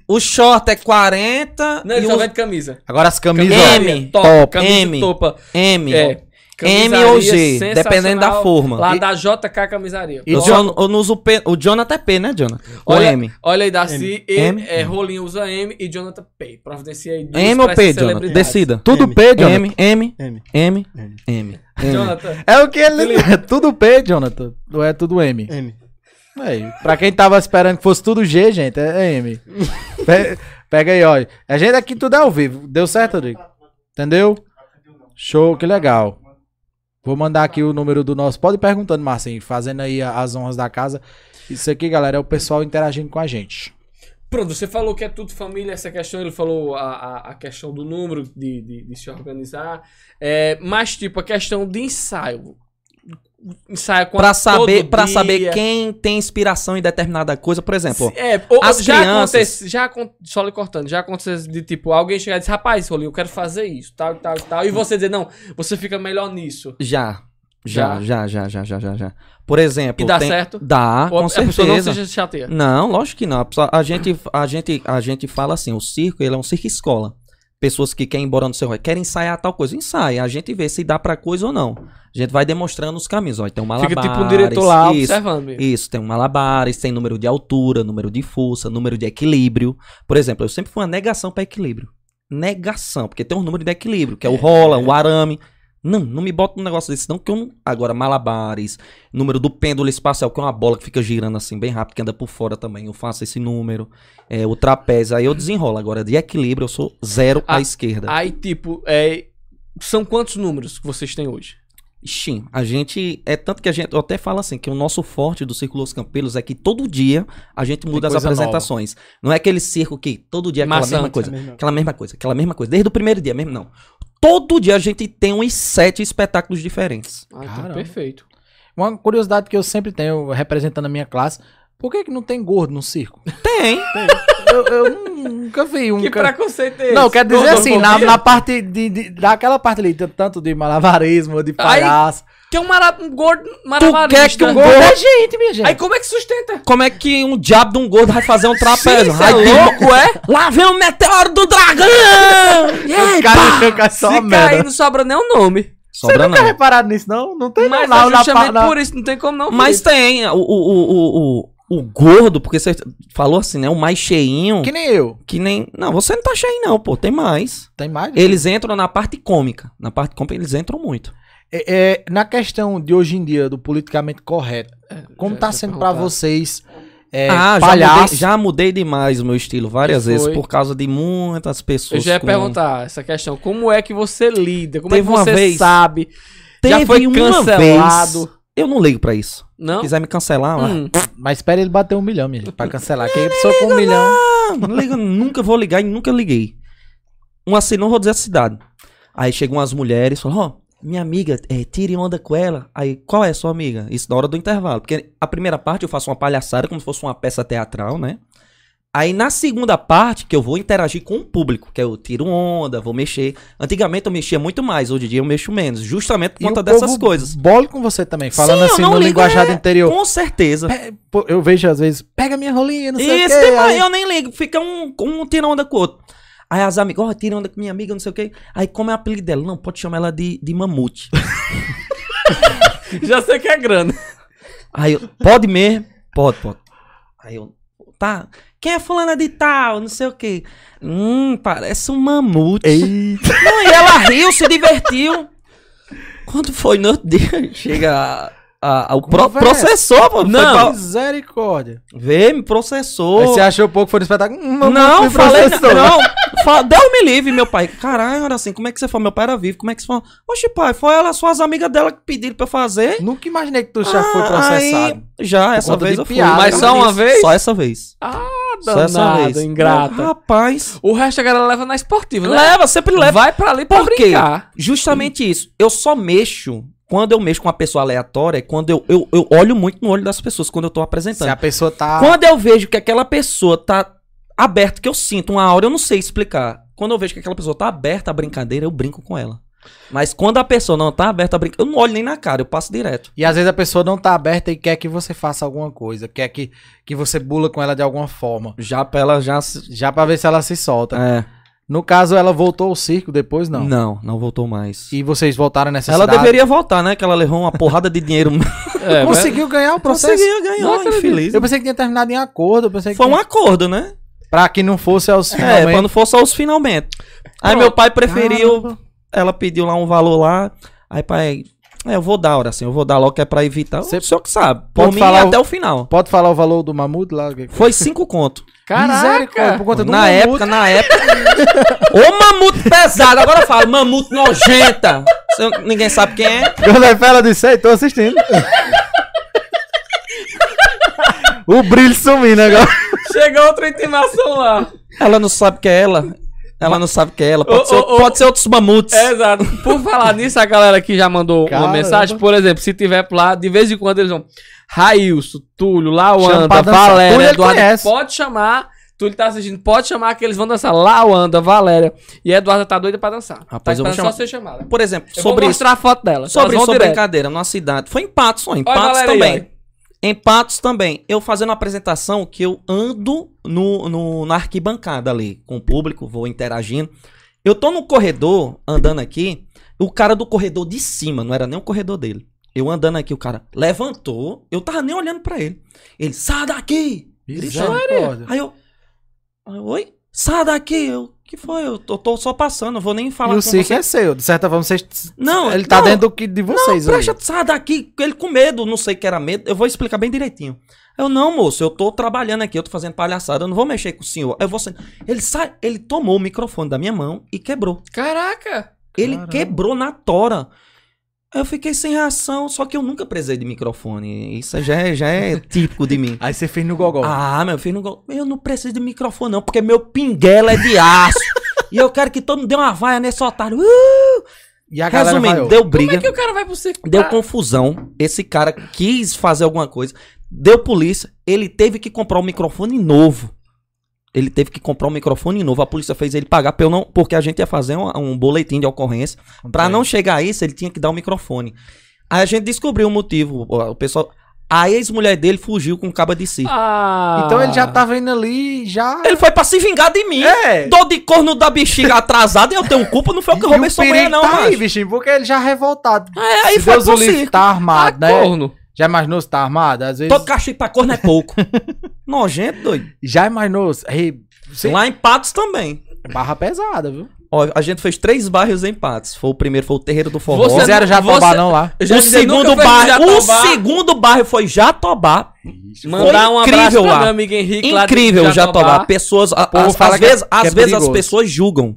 S3: o short é 40
S1: Não,
S3: e
S1: ele só
S3: uso
S1: vende camisa.
S2: Agora as camisas.
S1: Camisa
S3: M,
S1: aria, top,
S2: top,
S1: camisa
S3: M.
S1: topa.
S3: M.
S1: É,
S3: M ou G, dependendo da forma.
S1: Lá
S3: E-
S1: da JK Camisaria.
S2: E
S3: O,
S1: Top.
S2: John-
S3: Jon- eu não uso P, o Jonathan é P, né, Jonathan? Ou
S1: Olha-
S3: M?
S1: Olha aí, Darcy, e,
S3: M.
S1: é, Rolinho usa M e Jonathan Pay. Providencia aí duas
S3: M ou
S1: pra
S3: P,
S1: essas
S3: Jonathan?
S1: celebridades.
S3: Decida.
S2: Tudo
S4: M.
S2: P, Jonathan.
S3: M, M,
S4: M.
S3: M,
S4: M.
S3: M.
S1: Jonathan,
S2: É o que ele. É tudo P, Jonathan. Ou é tudo M?
S4: M.
S2: Aí, pra quem tava esperando que fosse tudo G, gente, é M. Pe- Pega aí, ó. A gente aqui tudo é ao vivo. Deu certo, Rodrigo? Entendeu? Show, que legal. Vou mandar aqui o número do nosso. Pode ir perguntando, Marcinho, fazendo aí a- as honras da casa. Isso aqui, galera, é o pessoal interagindo com a gente.
S1: pronto, você falou que é tudo família, essa questão, ele falou a, a, a questão do número, de, de, de se organizar. É, mas, tipo, a questão de ensaio. Ensaio com
S3: Pra saber, pra saber quem tem inspiração em determinada coisa, por exemplo.
S1: É, ou,
S3: as
S1: já
S3: crianças-
S1: acontece, já acon- só lhe cortando, já acontece de tipo, alguém chegar e dizer, rapaz, Rolinho, eu quero fazer isso, tal, tal, tal, e você dizer, não, você fica melhor nisso.
S3: Já. Já, já, já, já, já, já, já. Por exemplo.
S1: E dá certo?
S3: Dá,
S1: Ou a-
S3: Ah, com
S1: a pessoa não
S3: certeza.
S1: se chateia.
S3: Não, lógico que não. A, pessoa- a gente, a, gente, a gente fala assim, o circo ele é um circo escola. Pessoas que querem ir embora no seu rock, querem ensaiar tal coisa, ensaia. A gente vê se dá pra coisa ou não. A gente vai demonstrando os caminhos. Ó, tem um malabar,
S1: Fica tipo um diretor lá
S3: isso,
S1: observando. mesmo.
S3: isso, tem um malabares, tem número de altura, número de força, número de equilíbrio. Por exemplo, eu sempre fui uma negação pra equilíbrio. Negação, porque tem um número de equilíbrio, que é o rola, o arame. Não, não me bota num negócio desse, não, que eu não... Agora, malabares, número do pêndulo espacial, que é uma bola que fica girando assim bem rápido, que anda por fora também. Eu faço esse número. É, o trapézio, aí eu desenrolo. Agora, de equilíbrio, eu sou zero
S1: Ah,
S3: à esquerda.
S1: Aí, tipo, é, são quantos números que vocês têm hoje?
S3: Sim, a gente. É tanto que a gente. Eu até falo assim, que o nosso forte do Círculo Los Campelos é que todo dia a gente muda as
S2: coisa
S3: apresentações. Não é aquele circo que todo dia é aquela
S1: Maçante. né?
S3: mesma coisa.
S4: Mesmo.
S3: Aquela mesma coisa, aquela mesma coisa. Desde o primeiro dia mesmo, não. Todo dia a gente tem uns sete espetáculos diferentes.
S1: Ah, então,
S2: Caramba.
S1: perfeito.
S2: Uma curiosidade que eu sempre tenho, representando a minha classe, por que, que não tem gordo no circo?
S3: Tem!
S2: Eu, eu nunca vi um.
S1: Que
S2: cara-
S1: preconceito é esse?
S2: Não, quero dizer assim, na,
S1: Gordofobia?
S2: na parte de, de- daquela parte ali, tanto de malabarismo, de
S1: Aí-
S2: palhaço.
S1: Que é um, mara... um gordo
S3: tu quer que
S1: maravilhoso.
S3: um
S2: gordo
S3: gordo.
S2: é gente, minha gente.
S1: Aí como é que sustenta?
S3: Como é que um diabo de um gordo vai fazer um trapézio?
S1: Sim, cê é
S3: Ai,
S1: louco, é?
S3: Lá vem o meteoro do dragão!
S1: E aí,
S2: cara,
S1: pá,
S2: eu caio só uma
S1: se
S2: merda.
S1: cair, não sobra nem o nome.
S2: Você
S3: Sobra
S2: nunca
S3: não.
S2: reparado nisso, não? Não tem
S1: Mas
S2: não,
S1: é
S2: na-
S1: justamente
S2: na-
S1: por isso, não tem como não.
S3: Mas
S1: filho.
S3: tem o, o, o, o, o gordo, porque você falou assim, né? O mais cheinho.
S2: Que
S3: Que,
S2: nem eu.
S3: nem. Não, você não tá cheio, não, pô. Tem mais.
S2: Tem mais?
S3: Eles entram na parte cômica. Na parte cômica, eles entram muito.
S2: É, é, na questão de hoje em dia, do politicamente correto,
S3: É,
S2: como
S1: já
S2: tá
S1: ia
S2: sendo pra
S1: perguntar.
S2: vocês é,
S3: ah, já
S2: palhaço?
S3: mudei, já mudei demais o meu estilo várias
S1: Que foi?
S3: vezes, por causa de muitas
S1: Eu
S3: pessoas.
S1: já ia
S3: com-
S1: perguntar essa questão. Como é que você lida? Como
S3: Teve
S1: é que
S3: uma
S1: você
S3: vez-
S1: sabe?
S3: Teve
S1: já foi
S3: uma
S1: cancelado.
S3: vez. Eu não ligo pra isso.
S1: Não?
S3: Se quiser me cancelar, lá.
S1: Hum.
S2: Mas espera ele bater um milhão, minha gente, pra cancelar. Que a pessoa com um milhão.
S3: Ah, não ligo, nunca vou ligar e nunca liguei. Um assim, não vou dizer a cidade. Aí chegam umas mulheres e falam, ó, minha amiga, é, tire onda com ela. Aí, qual é a sua amiga? Isso na hora do intervalo. Porque a primeira parte eu faço uma palhaçada, como se fosse uma peça teatral, né? Aí na segunda parte, que eu vou interagir com o público, que eu tiro onda, vou mexer. Antigamente eu mexia muito mais, hoje em dia eu mexo menos, justamente por
S2: E
S3: conta
S2: o
S3: dessas
S2: povo
S3: coisas.
S2: Bole com você também, falando
S3: Sim, eu
S2: assim
S3: não
S2: no
S3: ligo,
S2: linguajar do
S3: é,
S2: interior.
S3: Com certeza.
S2: Pô, eu vejo às vezes, pega minha rolinha, não sei o
S3: Isso,
S2: quê.
S3: tem mais,
S2: aí-
S3: eu nem ligo. Fica um, um tirando onda com o outro. Aí as amigas, ó, tira onda com minha amiga, não sei o quê. Aí como é o apelido dela? Não, pode chamar ela de, de mamute.
S1: Já sei que é grana.
S3: Aí eu, pode mesmo? Pode, pode. Aí eu, tá. Quem é fulana de tal? Não sei o quê. Hum, parece um mamute.
S2: Eita.
S3: Não, e ela riu, se divertiu. Quando foi no outro dia, chega a, a- a- o pro,
S2: Conversa.
S3: processor, pô.
S1: Não.
S3: Foi
S2: Misericórdia.
S3: pra- Vê, me processou.
S2: Aí você achou pouco, foi no espetáculo. hum,
S3: Não,
S2: mamute me
S3: falei
S2: processou.
S3: não. Fa- Deus me livre, meu pai. Caralho, era assim, como é que você foi? Meu pai era vivo, como é que você foi? Oxe, pai, foi ela, suas amigas dela que pediram pra eu fazer.
S2: Nunca imaginei que tu já foi
S3: Ah,
S2: processado.
S3: aí, já, essa
S2: conta
S3: vez
S2: de
S3: eu fui.
S2: piada,
S1: Mas só uma vez?
S3: né? Só essa vez. Tá só essa
S1: Danada,
S3: vez.
S1: ingrata.
S3: Não, rapaz.
S1: O resto a galera leva na esportiva, né?
S3: Leva, sempre leva.
S1: Vai pra ali pra
S3: Por quê?
S1: brincar.
S3: Justamente isso. Eu só mexo. Quando eu mexo com uma pessoa aleatória, é quando eu, eu, eu olho muito no olho das pessoas quando eu tô
S2: Se
S3: apresentando.
S2: a pessoa tá.
S3: Quando eu vejo que aquela pessoa tá aberta, que eu sinto uma aura, eu não sei explicar. Quando eu vejo que aquela pessoa tá aberta à brincadeira, eu brinco com ela. Mas quando a pessoa não tá aberta à brincadeira, eu não olho nem na cara, eu passo direto.
S2: E às vezes a pessoa não tá aberta e quer que você faça alguma coisa, quer que, que você bula com ela de alguma forma.
S3: Já pra ela já. se-
S2: Já pra ver se ela se solta.
S3: É.
S2: No caso, ela voltou ao circo depois, não.
S3: Não. não, voltou mais.
S2: E vocês voltaram nessa
S3: ela
S2: é cidade?
S3: deveria voltar, né? Que ela levou uma porrada de dinheiro.
S1: É,
S2: Conseguiu ganhar o processo?
S3: Conseguiu, ganhou,
S1: Nossa,
S3: infeliz.
S2: Eu pensei que tinha terminado em acordo. Eu pensei
S3: Foi
S2: que...
S3: um acordo, né?
S2: Pra que não fosse aos
S3: É,
S2: finalmente.
S3: pra não for só os finalmente. Aí
S1: Pronto.
S3: meu pai preferiu. Ela pediu lá um valor lá. Aí, pai, é, eu vou dar, hora assim, eu vou dar logo que é pra evitar.
S2: Cê
S3: o senhor que sabe.
S2: pode
S3: Por mim,
S2: falar o-
S3: até o final.
S2: Pode falar o valor do mamute lá?
S3: Foi cinco conto.
S2: Misericórdia,
S1: Caraca!
S2: Por conta do
S3: na
S2: mamute.
S3: época, na época. Ô mamute pesado, agora fala, mamute nojenta. Você- ninguém sabe quem é.
S2: Quando é fela disso aí, tô assistindo. o brilho sumindo agora.
S1: Chegou outra intimação lá.
S3: Ela não sabe que é ela. Ela não sabe que é ela. Pode,
S1: Ô,
S3: ser,
S1: ô, ô.
S3: pode ser outros mamutes.
S1: É, exato. Por falar nisso, a galera aqui já mandou uma
S2: Caramba.
S1: mensagem. Por exemplo, se tiver por lá, de vez em quando eles vão. Railson, Túlio,
S2: Chama pra
S1: Lauanda,
S2: dançar. Túlio
S1: Valéria,
S2: ele
S1: Eduardo.
S2: conhece.
S1: Pode chamar Tu ele tá assistindo, pode chamar que eles vão dançar. Lauanda, Valéria e Eduarda tá doida pra dançar. tá
S3: Rapaz, eu vou
S1: esperando
S3: chamar-
S1: só ser chamada.
S3: Por exemplo,
S1: Eu
S3: sobre
S1: vou
S3: isso.
S1: mostrar a foto dela.
S3: Sobre
S1: Elas
S3: isso,
S1: vão
S3: sobre
S1: direto.
S3: brincadeira, numa cidade. Foi em Patos, só, em Patos
S1: Valéria aí,
S3: também. em Patos também. Eu fazendo uma apresentação que eu ando no, no- na arquibancada ali, com o público, vou interagindo. Eu tô no corredor, andando aqui, o cara do corredor de cima, não era nem o corredor dele. Eu andando aqui, o cara levantou, eu tava nem olhando pra ele. Ele, sai daqui!
S2: Misericórdia.
S3: Aí eu, aí eu, oi? Sai daqui! Eu, que foi? Eu tô, tô só passando, não vou nem
S2: E
S3: falar
S2: o
S3: com
S2: Sique
S3: você."
S2: é seu. De certa forma, vocês.
S3: Não,
S2: Ele tá
S3: não,
S2: dentro do que de vocês. aí.
S3: Presta, sai daqui, ele com medo, não sei o que era medo. Eu vou explicar bem direitinho. Eu, não, moço, eu tô trabalhando aqui, eu tô fazendo palhaçada, eu não vou mexer com o senhor. Eu vou sen- Ele sai, ele tomou o microfone da minha mão e quebrou.
S1: Caraca!
S3: Ele
S2: Caramba.
S3: quebrou na tora. Eu fiquei sem reação, só que eu nunca precisei de microfone. Isso já é, já é típico de mim.
S2: Aí você fez no gogol.
S3: Ah, meu filho, não go- eu não preciso de microfone, não, porque meu pinguela é de aço. e eu quero que todo mundo dê uma vaia nesse otário. Uh!
S2: e a galera
S3: Resumindo,
S2: vaiou.
S3: deu briga.
S1: Como é que o cara vai pro circo?
S3: Deu
S1: Ah,
S3: confusão. Esse cara quis fazer alguma coisa. Deu polícia. Ele teve que comprar um microfone novo. Ele teve que comprar um microfone novo. A polícia fez ele pagar pra eu não, porque a gente ia fazer um, um boletim de ocorrência.
S2: É.
S3: Pra não chegar a isso, ele tinha que dar o microfone. Aí a gente descobriu o motivo. O pessoal, a ex-mulher dele fugiu com um caba de si.
S1: Ah.
S2: Então ele já
S3: tá
S2: tava indo ali já.
S3: Ele foi pra se vingar de mim.
S2: É.
S3: Dor de corno da bexiga atrasada, eu tenho culpa, não foi eu que
S2: E
S3: roubei
S2: o
S3: sua
S2: perigo
S3: mulher, não,
S2: tá aí,
S3: macho.
S2: bichinho, porque ele já é revoltado.
S3: É, aí
S2: se
S3: foi
S2: Deus
S3: pro
S2: o livre,
S3: circo.
S2: tá
S1: ah,
S2: armado, né?
S1: corno.
S2: Já imaginou se tá armado? Às vezes.
S3: Todo cachimbo pra corno é pouco. Nojento, doido.
S2: Já imaginou? se- Ei, você-
S3: Lá em Patos também.
S2: Barra pesada, viu?
S3: Ó, a gente fez três bairros em Patos. Foi o primeiro, foi o Terreiro do Forró.
S1: Você-
S2: Fizeram já
S1: você-
S2: tobar não lá.
S1: Eu já
S3: O
S1: disse, eu nunca
S3: segundo
S1: fui
S3: bairro,
S1: pro
S3: o
S1: Jatobá.
S3: segundo bairro foi Jatobá.
S1: Mandar um abraço
S3: incrível
S1: pro
S3: lá.
S1: meu amigo Henrique lá de
S3: Incrível Jatobá. Pessoas, a-
S2: povo
S3: as-
S2: fala
S3: às
S2: que é-
S3: vezes,
S2: que é
S3: às vezes as
S2: perigoso.
S3: pessoas julgam.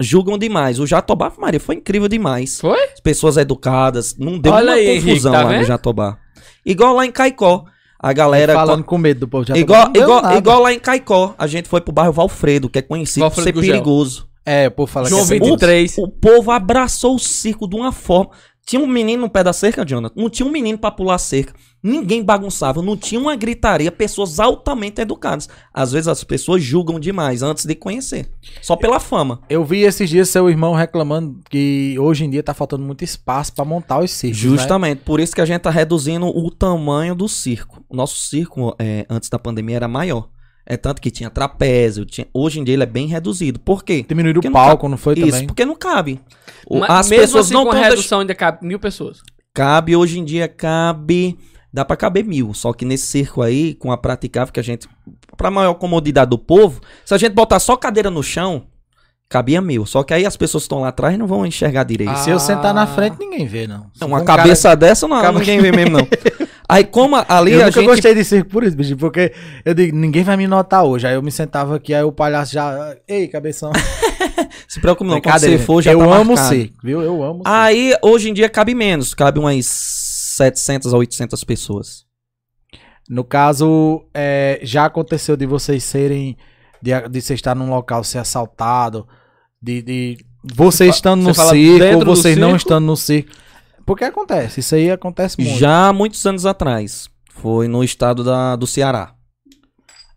S3: Julgam demais. O Jatobá, Maria, foi incrível demais.
S1: Foi?
S3: As pessoas educadas, não deu
S1: Olha
S3: nenhuma
S1: aí, Henrique,
S3: confusão
S1: tá
S3: lá no
S1: vendo?
S3: Jatobá. Igual lá em Caicó. A galera
S2: falando com medo do povo já
S3: Igual,
S2: tobar. Não deu
S3: igual,
S2: nada.
S3: igual lá em Caicó, a gente foi pro bairro Valfredo, que é conhecido por
S1: Valfredo
S3: ser
S1: Gugel.
S3: perigoso.
S2: É, o povo fala
S1: João
S2: que é perigoso.
S1: 23.
S3: O povo abraçou o circo de uma forma. Tinha um menino no pé da cerca, Jonathan. Não tinha um menino pra pular a cerca. Ninguém bagunçava, não tinha uma gritaria. Pessoas altamente educadas. Às vezes as pessoas julgam demais antes de conhecer. Só pela fama.
S2: Eu vi esses dias seu irmão reclamando que hoje em dia tá faltando muito espaço pra montar os circos. né?
S3: Justamente, por isso que a gente tá reduzindo o tamanho do circo. O nosso circo, é, antes da pandemia, era maior. É tanto que tinha trapézio. tinha- Hoje em dia ele é bem reduzido. Por quê?
S2: Diminuíram
S3: Porque
S2: o
S3: não tá
S2: palco, não foi
S3: Isso,
S2: também?
S3: porque não cabe. O-
S1: Mas
S3: As
S1: mesmo
S3: pessoas
S1: assim,
S3: não
S1: com
S3: estão
S1: redução ainda cabe mil pessoas.
S3: Cabe, hoje em dia cabe. Dá pra caber mil. Só que nesse circo aí, com a praticável que a gente. Pra maior comodidade do povo, se a gente botar só cadeira no chão, cabia mil. Só que aí as pessoas que estão lá atrás não vão enxergar direito.
S2: E se eu sentar na frente, ninguém vê, não. Ah, Se
S3: Então, Ah. uma
S2: um cara-
S3: cabeça dessa não,
S2: Acaba-
S3: ninguém vê mesmo, não. Aí, como a- ali
S2: Eu
S3: a
S2: nunca
S3: gente.
S2: gostei de circo por isso, bicho, porque eu digo, ninguém vai me notar hoje. Aí eu me sentava aqui, aí o palhaço já. Ei, cabeção.
S3: Se preocupa, não. Quando
S2: Brincadeira,
S3: você for, já
S2: Eu
S3: tá
S2: amo
S3: marcado. Ah,
S2: circo, viu? Eu amo circo.
S3: Aí, hoje em dia, cabe menos. Cabe umas 700 a 800 pessoas.
S2: No caso, é, já aconteceu de vocês serem. De, a- de você estar num local ser assaltado, de. de você estando
S1: você
S2: no
S1: fala
S2: circo,
S1: dentro
S2: ou
S1: do
S2: vocês não
S1: circo?
S2: estando no circo. Porque acontece, isso aí acontece muito.
S3: Já há muitos anos atrás. Foi no estado da, do Ceará.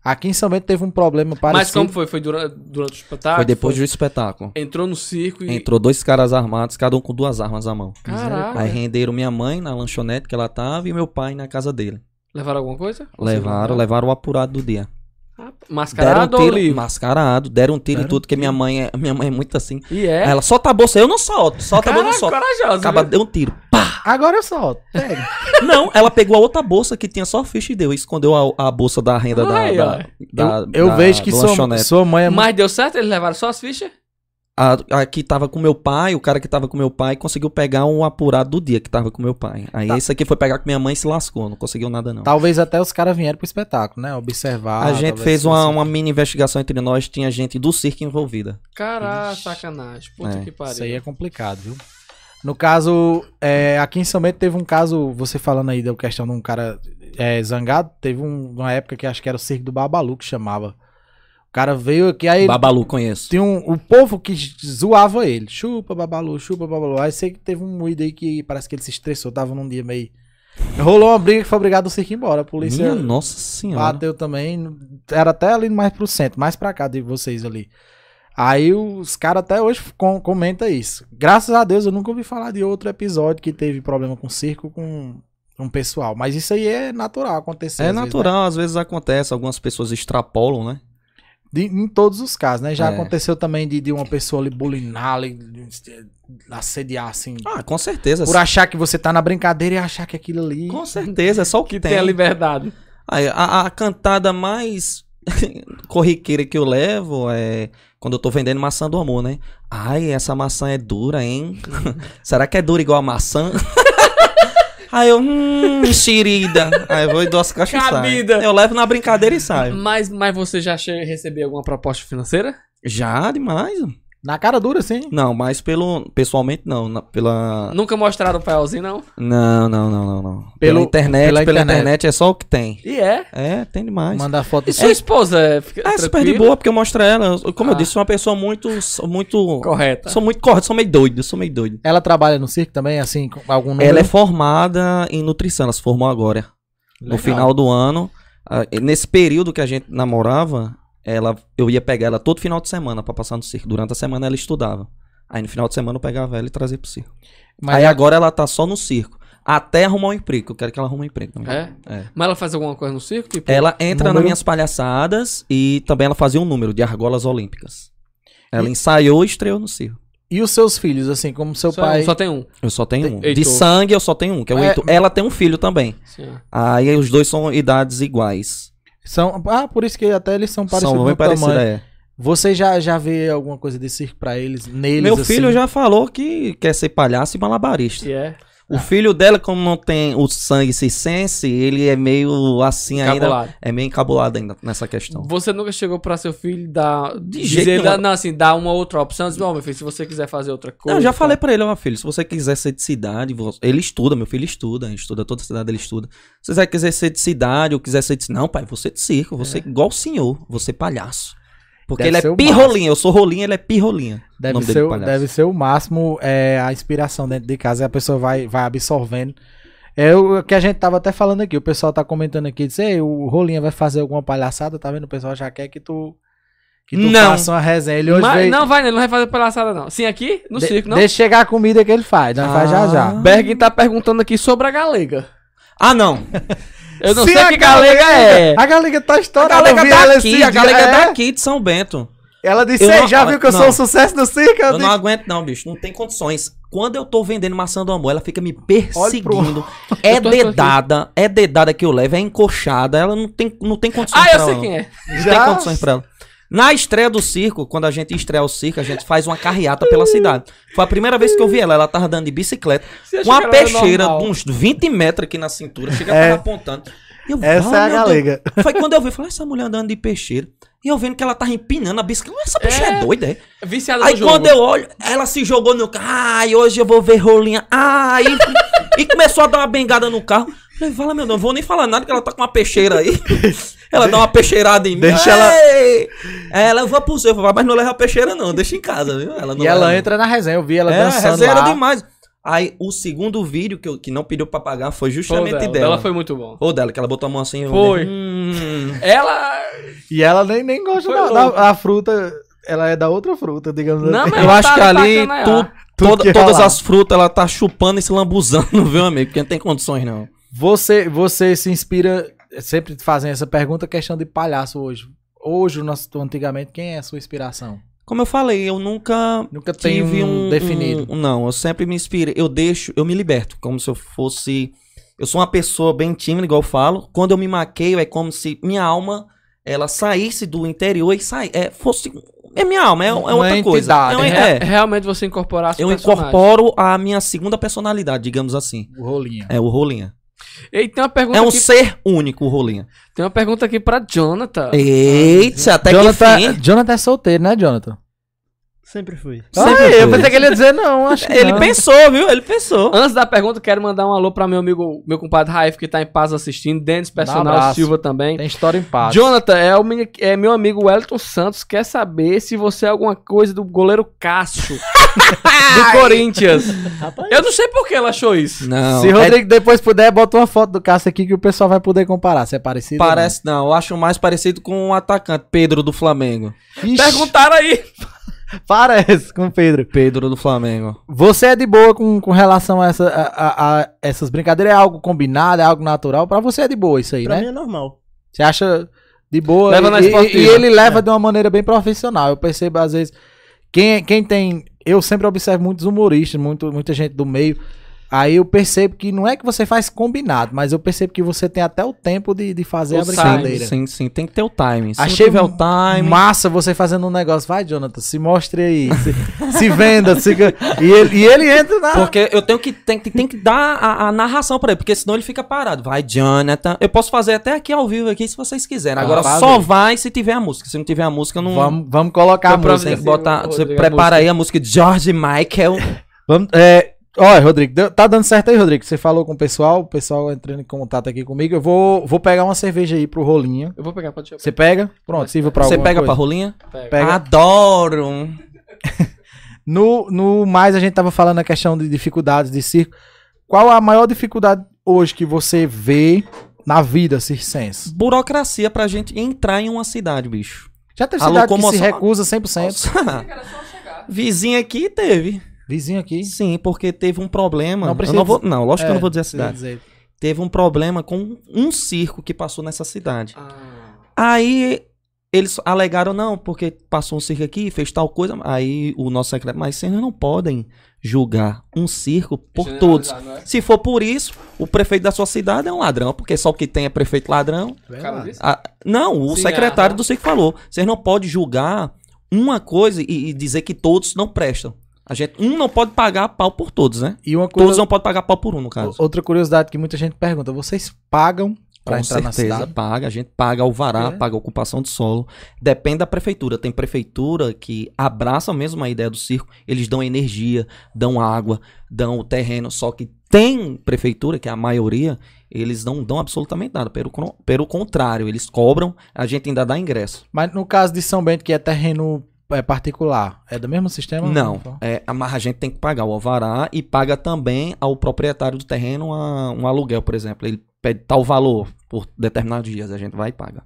S2: Aqui em São Bento teve um problema
S1: Mas
S2: parecido.
S1: como foi? Foi durante, durante o espetáculo?
S2: Ah,
S3: foi depois do espetáculo.
S1: Entrou no circo e.
S3: Entrou dois caras armados, cada um com duas armas na mão.
S1: Caraca.
S3: Aí renderam minha mãe na lanchonete que ela tava e meu pai na casa dele.
S1: Levaram alguma coisa?
S3: Levaram, levaram o apurado do dia.
S1: Ah,
S3: Deram
S1: Mascarado
S3: um
S1: ou
S3: tiro,
S1: livre?
S3: mascarado, deram um tiro
S2: Deram
S3: e tudo, porque minha mãe é, minha mãe é muito assim.
S1: E é.
S3: Aí Ela solta a bolsa, eu não solto, solta a
S1: Caraca,
S3: bolsa, eu não solto.
S1: corajosa.
S3: Acaba,
S1: viu?
S3: deu um tiro.
S2: Agora eu solto. Pega.
S3: Não, ela pegou a outra bolsa que tinha só ficha e deu, e escondeu a, a bolsa da renda da-
S1: Ai,
S3: da,
S1: ai.
S3: da-
S2: eu eu
S3: da-
S2: vejo que
S3: do
S2: sua,
S3: lanchonete.
S2: sua mãe é muito.
S1: Mas deu certo? Eles levaram só as fichas?
S3: A, a que tava com meu pai, o cara que tava com meu pai, conseguiu pegar um apurado do dia que tava com meu pai. Aí
S2: Tá.
S3: esse aqui foi pegar com minha mãe e se lascou, não conseguiu nada não.
S2: Talvez até os caras vieram pro espetáculo, né? Observar.
S3: a gente
S2: talvez
S3: fez uma,
S2: fosse-
S3: uma mini investigação entre nós, tinha gente do circo envolvida.
S1: Caraca,
S2: Ixi.
S1: sacanagem. Puta
S3: É.
S1: que
S2: Isso aí
S1: pariu.
S2: é complicado, viu? No caso, é, aqui em São Bento teve um caso, você falando aí da questão de um cara é, zangado, teve um- uma época que acho que era o Circo do Babalu que chamava. O cara veio aqui, aí
S3: Babalu, conheço.
S2: tinha um, o povo que zoava ele, chupa Babalu, chupa Babalu. Aí sei que teve um moído aí que parece que ele se estressou, tava num dia meio... Rolou uma briga que foi obrigado o circo ir embora. A polícia
S3: Minha nossa senhora.
S2: bateu também. Era até ali mais pro centro, mais pra cá de vocês ali. Aí os caras até hoje com, comenta isso. Graças a Deus eu nunca ouvi falar de outro episódio que teve problema com o circo com um pessoal. Mas isso aí é natural acontecer.
S3: É
S2: às vezes, né?
S3: natural, às vezes acontece, algumas pessoas extrapolam, né?
S2: De- em todos os casos, né? Já
S3: É.
S2: aconteceu também de, de uma pessoa ali bulinar, ali, assediar, assim.
S3: Ah, com certeza.
S2: por achar que você tá na brincadeira e achar que aquilo ali.
S3: Com certeza, é só o que,
S1: Que
S3: tem.
S1: tem a liberdade.
S3: Aí, a, a cantada mais corriqueira que eu levo é quando eu tô vendendo maçã do amor, né? Ai, essa maçã é dura, hein? Será que é dura igual a maçã? Aí eu, hum, xerida. Aí eu vou e dou as caixas e saio.
S1: Cabida.
S3: Eu levo na brincadeira e saio.
S1: Mas, mas você já che- recebeu alguma proposta financeira?
S3: Já demais.
S2: Na cara dura, sim.
S3: Não, mas pelo. Pessoalmente não. na- pela.
S1: Nunca mostraram o paiolzinho, não?
S3: Não, não, não, não, não.
S2: Pelo-
S3: pela internet,
S2: pela
S3: pela,
S2: internet.
S3: internet. é só o que tem.
S1: E é.
S3: É, tem demais.
S2: Manda foto
S1: E sua esposa é, fica
S3: Ah, é super de
S1: tranquila?
S3: boa, porque eu mostro ela. Eu- Como
S1: Ah.
S3: eu disse, sou uma pessoa muito. sou Muito.
S1: Correta.
S3: Tá. Sou muito correto, sou meio doido, sou meio doido.
S2: Ela trabalha no circo também, assim, com algum número?
S3: Ela é formada em nutrição, ela se formou agora. No
S2: Legal.
S3: final do ano. ah, e Nesse período que a gente namorava, ela, eu ia pegar ela todo final de semana pra passar no circo. Durante a semana ela estudava. Aí no final de semana eu pegava ela e trazia pro circo.
S2: Mas é-
S3: Aí
S2: ela-
S3: agora ela tá só no circo. Até arrumar um emprego, que eu quero que ela arrume um emprego também.
S1: É?
S3: É.
S1: Mas ela faz alguma coisa no circo? Tipo,
S3: Ela entra
S2: Número-
S3: nas minhas palhaçadas e também ela fazia um número de argolas olímpicas. Ela ensaiou e estreou no circo.
S2: E os seus filhos, assim, como seu
S1: só,
S2: pai.
S1: só tem um.
S3: Eu só tenho
S1: Tem-
S3: um.
S1: Heitor.
S3: De sangue eu só tenho um, que é o
S2: É.
S3: Heitor. Ela tem um filho também.
S1: Sim.
S3: Aí os dois são idades iguais.
S2: São... Ah, por isso que até eles são parecidos
S3: são
S2: no
S3: bem parecidos,
S2: tamanho.
S3: é.
S2: Você já, já vê alguma coisa de circo pra eles, neles,
S3: Meu
S2: assim?
S3: filho já falou que quer ser palhaço e malabarista.
S1: E é.
S3: O filho dela, como não tem o sangue circense, ele é meio assim ainda.
S1: Cabulado.
S3: É meio encabulado ainda nessa questão.
S1: Você nunca chegou pra seu filho dar. De
S3: jeito
S1: dizer,
S3: nenhum.
S1: dar- não, assim, dar uma outra opção. Dizer, não, meu filho, se você quiser fazer outra coisa.
S3: Não, eu já
S1: tá?
S3: falei pra ele, ó, filho, se você quiser ser de cidade, vo- ele estuda, meu filho estuda, estuda toda cidade, ele estuda. Se você quiser ser de cidade ou quiser ser de. Não, pai, você é de circo, você igual o senhor, você é palhaço. Porque
S2: É. Deve ser
S3: ele
S2: o
S3: é pirrolinha, eu sou rolinha, ele é pirrolinha.
S2: Deve
S3: nome dele é
S2: ser, o-
S3: palhaço.
S2: deve ser o máximo é, a inspiração dentro de casa, a pessoa vai, vai absorvendo. É o que a gente tava até falando aqui, o pessoal tá comentando aqui, diz, Ei, o Rolinha vai fazer alguma palhaçada, tá vendo? O pessoal já quer que tu, que tu
S3: Não.
S2: faça uma resenha. Ele hoje
S1: Mas-
S2: veio,
S1: Não, vai, não, ele não vai fazer palhaçada, não. Sim, aqui, no
S2: de-
S1: circo, não.
S2: Deixa chegar a comida que ele faz, nós faz já já.
S3: Ah.
S1: Berg tá perguntando aqui sobre a galega.
S3: Ah, não!
S1: Eu não
S2: Se
S1: sei
S2: a
S1: que galega é.
S2: A galega tá
S3: A
S2: estourada.
S3: galega
S2: eu vi ela
S3: daqui,
S2: esses
S3: a galega
S2: dias. É,
S3: daqui de São Bento.
S2: Ela disse,
S3: Eu
S2: "Ei,
S3: não-
S2: já viu que eu
S3: não.
S2: sou um sucesso no circo? Eu
S3: Eu não aguento, não, bicho. Não tem condições. Quando eu tô vendendo maçã do amor, ela fica me perseguindo. É
S1: Eu tô- tô aqui.
S3: dedada, é dedada que eu levo, é encoxada. Ela não tem, não tem condições
S1: Ah,
S3: pra
S1: eu
S3: ela,
S1: sei
S3: não.
S1: quem é.
S3: Não tem condições pra ela. Na estreia do circo, quando a gente estreia o circo, a gente faz uma carreata pela cidade. Foi a primeira vez que eu vi ela. Ela tava andando de bicicleta,
S1: Você achou
S3: com uma
S1: que ela era
S3: peixeira
S1: normal?
S3: de uns 20 metros aqui na cintura. Chega
S2: É.
S3: tava apontando. E eu,
S2: Essa é a
S3: "Ah, meu Deus."
S2: galega.
S3: Foi quando eu vi, eu falei, "Ah, essa mulher andando de peixeira. E eu vendo que ela tava empinando a bicicleta. Essa peixeira é,
S1: É.
S3: doida, é?
S1: Viciada
S3: Aí
S1: no jogo.
S3: quando eu olho, ela se jogou no carro. Ai, hoje eu vou ver rolinha. Ai. e começou a dar uma bengada no carro. Eu Falei, fala, meu Deus, não vou nem falar nada que ela tá com uma peixeira aí. ela dá uma peixeirada em mim.
S2: Deixa ela-
S3: Ei! Aí ela, eu vou pro seu, eu falei, mas não leva a peixeira não, deixa em casa, viu? Ela não
S2: E ela
S3: leva,
S2: entra na resenha, eu vi ela
S3: não. É,
S2: dançando
S3: resenha era
S2: lá.
S3: demais. Aí o segundo vídeo que, eu- que não pediu pra pagar foi
S1: Show
S3: justamente
S1: dela.
S3: dela.
S1: Ela foi muito bom.
S3: Ou dela, que ela botou a mão assim. eu
S1: Foi.
S3: olhei, Hum,
S1: Ela.
S2: E ela nem, nem gosta
S1: Foi
S2: da,
S1: louco.
S2: da- a fruta, ela é da outra fruta, digamos
S1: Não,
S2: assim.
S1: mas
S3: Eu
S1: ela
S3: acho
S1: tá
S3: que ali
S1: sacanear.
S3: tu-
S2: Tudo
S3: toda-
S2: que
S3: todas
S2: rolar.
S3: as frutas ela tá chupando e se lambuzando, viu, amigo? Porque não tem condições, não.
S2: Você, você se inspira, sempre fazem essa pergunta, questão de palhaço hoje. Hoje, o nosso, antigamente, quem é a sua inspiração?
S3: Como eu falei, eu nunca
S2: Nunca tem
S3: tive
S2: um,
S3: um,
S2: definido.
S3: um- não, eu sempre me inspiro. Eu deixo, eu me liberto, como se eu fosse. Eu sou uma pessoa bem tímida, igual eu falo. Quando eu me maqueio, é como se minha alma ela saísse do interior e sai, é, fosse. É minha alma, é, é
S2: Uma
S3: outra coisa.
S2: entidade, né?
S3: É, um-
S1: Re-
S3: é,
S1: Realmente você incorporar seu
S3: eu
S1: personagem.
S3: incorporo a minha segunda personalidade, digamos assim.
S2: O rolinha.
S3: É o Rolinha.
S1: E tem uma pergunta
S3: É um
S1: aqui.
S3: ser único, o Rolinha.
S1: Tem uma pergunta aqui pra Jonathan.
S3: Eita, até que
S2: Jonathan, é
S3: fim.
S2: Jonathan é solteiro, né, Jonathan?
S4: Sempre fui.
S3: Sempre
S2: Ah, eu
S3: foi.
S2: pensei que ele ia dizer não, acho que
S3: Ele
S2: não.
S3: pensou, viu? Ele pensou.
S1: Antes da pergunta, quero mandar um alô pra meu amigo, meu compadre Raif, que tá em paz assistindo. Denis Personal
S2: abraço.
S1: Silva também.
S2: Tem história em paz.
S1: Jonathan, é, o meni- é meu amigo Wellington Santos. Quer saber se você é alguma coisa do goleiro Cássio do Corinthians?
S4: Rapaz,
S1: Eu não sei por que ela achou isso.
S3: Não.
S2: Se
S3: é-
S2: Rodrigo depois puder, bota uma foto do Cássio aqui que o pessoal vai poder comparar. Se é parecido. ou
S3: Parece não, eu acho mais parecido com o atacante Pedro do Flamengo.
S2: não. Ixi,
S1: Perguntaram aí.
S2: Parece com o Pedro.
S3: Pedro do Flamengo.
S2: Você é de boa com, com relação a, essa- a- a- a essas brincadeiras? É algo combinado, é algo natural? Pra você é de boa isso aí,
S4: pra
S2: né?
S4: mim é normal.
S2: Você acha de boa.
S1: Leva
S2: e,
S1: na
S2: e-
S1: esportiva.
S2: e ele leva de uma maneira bem profissional. Eu percebo, às vezes, quem, quem tem. Eu sempre observo muitos humoristas, muito, muita gente do meio. Aí eu percebo que não é que você faz combinado, mas eu percebo que você tem até o tempo de, de fazer
S1: O
S2: a
S1: time,
S2: brincadeira.
S3: Sim, sim, tem que ter o timing. Se
S2: Achei
S3: não tiver o timing.
S2: Massa você fazendo um negócio. Vai, Jonathan, se mostre aí. Se, se venda. Se... gan- E, ele, e ele entra na.
S3: Porque eu tenho que, tem, que- tem que dar a, a narração pra ele, porque senão ele fica parado. Vai, Jonathan. Eu posso fazer até aqui ao vivo aqui, se vocês quiserem. Agora
S2: Ah,
S3: só
S2: valeu.
S3: vai se tiver a música. Se não tiver a música, eu não.
S2: Vamos, vamos colocar a
S1: Foi pra
S2: música.
S3: Tem que
S1: Sim,
S3: botar.
S1: ô,
S3: Você
S1: Rodrigo, a
S3: prepara aí a música de George Michael.
S2: Vamos, é, olha, Rodrigo, deu- tá dando certo aí, Rodrigo. Você falou com o pessoal, o pessoal entrando em contato aqui comigo. Eu vou, vou pegar uma cerveja aí pro Rolinha.
S1: Eu vou pegar, pode deixar.
S2: Você pega? Pronto, sirva pra
S3: Você
S2: alguma
S3: pega pra
S2: coisa.
S3: rolinha?
S1: Pega.
S2: Pega.
S3: Adoro!
S2: No, no mais, a gente tava falando a questão de dificuldades de circo. Qual a maior dificuldade hoje que você vê na vida circense?
S3: Burocracia pra gente entrar em uma cidade, bicho.
S2: Já teve
S3: A
S2: cidade que se
S3: locomoção-
S2: recusa 100%.
S3: Vizinha aqui teve.
S2: Vizinho aqui.
S3: Sim, porque teve um
S2: Não
S3: problema. Não, eu
S2: precisa
S3: não vou. Não, lógico que eu
S2: É,
S3: não vou dizer a cidade.
S2: dizer.
S3: Teve um problema com um circo que passou nessa cidade.
S1: Ah,
S3: Aí eles alegaram, não, porque passou um circo aqui, fez tal coisa. Aí o nosso secretário, mas vocês não podem julgar um circo por
S1: generalizar,
S3: todos.
S1: não é?
S3: Se for por isso, o prefeito da sua cidade é um ladrão, porque só o que tem é prefeito ladrão.
S1: O cara disse?
S3: Ah, não, o
S1: Sim, é.
S3: secretário
S1: aham.
S3: do circo falou. Vocês não podem julgar uma coisa e, e dizer que todos não prestam. A gente, um não pode pagar pau por todos, né?
S2: E uma coisa,
S3: Todos não podem pagar pau por um, no caso.
S2: outra curiosidade que muita gente pergunta: vocês pagam pra
S3: Com
S2: entrar na
S3: certeza,
S2: cidade?
S3: paga. A gente paga alvará,
S2: É.
S3: paga ocupação de solo. Depende da prefeitura. Tem prefeitura que abraça mesmo a ideia do circo. Eles dão energia, dão água, dão o terreno. Só que tem prefeitura, que é a maioria, eles não dão absolutamente nada. Pelo, cro- pelo contrário, eles cobram, a gente ainda dá ingresso.
S2: Mas no caso de São Bento, que é terreno é, particular, é do mesmo sistema?
S3: Não, é, mas a gente tem que pagar o alvará e paga também ao proprietário do terreno a- um aluguel, por exemplo. Ele pede tal valor por determinados dias, a gente vai e paga.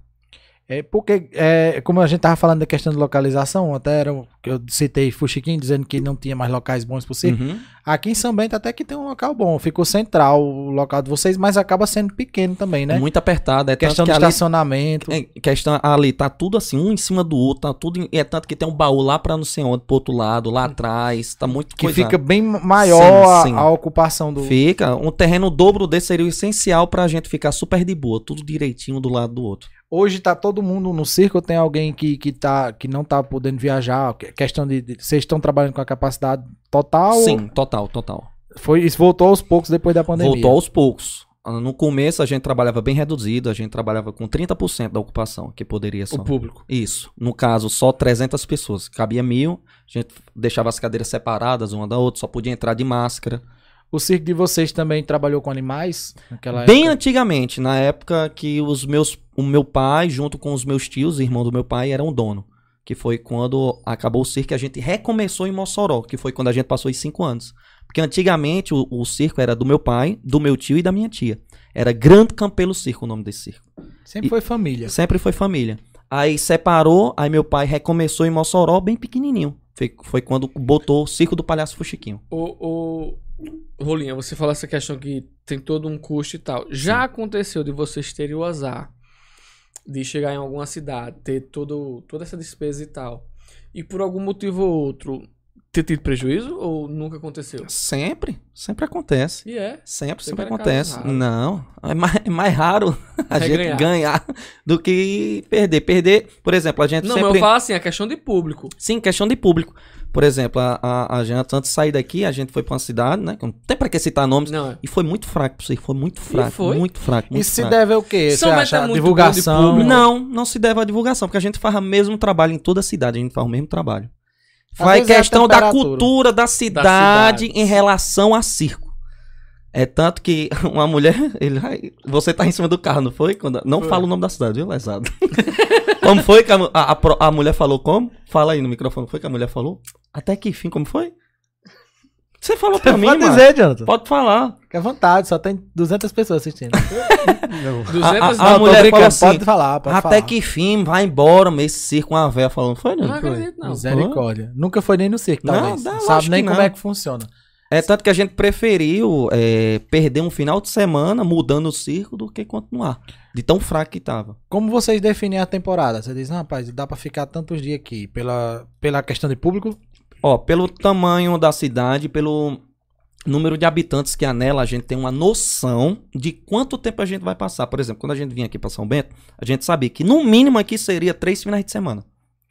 S2: É porque, é, como a gente tava falando da questão de localização, até era, o que eu citei Fuxiquim dizendo que não tinha mais locais bons possíveis.
S3: Uhum.
S2: Aqui em São Bento até que tem um local bom, ficou central o local de vocês, mas acaba sendo pequeno também, né?
S3: É muito apertado. É
S2: questão de
S3: tanto que ali,
S2: estacionamento.
S3: é, questão ali, tá tudo assim, um em cima do outro, tá tudo. em- é tanto que tem um baú lá pra não sei onde, pro outro lado, lá atrás, tá muito
S2: Hum. que
S3: coisado.
S2: fica bem maior
S3: Sim,
S2: a-
S3: sim.
S2: A, ocupação do.
S3: Fica. Um terreno dobro desse seria o essencial pra gente ficar super de boa, tudo direitinho do lado do outro.
S2: Hoje tá todo mundo no circo, tem alguém que, que, tá, que não tá podendo viajar. que- Questão de. de- Vocês estão trabalhando com a capacidade total?
S3: Sim, total, total.
S2: Foi, isso voltou aos poucos depois da pandemia.
S3: Voltou aos poucos. Ah, No começo a gente trabalhava bem reduzido, a gente trabalhava com 30% da ocupação, que poderia só.
S1: O público.
S3: Isso. No caso, só 300 pessoas. Cabia mil, a gente deixava as cadeiras separadas uma da outra, só podia entrar de máscara.
S2: O circo de vocês também trabalhou com animais? Naquela
S3: Bem
S2: época?
S3: antigamente, na época que os meus, o meu pai, junto com os meus tios, irmão do meu pai, eram dono. Que foi quando acabou o circo, a gente recomeçou em Mossoró, que foi quando a gente passou os cinco anos. Porque antigamente o, o circo era do meu pai, do meu tio e da minha tia. Era Grande Campelo Circo o nome desse circo.
S2: Sempre
S3: e-
S2: foi família.
S3: Sempre foi família. Aí separou, aí meu pai recomeçou em Mossoró, bem pequenininho. Foi, foi quando botou o Circo do Palhaço Fuxiquinho.
S1: O, o... Rolinha, você falou essa questão que tem todo um custo e tal. Já aconteceu de vocês terem o azar de chegar em alguma cidade, ter todo, toda essa despesa e tal, e por algum motivo ou outro ter tido prejuízo ou nunca aconteceu?
S3: Sempre, sempre acontece.
S1: E é.
S3: Sempre,
S1: Sempre
S3: sempre
S1: era
S3: acontece.
S1: caso raro.
S3: Não, é mais, é mais raro a
S1: É
S3: gente
S1: ganhar.
S3: ganhar. do que perder. Perder, por exemplo, a gente
S1: Não, mas
S3: É sempre...
S1: eu falo assim, a questão de público.
S3: Sim, questão de público. Por exemplo, a, a, a gente, antes de sair daqui, a gente foi pra uma cidade, né? que Não tem pra que citar nomes.
S1: Não, é.
S3: E foi muito fraco pra você, foi muito fraco,
S1: foi?
S3: muito fraco, muito
S2: Isso se
S3: fraco.
S2: deve ao quê?
S1: São
S2: Você
S1: Bento
S2: acha?
S1: é muito bom de
S2: divulgação.
S1: público.
S3: Não, não se deve à divulgação, porque a gente faz o mesmo trabalho em toda a cidade, a gente faz o mesmo trabalho. Faz
S2: vezes é a
S3: questão da
S2: temperatura.
S3: cultura da cidade,
S1: cidade.
S3: em relação a circo. É tanto que uma mulher. Ele, "Ai, você tá em cima do carro, não foi? Quando- não
S1: Foi.
S3: fala o nome da cidade, viu, lesado? como foi que a, mu- a- a pro- a mulher falou? Como? Fala aí no microfone. Foi que a mulher falou? Até que fim, como foi? Você falou pra mim,
S2: Pode
S3: mano.
S2: dizer, Jonathan.
S3: Pode falar.
S2: Fica à vontade, só tem 200 pessoas assistindo.
S3: Ah,
S1: 200
S3: A- a- a
S1: não,
S2: tô
S1: tô-
S3: mulher
S2: brincando,
S3: falou assim,
S2: pode falar, pode
S3: Até
S2: falar.
S3: que fim, vai embora, meio circo, uma véia falando. Foi, não?
S1: Não acredito, não.
S2: Misericórdia. Nunca foi nem no circo,
S3: Não,
S2: talvez.
S3: dá,
S2: Não,
S3: lógico
S2: Sabe nem
S3: que
S2: como
S3: não.
S2: é que funciona.
S3: É tanto que a gente preferiu é, perder um final de semana mudando o circo do que continuar. De tão fraco que tava.
S2: Como vocês definem a temporada? Você diz, "Não, rapaz, dá pra ficar tantos dias aqui pela, pela questão de público?
S3: Ó, pelo tamanho da cidade, pelo número de habitantes que há nela, a gente tem uma noção de quanto tempo a gente vai passar. Por exemplo, quando a gente vinha aqui pra São Bento, a gente sabia que no mínimo aqui seria três finais de semana.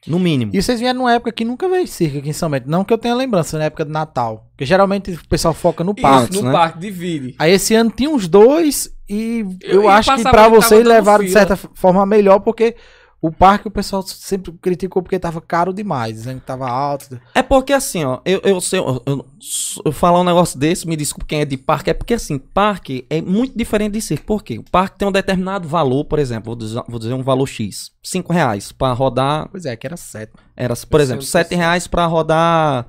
S3: No mínimo.
S2: E vocês vieram numa época que nunca veio circo aqui em São Bento. Não que eu tenha lembrança, na época de Natal. Porque geralmente o pessoal foca no parque.
S1: Isso, no
S3: né?
S1: parque, divide.
S2: Aí esse ano tinha uns dois e eu,
S1: Eu- eu
S2: acho que
S1: passava
S2: pra
S1: que tava
S2: vocês
S1: dando
S2: levaram de
S1: fila.
S2: certa forma melhor, porque o parque o pessoal sempre criticou porque tava caro demais, dizendo que tava alto.
S3: É porque assim, ó, eu, eu sei, eu, eu- eu falar um negócio desse, me desculpe quem é de parque, é porque assim, parque é muito diferente de circo. Por quê? O parque tem um determinado valor, por exemplo, vou dizer, vou dizer um valor X, 5 reais pra rodar,
S2: Pois é, que era sete.
S3: era, por exemplo, 7 reais pra rodar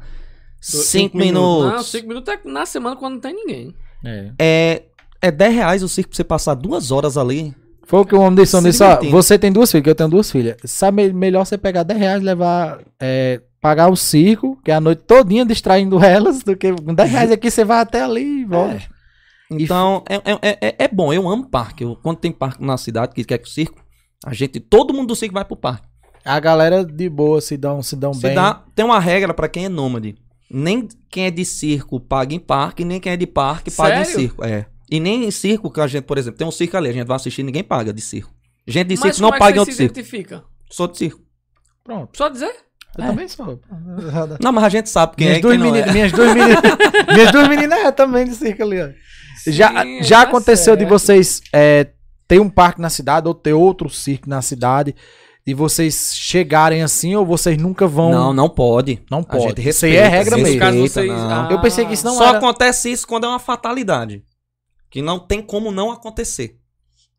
S3: 5
S4: cinco
S3: minutos.
S4: minutos.
S1: Não, 5 minutos é na semana quando não tem ninguém.
S2: É.
S3: É, é 10 reais o circo pra você passar duas horas ali.
S2: Foi o que o homem disse, o homem
S3: Se
S2: disse, ó,
S3: divertindo.
S2: você tem duas filhas, que eu tenho duas filhas. Sabe me- melhor você pegar 10 reais e levar, é, pagar o circo, que é a noite todinha distraindo elas, do que com 10 reais aqui você vai até ali e volta.
S3: É. Então, é, é- é, é, é bom, eu amo parque. Eu, quando tem parque na cidade que quer que o circo, a gente, todo mundo do circo vai pro parque.
S2: A galera de boa se dão, se dão
S3: Se
S2: bem.
S3: dá- tem uma regra pra quem é nômade. Nem quem é de circo paga em parque, nem quem é de parque paga em
S1: Sério?
S3: circo. É. E nem em circo, que a gente, por exemplo, tem um circo ali, a gente vai assistir, ninguém paga de circo. Gente de circo não
S1: como
S3: paga
S1: é
S3: em
S1: que
S3: outro
S1: você se
S3: circo.
S1: identifica?
S3: Sou de circo.
S2: Pronto.
S1: Só dizer?
S2: Eu
S3: É.
S2: também sou.
S3: Não, mas a gente sabe quem
S2: Minhas,
S3: é e
S2: duas
S3: quem não
S2: meninas,
S3: é.
S2: minhas duas meninas, minhas duas meninas é também de circo ali, ó. já
S3: é
S1: Sim,
S2: já
S1: tá
S2: aconteceu de
S1: certo.
S2: vocês é, ter um parque na cidade ou ter outro circo na cidade e vocês chegarem assim ou vocês nunca vão?
S3: Não, não pode.
S2: não
S3: A gente
S2: pode. Isso aí
S3: respeita.
S2: é regra
S1: Nesse
S3: respeita,
S2: mesmo.
S1: caso, vocês-
S3: não.
S1: ah.
S2: Eu pensei que isso não
S3: Só
S2: era.
S3: acontece isso quando é uma fatalidade. Que não tem como não acontecer.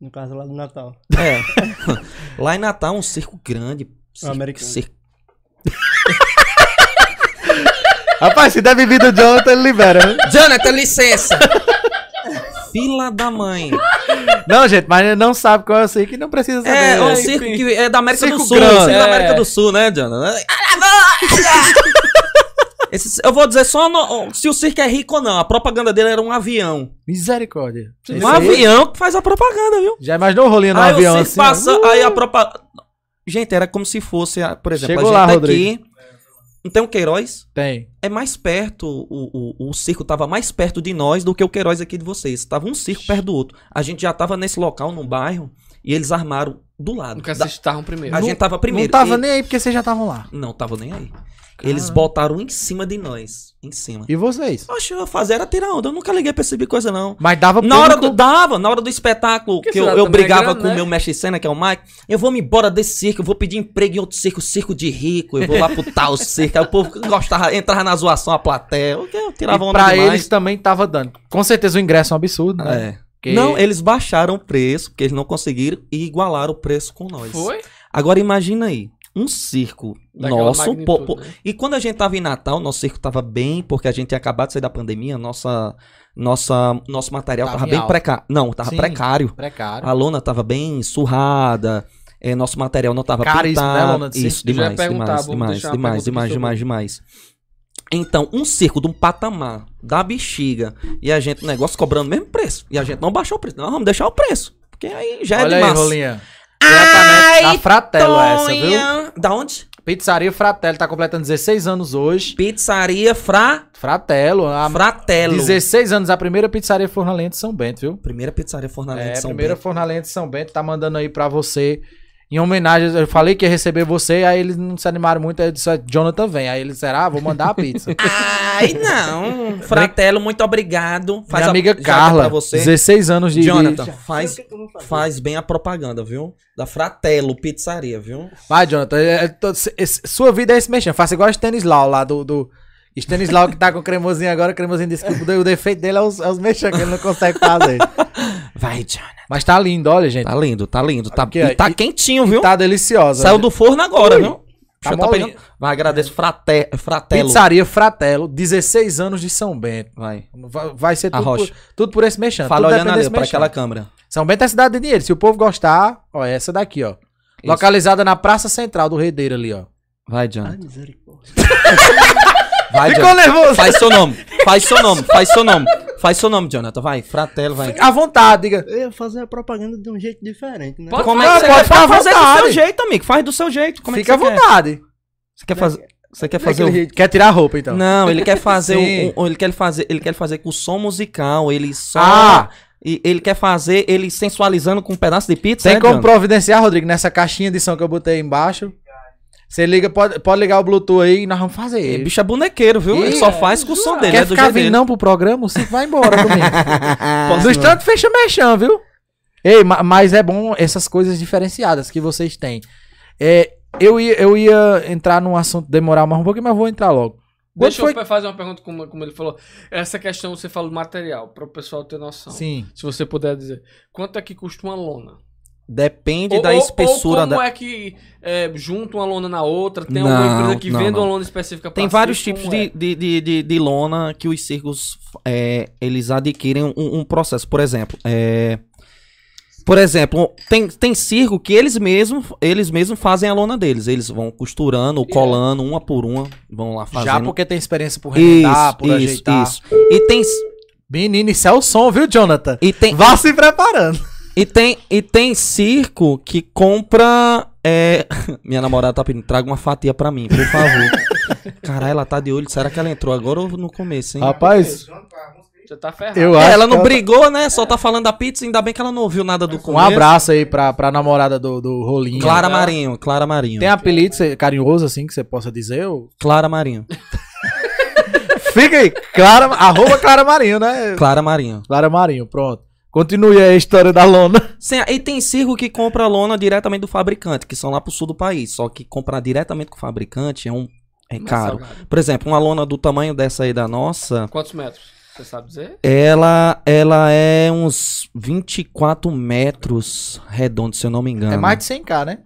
S3: É.
S4: No caso lá do Natal.
S3: Lá em Natal, um circo grande. Circo,
S4: americano.
S3: circo-
S2: Rapaz, se der bebida do Jonathan, ele libera. né? viu?
S3: Jonathan, licença! Fila da mãe.
S2: não, gente, mas ele não sabe qual é o circo e não precisa saber. né?
S3: É,
S1: Ai,
S3: o circo
S1: enfim.
S3: que é da América
S2: Circo
S3: do Sul.
S2: grande,
S3: circo da
S1: é.
S3: América do Sul, né, Diana? Esse- eu vou dizer só no- se o circo é rico ou não. A propaganda dele era um avião.
S2: Misericórdia.
S3: um avião que faz a propaganda, viu?
S2: Já imaginou o rolinho no
S3: aí
S2: avião
S3: Ah, o circo
S2: assim? ó?
S3: passa, aí a propaganda... Gente, era como se fosse, a- por exemplo,
S2: Chegou
S3: a
S2: lá,
S3: gente
S2: Rodrigo.
S3: aqui... Não tem um Queiroz?
S2: Tem.
S3: É mais perto, o, o, o circo tava mais perto de nós do que o Queiroz aqui de vocês. Tava um circo perto do outro. A gente já tava nesse local, num bairro, e eles armaram do lado.
S1: Nunca
S3: Da-
S1: assistaram primeiro.
S3: a gente tava primeiro.
S2: não tava
S3: E-
S2: nem aí porque vocês já estavam lá.
S3: Não tava nem aí. Eles botaram em cima de nós. Em cima.
S2: E vocês?
S3: Oxe, eu ia fazer era tirar onda. Eu nunca liguei pra esse tipo de coisa, não.
S2: Mas dava
S3: Na hora
S2: público-
S3: do. Dava, na hora do espetáculo,
S1: Porque
S3: que eu,
S1: esse
S3: eu
S1: lado também é
S3: brigava
S1: grande,
S3: com o
S1: né?
S3: meu mestre de cena, que é o Mike. Eu vou me embora desse circo, eu vou pedir emprego em outro circo, circo de rico. Eu vou lá pro tal circo. Aí o povo gostava, entrava na zoação, a plateia. Eu, eu
S2: E
S3: tirava onda
S2: pra
S3: demais.
S2: eles também tava dando. Com certeza o ingresso é um absurdo, né?
S3: É.
S2: Porque-
S3: Não, eles baixaram o preço, porque eles não conseguiram e igualaram o preço com nós.
S1: Foi?
S3: Agora imagina aí, um circo
S1: Daquela
S3: nosso,
S1: magnitude,
S3: po- po-
S1: né?
S3: E quando a gente tava em Natal, nosso circo tava bem, porque a gente tinha acabado de sair da pandemia, nossa, nossa, nosso material
S2: Tava
S3: tava,
S2: em
S3: bem
S2: alta.
S3: precário. Não, tava
S2: Sim.
S3: precário.
S2: Precário.
S3: A lona tava bem surrada, é, nosso material não tava
S2: Caríssimo, né,
S3: pintado.
S2: lona de circo?
S3: Isso,
S1: Eu já ia
S3: demais,
S1: perguntar,
S3: demais,
S1: vou
S3: demais,
S1: deixar uma
S3: demais,
S1: pergunta
S3: demais,
S1: aqui
S3: demais, demais. Então, um circo de um patamar, da bexiga, e a gente, o negócio cobrando o mesmo preço. E a gente não baixou o preço, não, vamos deixar o preço. Porque aí já é
S2: Olha aí,
S3: demais.
S2: Rolinha.
S3: Ai,
S2: Exatamente. A Fratello essa, viu?
S3: Tonha. Da onde?
S2: Pizzaria Fratello tá completando 16 anos hoje.
S3: Pizzaria Fra...
S2: Fratello, a
S3: Fratello.
S2: 16 anos, a primeira pizzaria Fornalento de São Bento, viu?
S3: Primeira pizzaria Fornalento
S2: É,
S3: de São
S2: primeira
S3: Bento.
S2: Fornalento de São Bento tá mandando aí pra você. Em homenagem, eu falei que ia receber você, aí eles não se animaram muito, aí eu disse, "Ah, Jonathan vem. Aí eles disseram, ah, vou mandar a pizza.
S3: Ai, não. Fratelo, muito obrigado. Faz
S2: Minha
S3: a-
S2: amiga
S3: já
S2: Carla,
S3: Pra você.
S2: 16 anos de... de-
S3: Jonathan,
S4: Sei
S3: faz,
S4: o que que eu não fazia.
S3: faz bem a propaganda, viu? Da Fratelo Pizzaria, viu?
S2: Vai, Jonathan, é- é todo- se- esse- sua vida é esse mexendo. Faça igual o Stanislau lá do... do... Stanislau que tá com o cremosinho agora, o cremosinho disse que o de- o defeito dele é os, é os mexer, que ele não consegue fazer.
S3: Vai, Jonathan.
S2: Mas tá lindo, olha, gente.
S3: Tá lindo, tá lindo. Tá,
S2: Aqui, ó,
S3: e tá
S2: e-
S3: quentinho, viu?
S2: Tá deliciosa.
S3: Saiu do forno agora,
S2: Ui,
S3: viu?
S2: tá
S3: Deixa eu
S2: molinho.
S3: Vai, agradeço frate... Fratelo.
S2: Pizzaria Fratello, 16 anos de São Bento.
S3: Vai.
S2: Va- Vai ser
S3: A
S2: tudo
S3: Rocha.
S2: por, tudo por esse mexendo.
S3: Fala
S2: tudo
S3: olhando
S2: depende
S3: ali
S2: desse
S3: pra
S2: mexendo.
S3: aquela câmera.
S2: São Bento é cidade de dinheiro. Se o povo gostar, ó, é essa daqui, ó. Localizada na Praça Central do Redeiro ali, ó.
S3: Vai,
S4: Ai,
S3: Jonathan.
S4: misericórdia.
S3: Vai,
S2: Ficou
S3: Jonathan.
S2: nervoso.
S3: Faz seu nome. Faz seu nome. Faz seu nome. Faz seu nome, Jonathan. Vai. Fratelo, vai.
S2: À vontade, diga.
S4: Eu ia fazer a propaganda de um jeito diferente, né?
S1: Pode-
S3: Como é
S2: Não,
S3: que você
S2: pode
S3: quer
S2: ficar à
S3: fazer do seu
S2: vontade.
S3: jeito, amigo? Faz do seu jeito. Como
S2: Fica
S3: é
S2: à
S3: que você quer?
S2: vontade.
S3: Você quer fazer, é você quer fazer
S2: Fazer
S3: o...
S2: o- Quer tirar a roupa, então?
S3: Não, ele quer fazer
S2: Sim.
S3: o, o- ele quer fazer, ele quer fazer com som musical, ele só
S2: Ah!
S3: e ele quer fazer ele sensualizando com um pedaço de pizza,
S2: Tem
S3: né,
S2: como
S3: Jonathan?
S2: providenciar, Rodrigo, nessa caixinha de som que eu botei embaixo. Você liga, pode, pode ligar o Bluetooth aí e nós vamos fazer.
S3: Ele bicho é bonequeiro, viu?
S2: Ih,
S3: ele só faz com o som dele,
S2: Quer
S3: é do
S2: ficar
S3: jeito
S2: vindo
S3: dele.
S2: não pro programa? Você vai embora comigo.
S3: Posso
S2: No
S3: não.
S2: instante fecha mexão, viu? Ei, ma- mas é bom essas coisas diferenciadas que vocês têm. É, eu, ia, eu ia entrar num assunto, demorar mais um pouquinho, mas vou entrar logo. Quando
S1: Deixa eu fazer uma pergunta, como, como ele falou. Essa questão você fala do material, para o pessoal ter
S3: um
S1: noção.
S2: Sim.
S1: Se você puder dizer. Quanto é que custa uma lona?
S3: Depende
S1: Ou-
S3: da
S1: ou-
S3: espessura
S1: ou como
S3: da...
S1: é que é, junta uma lona na outra? Tem alguma
S3: Não,
S1: empresa que
S3: não,
S1: vende
S3: não.
S1: uma lona específica pra
S3: Tem
S1: circo,
S3: vários tipos
S1: como
S3: de,
S1: é?
S3: de, de, de, de lona que os circos é, eles adquirem um, um processo. Por exemplo, é, por exemplo, tem, tem circo que eles mesmos eles mesmos fazem a lona deles. Eles vão costurando, ou colando uma por uma, vão lá fazendo.
S2: É. Já porque tem experiência por remendar,
S3: isso,
S2: por
S3: isso,
S2: ajeitar.
S3: isso. E tem
S2: Menino, isso é o som, viu, Jonathan?
S3: e tem
S2: Vá se preparando.
S3: e tem e tem circo que compra é, minha namorada tá pedindo, traga uma fatia pra mim, por favor. Caralho, ela tá de olho. Será que ela entrou agora ou no começo, hein?
S2: Rapaz,
S1: Você tá ferrado.
S2: eu
S3: É,
S2: acho.
S3: ela não
S2: que
S3: brigou, né? Só tá falando da pizza, ainda bem que ela não ouviu nada do
S2: Um
S3: começo.
S2: abraço aí pra, pra namorada do, do Rolinho.
S3: Clara Marinho, Clara Marinho.
S2: Tem apelido cê- carinhoso, assim, que você possa dizer? Ou...
S3: Clara Marinho.
S2: Fica aí, Clara, arroba Clara Marinho, né?
S3: Clara Marinho.
S2: Clara Marinho, pronto. Continue aí a história da lona.
S3: Sim, e tem circo que compra lona diretamente do fabricante, que são lá pro sul do país. Só que comprar diretamente com o fabricante é um. É
S1: Mais
S3: caro.
S1: salgado.
S3: Por exemplo, uma lona do tamanho dessa aí da nossa,
S1: Quantos metros? Você sabe dizer?
S3: ela ela é uns 24 metros redondos, se eu não me engano.
S2: É mais de 100k, né?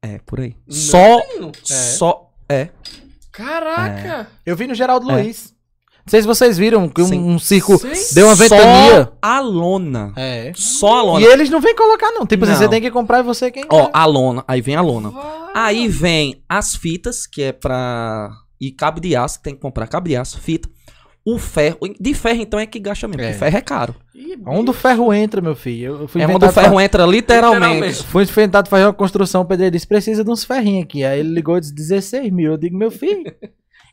S3: É, por aí.
S1: Não.
S3: Só.
S1: Hum,
S3: Só. É.
S1: Caraca!
S2: Eu vi no Geraldo
S3: É.
S2: Luiz. Não sei se vocês viram que
S3: Sim.
S2: um, um circo
S1: Sim.
S2: deu uma ventania.
S3: Só a lona.
S2: É.
S3: Só a lona.
S2: E eles não vêm colocar, não. Tipo assim,
S3: Não.
S2: você tem que comprar e você quem.
S3: Ó, a lona. Aí vem a lona.
S1: Vai.
S3: É, Aí vem as fitas, que é pra. E cabo de aço, que tem que comprar cabo de aço, fita. O ferro. De ferro, então, é que gasta mesmo.
S2: É.
S3: Porque ferro é caro.
S1: Ih,
S2: Onde o Um ferro entra, meu filho? Eu- Eu fui
S3: É onde
S2: inventado
S3: o ferro
S2: pra-
S3: entra literalmente.
S1: Literalmente.
S2: Fui enfrentado fazer uma construção, o pedreiro disse, precisa de uns ferrinhos aqui. Aí ele ligou e disse, 16 mil. Eu digo, meu filho,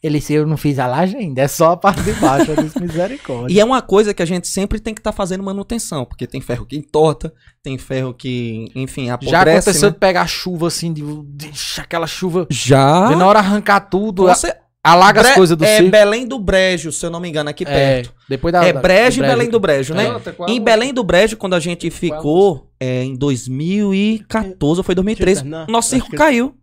S2: ele disse, eu não fiz a laje ainda, é só a parte de baixo. Eu disse, misericórdia.
S3: E é uma coisa que a gente sempre tem que estar fazendo manutenção. Porque tem ferro que entorta, tem ferro que, enfim, apodrece.
S2: Já aconteceu
S3: né?
S2: de pegar chuva, assim, de, de- aquela chuva...
S3: Já.
S2: E na hora arrancar tudo,
S3: Você-
S2: alaga
S3: Ah? Bre-
S2: as coisas do
S3: é
S2: circo.
S3: Belém do Brejo, se eu não me engano, aqui
S2: É,
S3: perto.
S2: depois da
S3: É,
S2: da-
S3: Brejo e
S2: do
S3: Belém do Brejo, né?
S1: Jonathan, qual é
S3: Em
S1: o-
S3: Belém do Brejo, quando a gente ficou, é, em 2014, ou foi 2013,
S4: Deixa eu terminar.
S3: nosso circo
S4: Acho que-
S3: caiu.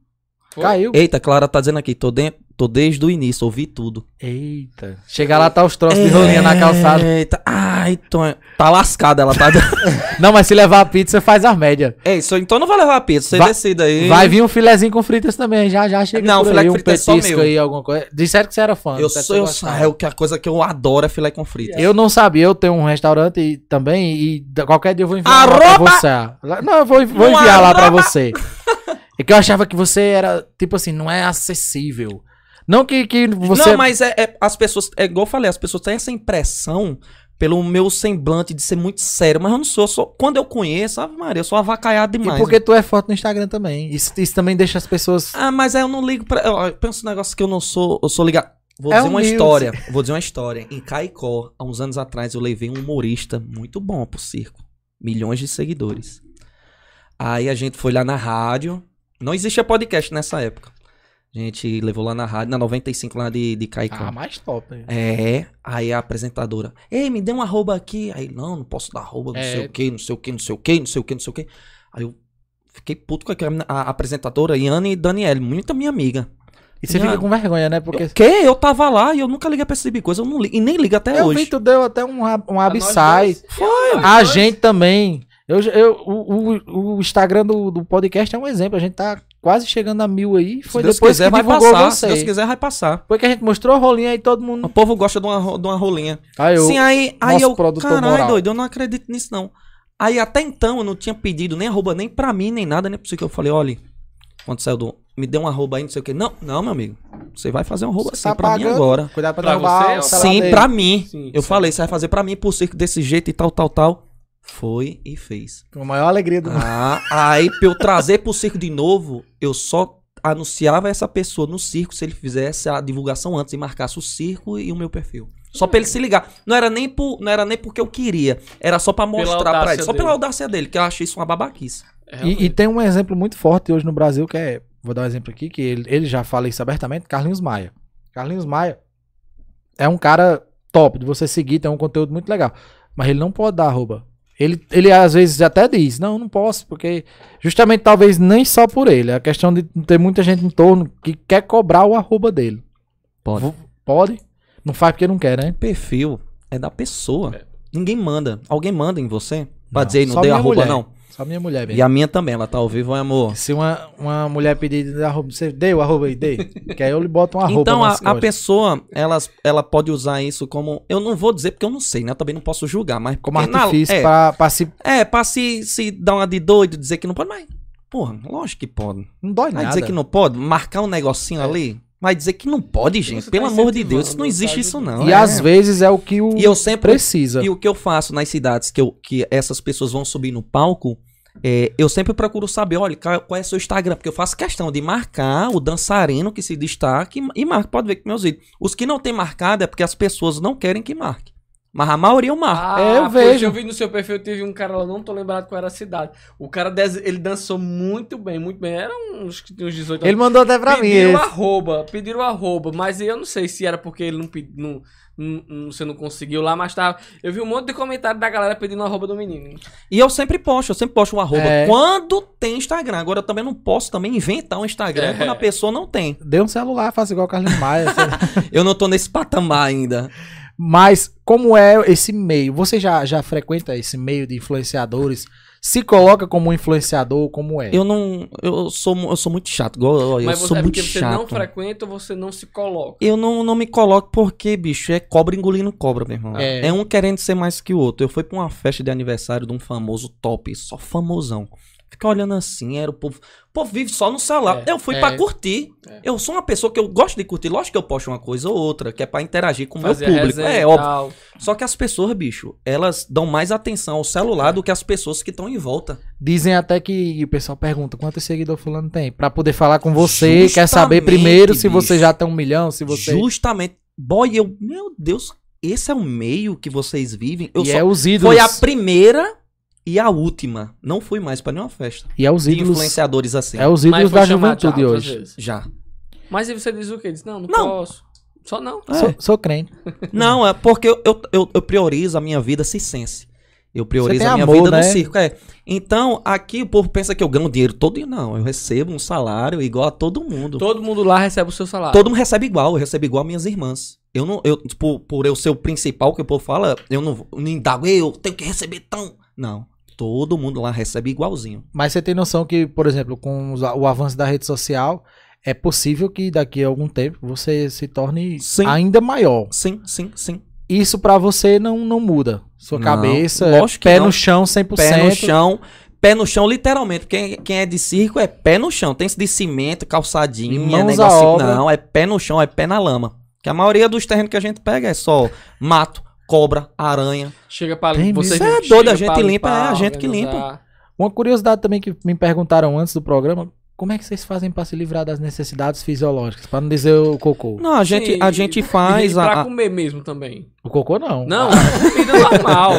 S1: Foi?
S2: Caiu.
S3: Eita, Clara tá dizendo aqui, tô, de- tô desde o início, ouvi tudo.
S2: Eita. Chegar lá, tá os troços de rolinha na calçada.
S3: É. Eita, ai, Tonho. Tá lascada, ela tá...
S2: Não, mas se levar a pizza, faz as médias.
S3: é isso, então não vai levar a pizza, você
S2: Vai-
S3: decida aí.
S2: Vai vir um filezinho com fritas também, já, já chega
S3: É. Não,
S2: por
S3: filé
S2: aí,
S3: com
S2: um
S3: frita é só
S2: petisco
S3: meu.
S2: aí, alguma coisa. Disseram que você era fã.
S3: Eu
S2: disseram que
S3: sou, eu
S2: você
S3: sou,
S2: gostava.
S3: é o que a coisa que eu adoro é filé com frita.
S2: Eu não sabia, eu tenho um restaurante e- também e da- qualquer dia eu vou enviar lá
S3: Arroba!
S2: pra você. Lá- Não, eu vou, vou
S3: No
S2: enviar lá pra
S3: arroba!
S2: você. É que eu achava que você era, tipo assim, não é acessível. Não que, que você...
S3: Não, mas é, é- as pessoas, é igual eu falei, as pessoas têm essa impressão pelo meu semblante de ser muito sério, mas eu não sou, eu sou quando eu conheço, Ave Maria, eu sou avacaiado
S2: E
S3: demais.
S2: porque tu é forte no Instagram também. Isso, isso também deixa as pessoas.
S3: Ah, mas aí eu não ligo pra. ó, Eu penso um negócio que eu não sou, eu sou ligado. Vou
S2: É
S3: dizer uma
S2: humilde.
S3: história, vou dizer uma história. Em Caicó, há uns anos atrás, eu levei um humorista muito bom pro circo, milhões de seguidores. Aí a gente foi lá na rádio. Não existia podcast nessa época. A gente levou lá na rádio, na 95 lá de, de Caicó.
S2: Ah, mais top. hein?
S3: É, aí a apresentadora, ei, me dê um arroba aqui. Aí, não, não posso dar arroba, não
S1: É.
S3: sei o que, não sei o que, não sei o que, não sei o que, não sei o que. Aí eu fiquei puto com aquela menina- a apresentadora, Iane e Daniele, muita minha amiga.
S2: E você fica com vergonha, né? Porque.
S3: Que? Eu tava lá e eu nunca liguei pra esse tipo de coisa, eu não li- e nem ligo até
S2: eu
S3: hoje.
S2: vi, tu deu até um, rab- um
S1: nós
S2: absai.
S1: dois. É, Foi,
S2: A gente também. Eu, eu, o, o- o Instagram do, do podcast é um exemplo. A gente tá quase chegando a mil aí. Foi
S3: se Deus
S2: depois
S3: quiser,
S2: que
S3: vai
S2: divulgou
S3: passar. Se
S2: você.
S3: Deus quiser, vai passar.
S2: Foi que a gente mostrou a rolinha aí todo
S3: O
S2: mundo.
S3: povo gosta de uma, ro- de uma rolinha.
S2: Aí eu,
S3: Sim, aí, aí
S2: nosso
S3: eu.
S2: produtor
S3: Caralho,
S2: moral.
S3: doido, eu não acredito nisso, não. Aí até então eu não tinha pedido nem arroba nem pra mim, nem nada, nem pra você que eu falei, olha, quando saiu do. Me deu um arroba aí, não sei o quê. Não, não, meu amigo. Você vai fazer um arroba
S2: Você
S3: assim
S2: tá
S3: pra mim
S2: pagando?
S3: agora.
S2: Cuidado pra,
S1: Pra
S2: derrubar
S1: você,
S2: o
S1: ó.
S2: celular
S3: Sim,
S2: dele.
S3: pra mim.
S1: Sim,
S3: eu
S1: sim.
S3: falei, você vai fazer pra mim por circo desse jeito e tal, tal, tal. Foi e fez.
S2: Com a maior alegria do mundo.
S3: Ah, aí pra eu trazer pro circo de novo, eu só anunciava essa pessoa no circo se ele fizesse a divulgação antes e marcasse o circo e o meu perfil. Só pra ele se ligar. Não era nem, por, não era nem porque eu queria. Era só pra mostrar pra ele.
S1: audácia
S3: Só pela
S1: dele.
S3: audácia dele, que eu achei isso uma babaquice.
S1: É,
S2: E, e tem um exemplo muito forte hoje no Brasil que é. Vou dar um exemplo aqui, que ele, ele já fala isso abertamente, Carlinhos Maia. Carlinhos Maia é um cara top de você seguir, tem um conteúdo muito legal. Mas ele não pode dar arroba. Ele, ele às vezes até diz, não, não posso, porque justamente talvez nem só por ele. É a questão de ter muita gente em torno que quer cobrar o arroba dele.
S3: Pode.
S2: Vo- Pode? Não faz porque não quer, né?
S3: Perfil é da pessoa. Ninguém manda. Alguém manda em você? Pra
S2: Não,
S3: dizer, "Ei, não
S2: só
S3: dei
S2: minha
S3: arroba,
S2: mulher.
S3: não.
S2: Só minha mulher,
S3: E
S2: velho.
S3: a minha também, ela tá ao vivo, hein, amor?
S2: Se uma, uma mulher pedir arroba, você deu arroba aí, dei. que aí eu lhe boto um arroba.
S3: então a,
S2: nas
S3: a
S2: costas.
S3: pessoa, ela, ela pode usar isso como. Eu não vou dizer porque eu não sei, né? Eu também não posso julgar, mas.
S2: Como
S3: porque na-
S2: artifício
S3: é,
S2: pra, pra se.
S3: É, pra se, se dar uma de doido, dizer que não pode, mas. Porra, lógico que pode.
S2: Não dói
S3: Vai
S2: nada.
S3: dizer que não pode, marcar um negocinho ali. Vai dizer que não pode, gente.
S1: É. Você
S3: Pelo
S1: tá
S3: amor de Deus, isso não
S1: incentivando,
S3: existe
S1: tá
S3: isso,
S1: ajudando.
S3: não.
S2: e
S3: É.
S2: às vezes é o que o
S3: E eu sempre.
S2: precisa.
S3: E o que eu faço nas cidades que, eu, que essas pessoas vão subir no palco. é, eu sempre procuro saber, olha, qual qual é o seu Instagram, porque eu faço questão de marcar o dançarino que se destaque e- e marca, pode ver que meus vídeos. Os que não tem marcado é porque as pessoas não querem que marque. Mas a maioria eu marco.
S1: Ah,
S2: É, eu
S1: poxa,
S2: vejo.
S1: Eu vi no seu perfil, teve um cara lá, não tô lembrado qual era a cidade. O cara, des- ele dançou muito bem, muito bem. Era uns, que tinha uns 18
S2: Ele mandou até pra mim.
S1: pediram
S2: esse.
S1: arroba, pediram arroba, mas eu não sei se era porque ele não pediu, você não conseguiu lá, mas tava. Eu vi um monte de comentário da galera pedindo arroba do menino.
S3: E eu sempre posto, eu sempre posto um arroba
S2: É.
S3: quando tem Instagram. Agora eu também não posso também inventar um Instagram
S1: É.
S3: quando a pessoa não tem.
S2: Dê um celular, faça igual o Carlinhos Maia. sabe?
S3: Eu não tô nesse patamar ainda.
S2: Mas como é esse meio? Você já, já frequenta esse meio de influenciadores? Se coloca como um influenciador, como é?
S3: Eu não. Eu sou, mu- eu sou muito chato. igual Eu, eu
S1: mas
S3: sou
S1: você, é
S3: muito
S1: porque você não
S3: chato.
S1: frequenta ou você não se coloca.
S3: eu não, não me coloco porque, bicho, é cobra engolindo cobra, meu irmão.
S2: É.
S3: É. um querendo ser mais que o outro. Eu fui pra uma festa de aniversário de um famoso top, só famosão. Fica olhando assim, era o povo. O povo vive só no celular. eu fui
S2: é.
S3: pra curtir.
S1: É.
S3: Eu sou uma pessoa que eu gosto de curtir. Lógico que eu posto uma coisa ou outra, que é pra interagir com o meu
S1: Fazer a
S3: público.
S1: resenha
S3: É
S1: e
S3: óbvio.
S1: tal.
S3: Só que as pessoas, bicho, elas dão mais atenção ao celular do que as pessoas que estão em volta.
S2: Dizem até que o pessoal pergunta quantos seguidores fulano tem. Pra poder falar com você, quer
S3: Justamente,
S2: saber primeiro se
S3: bicho.
S2: você já tem um milhão, se você.
S3: Justamente. Boy, eu. Meu Deus, esse é o meio que vocês vivem. Eu
S2: e
S3: só-
S2: é os ídolos.
S3: Foi a primeira e a última. Não fui mais pra nenhuma festa.
S2: E é os
S3: De
S2: ídolos.
S3: influenciadores assim.
S2: É os ídolos
S1: foi
S2: da
S1: chamado já
S2: juventude
S1: outras
S2: hoje.
S1: vezes.
S3: Já.
S1: Mas aí você diz o quê? Diz, não, não,
S3: Não.
S1: posso. Só não.
S3: É.
S2: Sou, sou crente.
S3: Não, é porque eu, eu, eu, eu priorizo a minha vida circense. Eu priorizo
S2: tem
S3: a minha
S2: amor,
S3: vida
S2: né?
S3: no circo. É. Então, aqui o povo pensa que eu ganho dinheiro todo. e Não, eu recebo um salário igual a todo mundo.
S1: Todo mundo lá recebe o seu salário.
S3: Todo mundo recebe igual, eu recebo igual minhas irmãs. Eu não, eu, por, por eu ser o principal que o povo fala, eu não vou- nem indago, eu tenho que receber tão. Não. Todo mundo lá recebe igualzinho.
S2: Mas você tem noção que, por exemplo, com os- o avanço da rede social, é possível que daqui a algum tempo você se torne
S3: Sim.
S2: ainda maior.
S3: Sim, sim, sim.
S2: Isso pra você não, não muda. Sua
S3: Não,
S2: cabeça, é
S3: lógico que
S2: pé
S3: não.
S2: no chão 100%.
S3: Pé no chão. Pé no chão, literalmente. Quem, quem é de circo é pé no chão. Tem esse de cimento, calçadinha,
S2: Mãos à
S3: negocinho.
S2: obra.
S3: Não, é pé no chão, é pé na lama. Que a maioria dos terrenos que a gente pega é só mato, cobra, aranha.
S1: Chega pra
S2: Tem
S1: você
S3: isso. É
S1: chega
S3: doido,
S1: pra
S3: a gente limpa, é a gente que
S1: organizar.
S2: Uma curiosidade também que me perguntaram antes do programa, como é que vocês fazem pra se livrar das necessidades fisiológicas? Pra não dizer o cocô.
S3: Não, a gente,
S1: Sim,
S3: a gente
S1: e-
S3: faz.
S1: E pra
S3: a, a-
S1: comer mesmo também.
S2: O cocô não.
S1: Não, comida normal.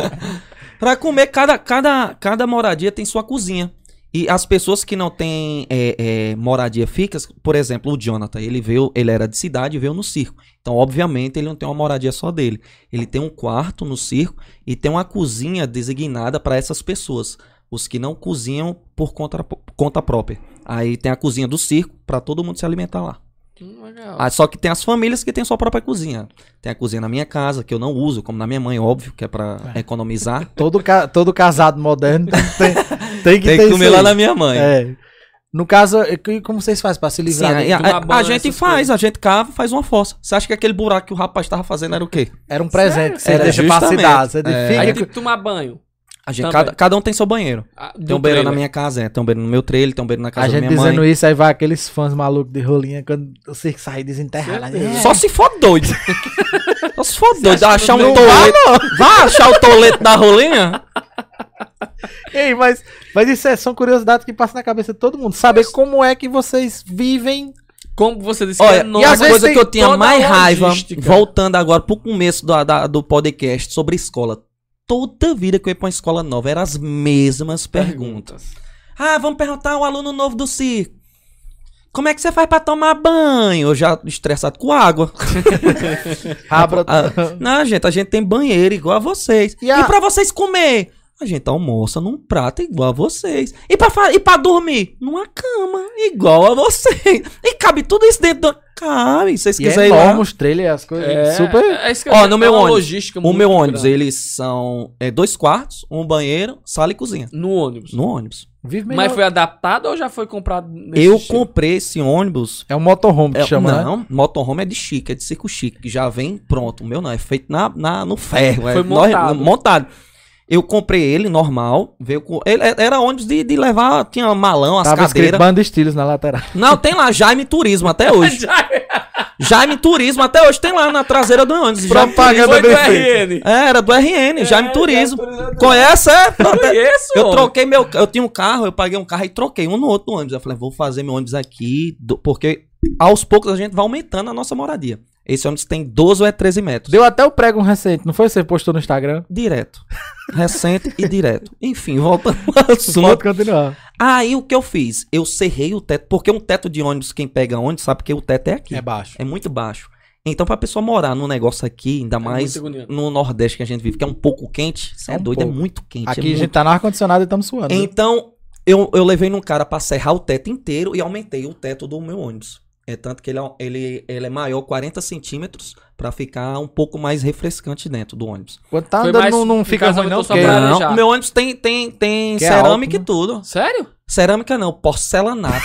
S3: Pra comer, cada, cada, cada moradia tem sua cozinha. E as pessoas que não têm é, é, moradia fixa, por exemplo, o Jonathan, ele veio, ele era de cidade e veio no circo. Então, obviamente, ele não tem uma moradia só dele. Ele tem um quarto no circo e tem uma cozinha designada para essas pessoas. Os que não cozinham por conta, conta própria. Aí tem a cozinha do circo para todo mundo se alimentar lá.
S1: Hum, legal.
S3: Ah, só que tem as famílias que têm sua própria cozinha. Tem a cozinha na minha casa, que eu não uso, como na minha mãe, óbvio, que é pra economizar.
S2: Todo, ca- todo casado moderno tem, tem que
S3: Tem
S2: ter
S3: que
S2: isso
S3: comer lá
S2: aí.
S3: na minha mãe.
S2: É. No caso, é que- como vocês fazem pra se
S3: Sim,
S2: livrar?
S3: a,
S2: do-
S3: a- a-
S1: Labanha,
S3: a gente
S1: essas
S3: faz, a gente cava, faz uma força. Você acha que aquele buraco que o rapaz tava fazendo era o quê?
S2: Era um presente que você
S3: Era
S2: deixa pra
S3: justamente.
S2: cidade. Você
S3: É.
S2: fica
S1: Aí
S2: com-
S1: tem que tomar banho.
S3: A gente,
S1: Também.
S3: cada, cada um tem seu banheiro.
S1: Ah,
S3: Tem
S1: do
S3: um banheiro na
S1: trailer.
S3: minha casa, é. Tem um banheiro no meu trailer, tem um banheiro na casa
S2: A
S3: da
S2: gente
S3: minha
S2: dizendo
S3: mãe.
S2: isso, aí vai aqueles fãs malucos de rolinha, quando o circo sair desenterra lá.
S1: Certeza.
S2: É.
S3: Só se for doido. Só se for doido. Achar um
S1: não
S3: toleto. Vai achar o toleto da rolinha?
S2: Ei, mas, mas isso é, são curiosidades que passam na cabeça de todo mundo. Saber como é que vocês vivem.
S1: Como você disse é
S3: Olha,
S1: novo,
S3: e
S2: às
S3: a
S2: vezes
S3: coisa
S2: tem
S3: que eu tinha
S1: toda
S3: mais
S1: a
S3: raiva,
S1: logística.
S3: voltando agora pro começo do, da- do podcast sobre escola. Toda vida que eu ia pra uma escola nova, eram as mesmas perguntas. Ah, vamos perguntar ao aluno novo do circo. Como é que você faz pra tomar banho? Eu já estressado com água.
S2: Abra.
S3: Ah, não, gente, a gente tem banheiro igual a vocês.
S2: E
S3: E,
S2: a-
S3: pra vocês comer? A gente almoça num prato igual a vocês. E pra, fa- e pra dormir? Numa cama igual a vocês. E cabe tudo isso dentro do... Cabe, se vocês
S2: E é
S3: quiserem ir lá.
S2: enorme os trailers, as coisas.
S1: É,
S2: Super.
S1: é isso que eu
S3: Ó,
S1: digo,
S3: no
S1: é
S3: meu
S1: uma
S3: ônibus,
S1: logística
S3: O
S1: muito
S3: meu ônibus,
S1: grande.
S3: eles são é, dois quartos, um banheiro, sala e cozinha.
S1: No ônibus.
S3: No ônibus.
S2: Vive melhor.
S1: Mas foi adaptado ou já foi comprado nesse
S3: Eu
S1: estilo?
S3: comprei esse ônibus
S2: É um motorhome que
S3: É,
S2: chama. né?
S3: não, motorhome é de chique, é de circo chique, que já vem pronto. O meu não, é feito na, na- no ferro. é
S1: Foi
S3: nó-
S1: montado.
S3: montado. Eu comprei ele normal, veio com. Ele é- era ônibus de, de levar, tinha malão, as
S2: Tava escrito
S3: cadeiras.
S2: banda estilos na lateral.
S3: Não, tem lá Jaime Turismo até hoje. Jaime Turismo até hoje tem lá na traseira do ônibus. Jaime
S2: Propaganda
S1: Foi do
S2: bem feita.
S1: RN.
S3: Turismo. É, era do RN, Jaime
S1: É,
S3: Turismo.
S1: Jaime Turismo.
S3: Conhece? É? Pronto, é-
S1: Conheço,
S3: eu
S1: homem.
S3: troquei meu. Eu tinha um carro, eu paguei um carro e troquei um no outro no ônibus. Eu falei, vou fazer meu ônibus aqui, do- porque aos poucos a gente vai aumentando a nossa moradia. Esse ônibus tem 12 ou é 13 metros.
S2: Deu até o prego recente, não foi? Você postou no Instagram?
S3: Direto. Recente e direto. Enfim, voltando ao assunto.
S2: Pode continuar.
S3: Aí o que eu fiz? Eu serrei o teto, porque um teto de ônibus, quem pega ônibus, sabe que o teto é aqui. É,
S2: baixo.
S3: muito baixo. Então, pra pessoa morar num negócio aqui, ainda
S1: É
S3: mais
S1: muito agoniante.
S3: no Nordeste que a gente vive, que é um pouco quente, você é,
S2: um
S3: doido,
S2: pouco.
S3: é muito quente. é
S2: Aqui a
S3: muito
S2: gente tá no ar-condicionado e estamos suando. viu?
S3: Então, eu, eu levei num cara pra serrar o teto inteiro e aumentei o teto do meu ônibus. É tanto que ele, é- ele, ele é maior 40 centímetros pra ficar um pouco mais refrescante dentro do ônibus.
S2: Quando tá
S1: Foi
S2: andando,
S1: mais-
S2: não, não
S1: no
S2: fica
S1: caso,
S2: ruim, não,
S1: aumentou
S2: porque
S1: só pra-
S3: Não,
S1: já.
S3: o meu ônibus tem, tem, tem
S2: Que é alto,
S3: cerâmica
S2: né?
S3: e tudo.
S1: Sério?
S3: Cerâmica não, porcelanato.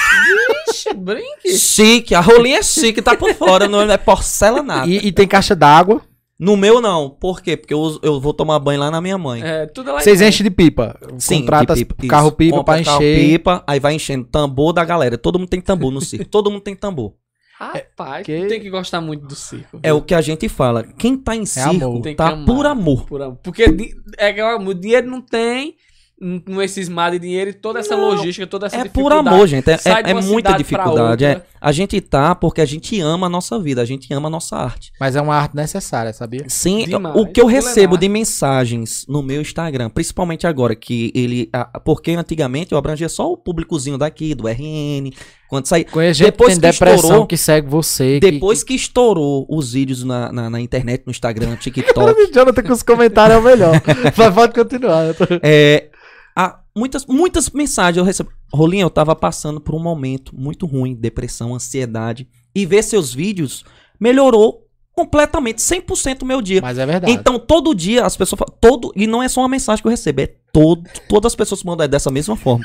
S1: Ixi, brinque.
S3: chique, a rolinha é chique, tá por fora, no ônibus é porcelanato.
S2: E, e tem caixa d'água.
S3: No meu não, por quê? Porque eu, uso- eu vou tomar banho lá na minha mãe.
S1: É, tudo lá em
S2: Vocês
S1: casa.
S2: enchem de pipa.
S3: Sim,
S2: Contrata
S3: de pipa, isso.
S2: carro pipa
S3: Compra
S2: pra
S3: carro
S2: encher.
S3: pipa, aí vai enchendo tambor da galera. Todo mundo tem tambor no circo, todo mundo tem tambor.
S1: Rapaz,
S2: que-
S1: tu tem que gostar muito do circo.
S3: É o que a gente fala. Quem tá em circo
S2: amor.
S1: Tem que
S3: tá
S1: amar.
S3: por amor.
S1: Por amor. Porque di- é que o dinheiro não tem, n- não é cismado de dinheiro e toda essa
S3: Não,
S1: logística, toda essa
S3: É por
S1: dificuldade.
S3: amor, gente. É,
S1: Sai
S3: é-
S1: de
S3: é
S1: uma
S3: muita
S1: cidade pra
S3: dificuldade. é.
S1: outra.
S3: A gente tá porque a gente ama a nossa vida, a gente ama a nossa arte.
S2: Mas é uma arte necessária, sabia?
S3: Sim,
S1: Demais,
S3: o que eu
S1: Helena.
S3: recebo de mensagens no meu Instagram, principalmente agora, que ele. a- Porque antigamente eu abrangia só o públicozinho daqui, do RN, quando saía.
S2: Conheço gente que
S3: Depois
S2: tem
S3: que
S2: depressão
S3: estourou-
S2: que segue você. que-
S3: Depois que estourou os vídeos na, na, na internet, no Instagram,
S2: Cara
S3: TikTok,
S2: de Jonathan com os comentários é o melhor. Mas pode continuar. eu tô-
S3: É, há muitas, muitas mensagens eu recebo. Rolinha, eu tava passando por um momento muito ruim, depressão, ansiedade. E ver seus vídeos melhorou completamente, 100% o meu dia.
S2: Mas é verdade.
S3: Então, todo dia as pessoas falam, todo e não é só uma mensagem que eu recebo, é todo, todas as pessoas mandam é dessa mesma forma.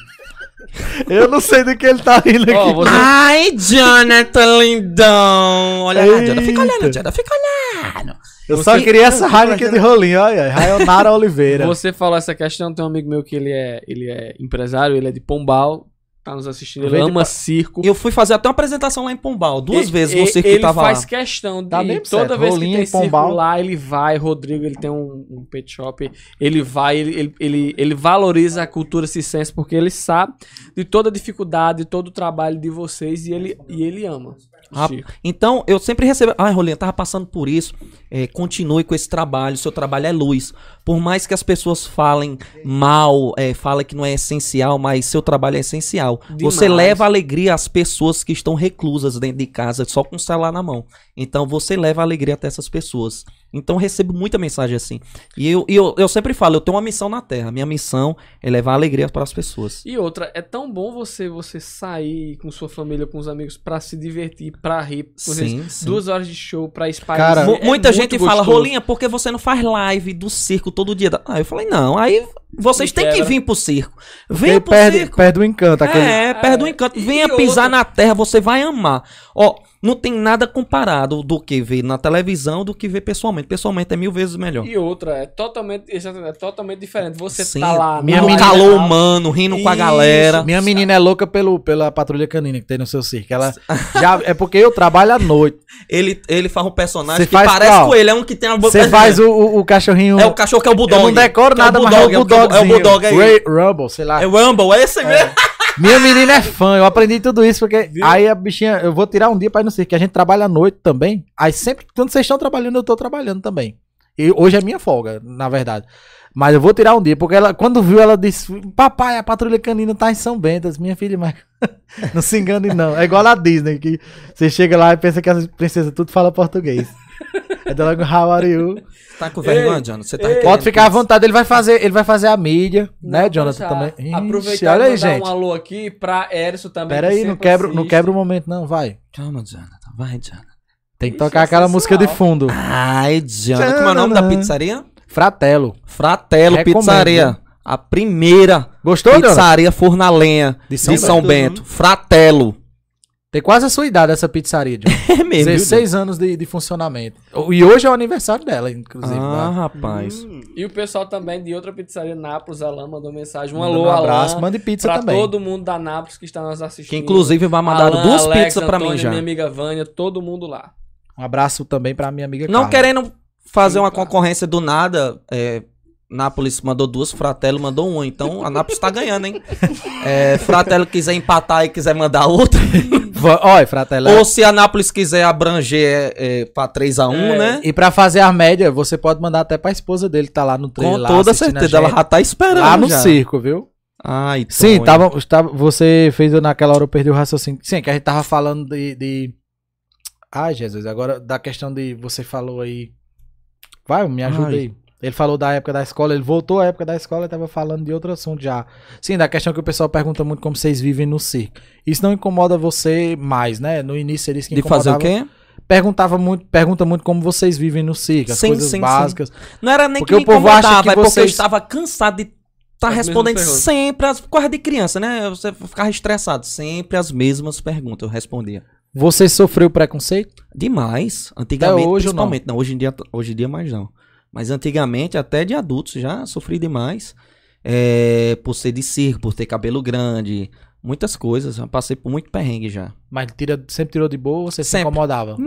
S2: Eu não sei do que ele tá rindo aqui.
S1: Ó, você-
S3: Ai, Jonathan lindão. Olha lá, Jonathan,
S2: Eita.
S3: fica olhando, Jonathan, fica olhando.
S2: eu só
S3: você-
S2: queria essa raiva aqui de rolinho. Olha, Raionara Oliveira.
S1: Você falou essa questão, tem um amigo meu que ele é, ele é empresário, ele é de Pombal. tá nos assistindo. Ele
S2: Aproveita
S1: ama
S2: pra-
S1: circo.
S3: Eu fui fazer até uma apresentação lá em Pombal, duas
S1: E-
S3: vezes
S1: e-
S3: você que
S1: ele
S3: tava
S1: faz
S3: lá.
S1: questão de
S2: Tá mesmo
S1: toda
S2: certo.
S1: vez
S2: Rolinha
S1: que tem
S2: em Pombal.
S1: circo lá, ele vai. Rodrigo, ele tem um, um pet shop, ele vai, ele, ele, ele, ele valoriza a cultura circense porque ele sabe de toda a dificuldade, todo o trabalho de vocês e ele, e ele ama. o
S3: Rap-
S1: circo.
S3: Então, eu sempre recebo. Ai, Rolinha, tava passando por isso. É, continue com esse trabalho. Seu trabalho é luz. Por mais que as pessoas falem mal, é, falem que não é essencial, mas seu trabalho é essencial.
S1: Demais.
S3: Você leva alegria às pessoas que estão reclusas dentro de casa, só com o celular na mão. Então, você leva alegria até essas pessoas. Então, eu recebo muita mensagem assim. E eu, e eu, eu sempre falo: eu tenho uma missão na Terra. Minha missão é levar alegria para as pessoas.
S1: E outra, é tão bom você você sair com sua família, com os amigos, pra se divertir, pra rir. por exemplo,
S3: Sim, sim.
S1: Duas horas de show pra espalhar.
S2: Cara,
S1: isso
S3: Mu-
S1: é
S3: muita
S1: muito
S3: gente fala,
S1: gostoso.
S3: Rolinha, por que você não faz live do circo todo dia? Ah, eu falei, não, aí vocês
S1: Me
S3: têm que
S1: quebra.
S3: vir pro circo. Venha
S2: Ele
S3: pro
S2: perde, tá
S3: circo.
S2: perde o encanto. Aquele...
S3: É, perde o encanto.
S1: e
S3: Venha
S1: outra-
S3: pisar na terra, você vai amar. Ó, não tem nada comparado do que ver na televisão do que ver pessoalmente. Pessoalmente é mil vezes melhor.
S1: E outra, é totalmente, exatamente, é totalmente diferente. Você
S3: Sim,
S1: tá lá
S2: minha
S1: na
S3: no
S2: menina-
S1: live,
S3: calor humano, rindo com a
S1: Isso.
S3: galera.
S2: Minha menina é louca pelo, pela patrulha canina que tem no seu circo. Ela já, é porque eu trabalho à noite.
S3: Ele, ele faz um personagem
S2: Cê
S3: que
S2: faz
S3: parece
S2: qual?
S3: com ele, é um que tem a
S2: Você faz um- o, o, o cachorrinho.
S3: É o cachorro que é o Bulldog.
S2: eu não decoro
S3: Que é o
S2: nada, mas é o
S3: Bulldog, é o- é o
S2: Bulldogzinho.
S3: Bulldog aí.
S2: Ray Rumble, sei lá.
S3: É o Rumble, é esse mesmo.
S2: Minha menina é fã, eu aprendi tudo isso, porque aí a bichinha, eu vou tirar um dia pra ir no circo, que a gente trabalha à noite também. Aí sempre, quando vocês estão trabalhando, eu tô trabalhando também. E hoje é minha folga, na verdade. Mas eu vou tirar um dia, porque ela, quando viu, ela disse: Papai, a patrulha canina tá em São Bento. Eu disse, Minha filha, mas não se engane, não. É igual a Disney, que você chega lá e pensa que as princesas tudo fala português. É da logo How are you?
S3: Tá com vergonha, Johnny? Você tá
S1: ei.
S3: querendo
S2: Pode ficar à
S3: isso.
S2: vontade, ele vai fazer, ele vai fazer a mídia, né,
S1: Não,
S2: Jonathan?
S1: tá.
S2: Também. Ixi,
S1: Aproveitar e mandar um alô aqui pra Erison também.
S2: Pera
S1: que
S2: aí, não
S1: sempre
S2: quebra, não
S1: assiste.
S2: quebra o momento, não, vai.
S3: Calma, Jonathan. Vai, Jonathan.
S2: Tem que
S1: Isso
S2: tocar
S1: é
S2: aquela música de
S1: sensacional.
S2: fundo.
S3: Ai, Jonathan. Como é o nome da pizzaria?
S2: Fratelo.
S3: Fratelo
S2: Recomendo,
S3: Pizzaria. A primeira
S2: Gostou, Jonathan?
S3: pizzaria Fornalenha de São,
S2: São
S3: Bento. Fratelo.
S2: Tem quase a sua idade essa pizzaria, Jonathan.
S3: É mesmo.
S2: 16 anos de, de funcionamento. E hoje é o aniversário dela, inclusive.
S3: Ah,
S2: né?
S3: rapaz.
S4: Hum,
S1: E o pessoal também de outra pizzaria, Nápoles, Alain, mandou mensagem. Um
S2: Mandando
S1: alô,
S2: um abraço,
S1: Alain,
S2: mande pizza
S1: pra
S2: também.
S1: todo mundo da Nápoles que está nos assistindo.
S3: Que inclusive vai mandar
S1: Alain,
S3: duas
S1: Alex,
S3: pizzas pra mim
S1: Antônia,
S3: já.
S1: minha amiga Vânia, todo mundo lá.
S2: Um abraço também pra minha amiga
S3: Não
S2: Carla.
S3: querendo fazer
S1: Sim, tá.
S3: uma
S1: cara.
S3: concorrência do nada, é, Nápoles mandou duas, Fratello mandou um. Então a Nápoles tá ganhando, hein? É, Fratello quiser empatar e quiser mandar outra.
S2: Va- Olha, Fratelo.
S3: Ou se a Nápoles quiser abranger é, é, pra 3x1,
S1: É.
S3: né?
S2: E pra fazer a média, você pode mandar até pra esposa dele que tá lá no trailer.
S3: Com
S2: lá
S3: toda
S2: assistindo a
S3: certeza, ela
S2: gente.
S3: já tá esperando.
S2: Lá no
S3: já.
S2: circo, viu?
S3: Ai,
S2: Sim,
S3: Tonho.
S2: tava, estava- você fez eu naquela hora eu perdi o raciocínio. Sim, que a gente tava falando de, de. Ai, Jesus, agora da questão de. Você falou aí. Vai, me ajuda
S3: Ai.
S2: aí. Ele falou da época da escola, ele voltou à época da escola e tava falando de outro assunto já. Sim, da questão que o pessoal pergunta muito como vocês vivem no circo. Isso não incomoda você mais, né? No início ele disse que
S3: De fazer o
S2: incomodava.
S3: quê?
S2: Perguntava muito, pergunta muito como vocês vivem no circo, as
S3: Sim,
S2: coisas
S3: sim, sim.
S2: básicas.
S3: Não era nem
S2: Porque
S3: que me
S2: o povo acha
S3: incomodava,
S2: que
S3: é porque eu
S2: vocês- É
S3: estava cansado de estar
S1: As mesmas
S3: respondendo
S1: perguntas.
S3: sempre as coisas de criança, né? Você ficava estressado. Sempre as mesmas perguntas eu respondia.
S2: Você sofreu preconceito?
S3: Demais. Antigamente,
S2: Até hoje ou não?
S3: principalmente. Não, hoje em dia, hoje em dia mais não. Mas antigamente, até de adultos, já sofri demais. É, por ser de circo, por ter cabelo grande, muitas coisas. Já passei por muito perrengue já.
S2: Mas tira, sempre tirou de boa, você
S3: Sempre.
S2: se incomodava?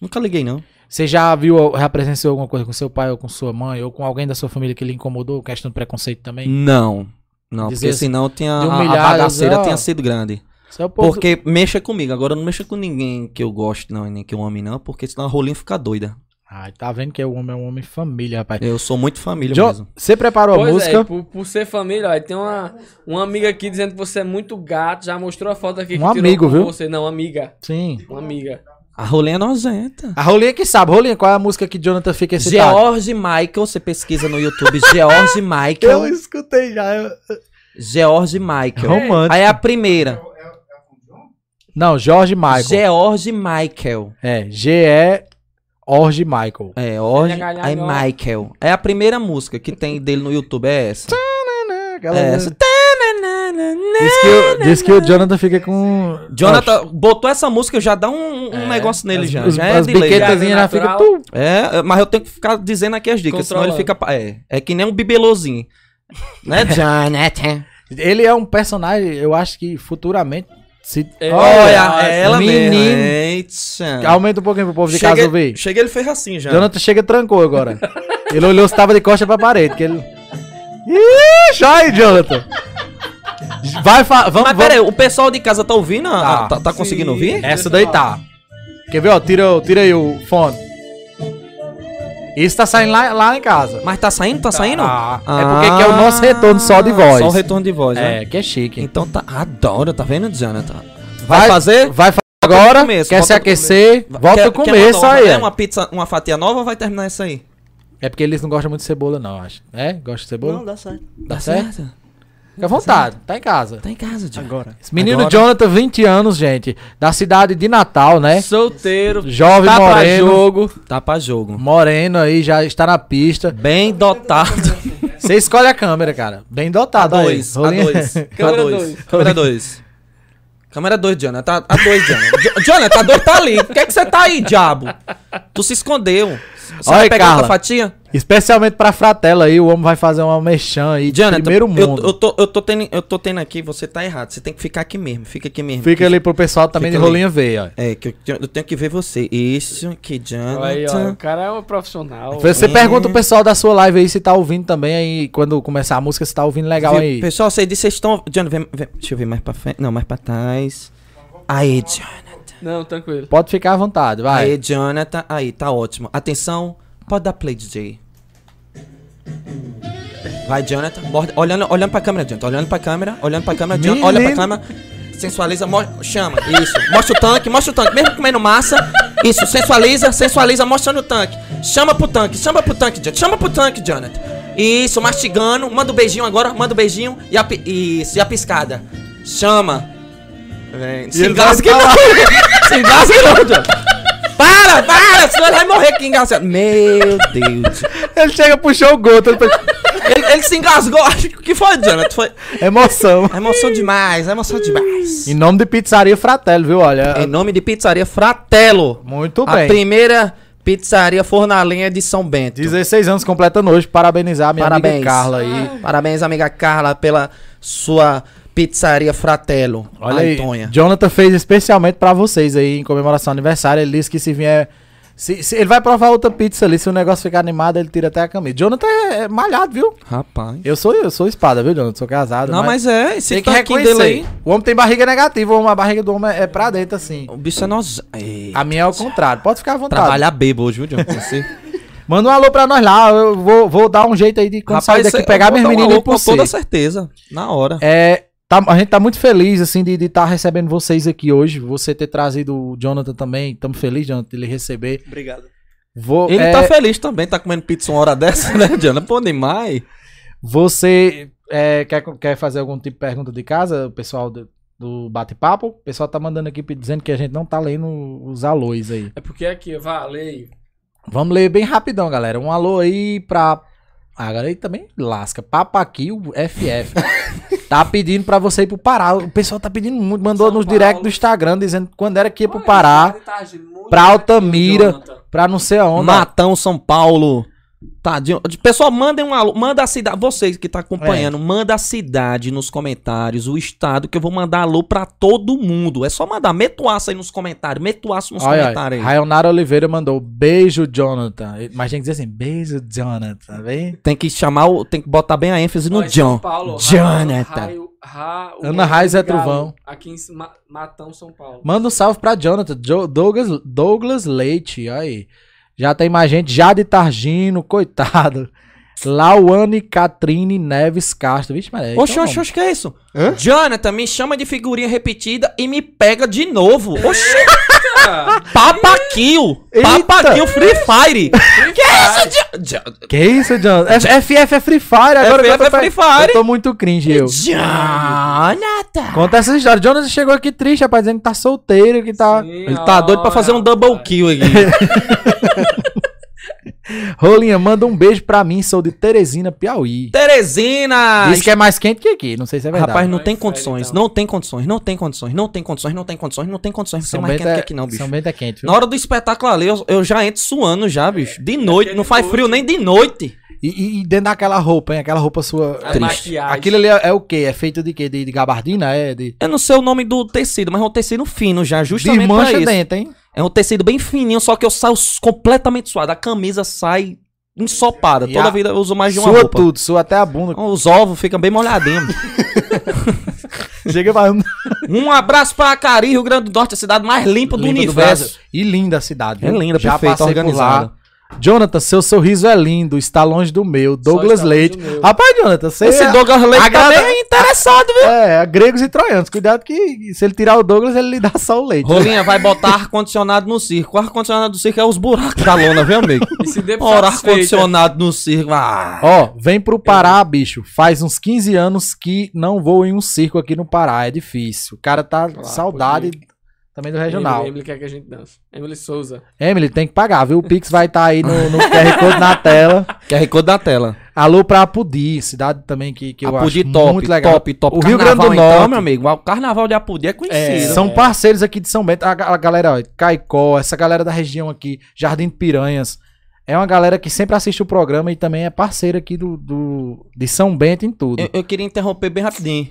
S3: Nunca liguei, não.
S2: Você já viu, já presenciou alguma coisa com seu pai ou com sua mãe ou com alguém da sua família que lhe incomodou? Questão do preconceito
S3: Hum,
S2: também?
S3: Não. Não,
S2: Dizer
S3: porque
S2: assim,
S3: senão tinha,
S2: de
S3: a-
S2: humilhar,
S3: a bagaceira
S2: ó.
S3: tinha sido grande.
S2: Isso é o povo
S3: Porque mexa comigo. Agora não mexa com ninguém que eu goste, não, e nem que eu ame, não, porque senão a rolinha fica doida.
S2: Ai, tá vendo que o homem é um homem família, rapaz.
S3: Eu sou muito família
S2: John,
S3: mesmo.
S2: você preparou a
S1: pois
S2: música?
S1: é, por, por ser família, ó, tem uma, uma amiga aqui dizendo que você é muito gato, já mostrou a foto aqui
S2: Um
S1: que tirou
S2: amigo,
S1: com
S2: viu?
S1: você. Não, amiga,
S2: Sim.
S1: uma amiga.
S3: A rolinha é nojenta.
S2: A Rolinha que sabe. Rolinha, qual é a música que Jonathan fica excitado?
S3: George Michael, você pesquisa no YouTube. George
S2: Eu
S3: Michael.
S2: escutei já. eu-
S3: George
S2: É.
S3: Michael.
S2: Romântico.
S3: Aí é a primeira.
S2: Não, Jorge Michael.
S3: George Michael.
S2: É, G-E... Orge Michael.
S3: É, George
S1: Galhardo.
S3: aí Michael. É a primeira música que tem dele no YouTube, é essa.
S2: Aquela
S3: É essa.
S2: música. Diz que, o- diz que o Jonathan fica com...
S3: Jonathan botou essa música, já dá um, um
S2: É,
S3: negócio nele
S2: as,
S3: já.
S2: As,
S3: já
S2: as
S3: é delay.
S2: biquetazinhas já
S1: Natural.
S2: fica... Tum,
S3: É, mas eu tenho que ficar dizendo aqui as dicas, senão ele
S1: Controlando.
S3: fica. pa- É, é que nem um bibelozinho. né, Jonathan?
S2: Ele é um personagem, eu acho que futuramente. Se...
S1: É.
S3: Olha, é ela
S2: menino.
S3: mesmo. Eita.
S2: Aumenta um pouquinho pro povo de
S3: Chega-
S2: casa ouvir.
S3: Chega, ele fez assim já.
S2: Jonathan chega e trancou agora. ele olhou se tava de costa pra parede. Que ele... Ih, sai, Jonathan! Vai, fa... vamos,
S3: Mas
S2: vamos.
S3: pera aí, o pessoal de casa tá ouvindo?
S2: Tá.
S3: Ah, Tá, tá conseguindo
S1: Sim.
S3: ouvir?
S2: Essa daí tá. Quer ver, ó? Tira, o- tira aí o fone. Isso tá saindo lá, lá em casa.
S3: Mas tá saindo? Tá saindo? Ah,
S2: Tá. É porque aqui é o nosso retorno só de voz.
S3: Só o retorno de voz, né?
S2: É, que é chique.
S3: Então tá. Adoro, tá vendo, Jonathan? Vai, fazer?
S2: Vai fazer
S3: Volta pro
S2: agora,
S3: começo,
S2: quer
S3: volta
S2: se
S3: pro
S2: aquecer, volta
S3: Quer-
S2: o
S3: quer
S2: começo
S3: mandar uma-
S2: aí. é.
S3: né,
S2: ó.
S3: Uma pizza, uma fatia nova ou vai terminar essa aí?
S2: É porque eles não gostam muito de cebola, não, acho. É? Gosta de cebola?
S4: Não, dá certo.
S2: Dá Tá certo? Fica à vontade, tá em casa.
S3: Tá em casa, Jonathan.
S4: Agora.
S2: Esse menino
S3: Agora-
S2: Jonathan, 20 anos, gente, da cidade de Natal,
S3: é
S2: né?
S1: Solteiro,
S2: Jovem
S1: tá pra
S2: moreno.
S1: jogo.
S3: Tá pra jogo.
S2: Moreno aí, já está na pista.
S3: Bem dotado.
S2: Você escolhe a câmera, cara. Bem dotado aí.
S3: dois, a
S2: Rolinho-
S3: dois.
S1: Câmera
S3: Câmera dois.
S1: dois.
S3: Câmera dois. Câmera dois, Jonathan. Tá- A dois, Jonathan. Jo- Jonathan, a dois tá ali. Por que que você tá aí, diabo? Tu se escondeu. Você
S2: Olha,
S3: vai pegar
S2: Carla.
S3: outra fatia?
S2: Especialmente pra Fratela aí, o homem vai fazer uma mechan aí. de
S3: Jonathan,
S2: primeiro
S3: eu-
S2: mundo.
S3: Eu, tô, eu, tô tendo, eu tô tendo aqui, você tá errado. Você tem que ficar aqui mesmo. Fica aqui mesmo.
S2: Fica ali pro pessoal também de
S3: Fica ali.
S2: rolinha ver, ó.
S3: É, que eu, tenho- eu tenho que ver você. Isso aqui, Jonathan.
S1: Aí, ó, o cara é um profissional.
S2: Você
S3: É.
S2: pergunta o pessoal da sua live aí se tá ouvindo também aí, quando começar a música, se tá ouvindo legal
S3: Vi-
S2: aí.
S3: Pessoal, vocês disse vocês estão. Jonathan, vem, vem- deixa eu ver mais pra frente. Não, mais pra trás. Aí, Jonathan.
S1: Não, tranquilo.
S2: Pode ficar à vontade, vai.
S3: Aí, Jonathan. Aí, tá ótimo. Atenção, pode dar play, DJ. Vai, Jonathan. Borda- Olhando, olhando pra câmera, Jonathan. Olhando pra câmera, olhando pra câmera, Jonathan. Olha pra câmera. Sensualiza, mo- chama. Isso. Mostra o tanque, mostra o tanque. Mesmo comendo massa. Isso, sensualiza, sensualiza, mostrando o tanque. Chama pro tanque, chama pro tanque, Jonathan. Chama pro tanque, Jonathan. Isso, mastigando. Manda o beijinho agora, manda o beijinho. E a, pi- isso, e a piscada. Chama. Vem. Se engasga não. Se engasga não, Jonathan. Para, para, senão ele vai morrer aqui engasgado. Meu Deus.
S2: Ele chega, puxou o goto. ele fez-
S3: Ele, ele se engasgou. Acho que- O que foi, Jonathan? Foi...
S2: Emoção.
S3: É emoção demais, é emoção demais.
S2: Em nome de Pizzaria Fratello, viu? Olha,
S3: Em nome de Pizzaria Fratello.
S2: muito
S3: a
S2: bem.
S3: primeira pizzaria fornalenha de São Bento.
S2: 16 anos completando hoje. Parabenizar a minha
S3: Parabéns. Ah.
S2: amiga Carla aí.
S3: Parabéns, amiga Carla, pela sua pizzaria Fratello.
S2: Olha aí.
S3: Ah, Antonha.
S2: Jonathan fez especialmente pra vocês aí, em comemoração ao aniversário. Ele disse que se vier... Se, se- ele vai provar outra pizza ali. Se o negócio ficar animado, ele tira até a camisa. Jonathan é, é malhado, viu?
S3: Rapaz.
S2: Eu sou eu sou espada, viu, Jonathan? Sou casado.
S3: Não, mas é, esse
S2: tem que
S3: tanquinho
S2: reconhecer. O homem tem barriga negativa. o homem- A barriga do homem é é pra dentro, assim.
S3: O bicho é nós. Ei,
S2: A minha Tá. é ao contrário. Pode ficar à vontade.
S3: Trabalhar bebo hoje, viu, Jonathan? Você-
S2: Manda um alô pra nós lá. Eu vou, vou dar um jeito aí de quando sair daqui
S3: cê-
S2: pegar
S3: eu vou
S2: minhas
S3: dar um
S2: meninas
S3: alô
S2: e por
S3: Com toda
S2: você.
S3: certeza. Na hora.
S2: É, tá- a gente tá muito feliz, assim, de estar recebendo vocês aqui hoje. Você ter trazido o Jonathan também. Estamos felizes, Jonathan, de ele receber.
S4: Obrigado.
S2: Vou,
S3: Ele
S2: é,
S3: tá feliz também, tá comendo pizza uma hora dessa, né, Diana? Pô, demais.
S2: Você é, quer, quer fazer algum tipo de pergunta de casa, o pessoal do, do bate-papo? O pessoal tá mandando aqui pe- dizendo que a gente não tá lendo os alôs aí.
S1: É porque aqui, valeu.
S2: Vamos ler bem rapidão, galera. Um alô aí pra. Ah, Agora aí também lasca. Papaquil FF. tá pedindo pra você ir pro Pará. O pessoal tá pedindo muito. Mandou
S1: São
S2: nos direct
S1: Paulo.
S2: do Instagram dizendo que quando era que ia pro Pará, pra Altamira, pra não sei aonde.
S3: Matão, São Paulo. Tadinho. Pessoal, mandem um alô. Manda a cidade. Vocês que tá
S2: É.
S3: acompanhando, manda a cidade nos comentários, o estado, que eu vou mandar alô pra todo mundo. É só mandar. Metuaça aí nos comentários. Metuaça nos
S2: Olha, olha.
S3: comentários aí.
S2: Raionara Oliveira mandou beijo, Jonathan. Mas tem que dizer assim, beijo, Jonathan, vem?
S3: Tem que chamar o. Tem que botar bem a ênfase no John. Jonathan.
S2: Ana Raiz é trovão.
S1: Aqui em Ma- Matão, São Paulo.
S2: Manda um salve pra Jonathan, Jo- Douglas, Douglas Leite, olha aí. Já tem mais gente, Jade Targino, coitado. Lauane Catrine Neves Castro. Vixe, mas é.
S3: Oxe,
S2: então
S3: oxe,
S2: vamos.
S3: oxe, que é isso? Jonathan, me chama de figurinha repetida e me pega de novo. Oxi.
S1: Ah,
S3: Papaquil!
S2: Eita!
S3: Papaquil Free Fire! que é isso, Jo- Jo-
S2: Que isso, Jonathan? F- FF é Free Fire agora.
S3: FF
S2: que eu tô
S3: é
S2: pe-
S3: Free Fire.
S2: Eu tô muito cringe, eu.
S3: Jonathan!
S2: Conta essa história. Jonathan chegou aqui triste, rapaz, dizendo que tá solteiro, que tá.
S1: Sim,
S3: Ele tá doido pra
S1: olha,
S3: fazer um double
S1: rapaz.
S3: kill aqui.
S2: Rolinha, manda um beijo pra mim, sou de Teresina, Piauí.
S3: Teresina!
S2: Diz que é mais quente que aqui, não sei se é verdade.
S3: Ah, Rapaz, não
S1: Vai,
S3: tem
S1: vai,
S3: condições,
S1: então.
S3: não tem condições, não tem condições, não tem condições, não tem condições, não tem condições. Você
S2: São
S3: mais
S2: Bento
S3: quente que
S2: é,
S3: aqui não, bicho.
S2: São Bento é quente. viu?
S3: Na hora do espetáculo ali, eu, eu já entro suando já, bicho. De noite,
S1: Aquele
S3: não faz
S1: noite.
S3: frio nem de noite.
S2: E, e- e dentro daquela roupa, hein? Aquela roupa sua.
S1: A
S2: triste.
S1: É maquiagem.
S2: Aquilo ali é, é o quê? É feito de quê? De, de gabardina? É de.
S3: Eu não sei o nome do tecido, mas é um tecido fino já, justamente
S2: de
S3: pra
S2: mancha
S3: isso.
S2: dentro, hein?
S3: É um tecido bem fininho, só que eu saio completamente suado. A camisa sai ensopada.
S2: E
S3: Toda
S2: a-
S3: vida eu uso mais de uma
S2: sua
S3: roupa. Então,
S2: tudo, sua até a bunda.
S3: Os ovos ficam bem molhadinhos.
S2: Chega pra.
S3: um abraço pra Acari, Rio Grande do Norte, a cidade mais limpa do
S2: Limpa do
S3: universo.
S2: Brasil. e linda a cidade.
S3: É
S2: viu?
S3: linda,
S2: Já
S3: perfeita,
S2: passei
S3: organizada.
S2: Por lá. Jonathan, seu sorriso é lindo, está longe do meu. Douglas
S1: está longe
S2: Leite. Ah,
S1: do meu.
S2: Rapaz, Jonathan, você
S3: Esse
S2: é,
S3: Douglas Leite tá
S2: agrada-
S3: bem interessado, viu?
S2: é, gregos e troianos. Cuidado que se ele tirar o Douglas, ele lhe dá só o leite.
S3: Rolinha vai botar ar-condicionado no circo. O ar-condicionado do circo é os buracos da lona, viu, amigo?
S1: E se dê por
S3: Ora,
S1: satisfeita.
S3: ar-condicionado no circo. Ah.
S2: Ó, vem pro Pará, bicho. Faz uns 15 anos que não vou em um circo aqui no Pará. É difícil. O cara tá
S1: Ah,
S2: saudade também do regional.
S1: Emily, Emily quer que a gente dança. Emily Souza.
S2: Emily, tem que pagar, viu? O Pix vai estar aí no, no QR Code na tela.
S3: QR Code da tela.
S2: Alô pra Apudi, cidade também que, que eu
S3: Apudi
S2: acho
S3: top,
S2: muito legal.
S3: top, top.
S2: O Rio Grande do
S3: Carnaval, então,
S2: Norte.
S3: meu amigo. O carnaval de Apudi é
S2: É,
S3: conhecido.
S2: são parceiros aqui de São Bento. A, ga- a galera, ó, Caicó, essa galera da região aqui, Jardim de Piranhas. É uma galera que sempre assiste o programa e também é parceira aqui do, do- de São Bento em tudo.
S3: Eu, eu queria interromper bem rapidinho.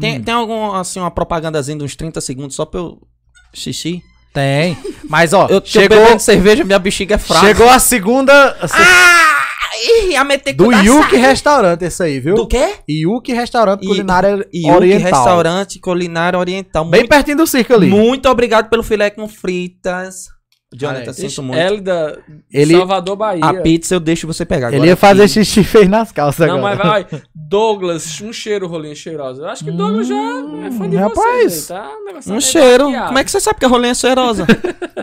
S3: Tem,
S2: Hum.
S3: tem algum, assim, uma propagandazinha de uns 30 segundos só pra eu... Xixi?
S2: Tem. Mas, ó,
S3: Eu tô
S2: chegou,
S3: bebendo cerveja, minha bexiga é fraca.
S2: chegou a segunda a se-
S3: Ah! Ih, a meter
S2: do
S3: cudaça.
S2: Yuki Restaurante, esse aí, viu?
S3: Do quê?
S2: Yuki Restaurante
S3: E-
S2: Culinária
S3: Yuki
S2: Oriental.
S3: Restaurante Culinária Oriental.
S2: Bem pertinho do circo ali.
S3: Muito obrigado pelo filé com fritas. Jonathan,
S2: Alex.
S3: sinto muito.
S1: Hélida,
S2: Ele-
S1: Salvador, Bahia.
S3: A pizza eu deixo você pegar agora.
S2: Ele ia fazer xixi e fez nas calças
S1: Não,
S2: agora.
S1: mas vai. Douglas, um cheiro, rolinha cheirosa. Eu acho que o Douglas já é fã de
S2: rapaz.
S1: vocês aí, tá? O negócio
S3: Hum, Um
S1: é
S3: cheiro.
S1: maquiado.
S3: Como é que você sabe que a rolinha é cheirosa?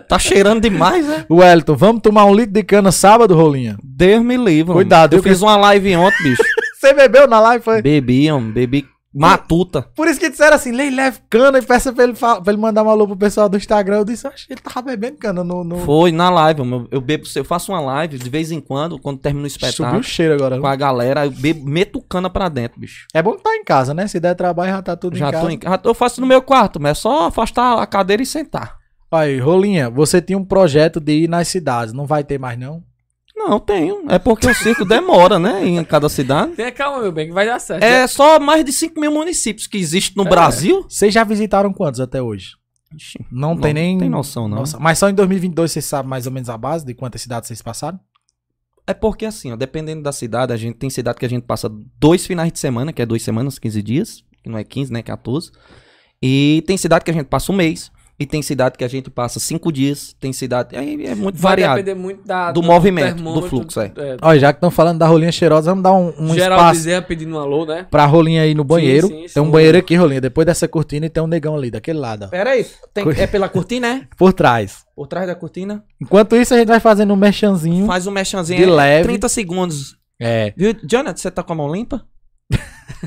S3: tá cheirando demais, né?
S2: Wellington, vamos tomar um litro de cana sábado, Rolinha?
S3: Deus me livre. homem.
S2: Cuidado,
S3: Eu
S2: viu,
S3: fiz uma live ontem, bicho.
S2: Você bebeu na live? Foi?
S3: bebi, homem, bebi matuta.
S2: Por isso que disseram assim, lei leve cana e peça pra ele, fa- pra ele mandar uma alô pro pessoal do Instagram. Eu disse, oxe, ele tava bebendo cana no... no...
S3: Foi um na live, homem. Eu bebo, eu faço uma live de vez em quando, quando termina o
S2: Subiu
S3: espetáculo.
S2: o cheiro agora.
S3: Com a galera, eu bebo, meto cana pra dentro, bicho.
S2: É bom estar em casa, né? Se der trabalho, já tá tudo
S3: Já
S2: em casa.
S3: tô em, já, eu faço no meu quarto, mas é só afastar a cadeira e sentar.
S2: Aí, Rolinha, você tinha um projeto de ir nas cidades. Não vai ter mais, não?
S3: Não, tenho. É porque o circo demora, né? Em cada cidade.
S1: Tenha calma, meu bem, que vai dar certo.
S3: É só mais de 5 mil municípios que existem no Brasil.
S2: Vocês já visitaram quantos até hoje?
S3: Ixi,
S2: É. Não, tem nem...
S3: Tem noção, não.
S2: Nossa, mas só em 2022 vocês sabem mais ou menos a base de quantas cidades vocês passaram?
S3: É porque assim, ó, dependendo da cidade, a gente tem cidade que a gente passa dois finais de semana, que é duas semanas, 15 dias, que não é 15, né, 14. E tem cidade que a gente passa um mês, e tem cidade que a gente passa cinco dias, tem cidade, aí é muito
S1: vai
S3: variado.
S1: depender muito da,
S3: Do movimento, do
S1: termômetro,
S3: fluxo, é.
S2: Olha, já que estão falando da Rolinha cheirosa, vamos dar um, um
S1: Geraldo
S2: espaço
S1: Bezerra pedindo um alô, né?
S2: pra Rolinha ir no banheiro.
S1: sim,
S2: tem um
S1: sim.
S2: banheiro aqui, Rolinha, depois dessa cortina e tem um negão ali, daquele lado, ó.
S3: Pera aí, tem- é pela cortina, é?
S2: Por trás.
S3: Por trás da cortina?
S2: Enquanto isso, a gente vai fazendo um merchanzinho.
S3: Faz um mexanzinho
S2: De
S3: aí,
S2: leve.
S3: 30 segundos.
S2: É.
S3: Viu, Jonathan, você tá com a mão limpa?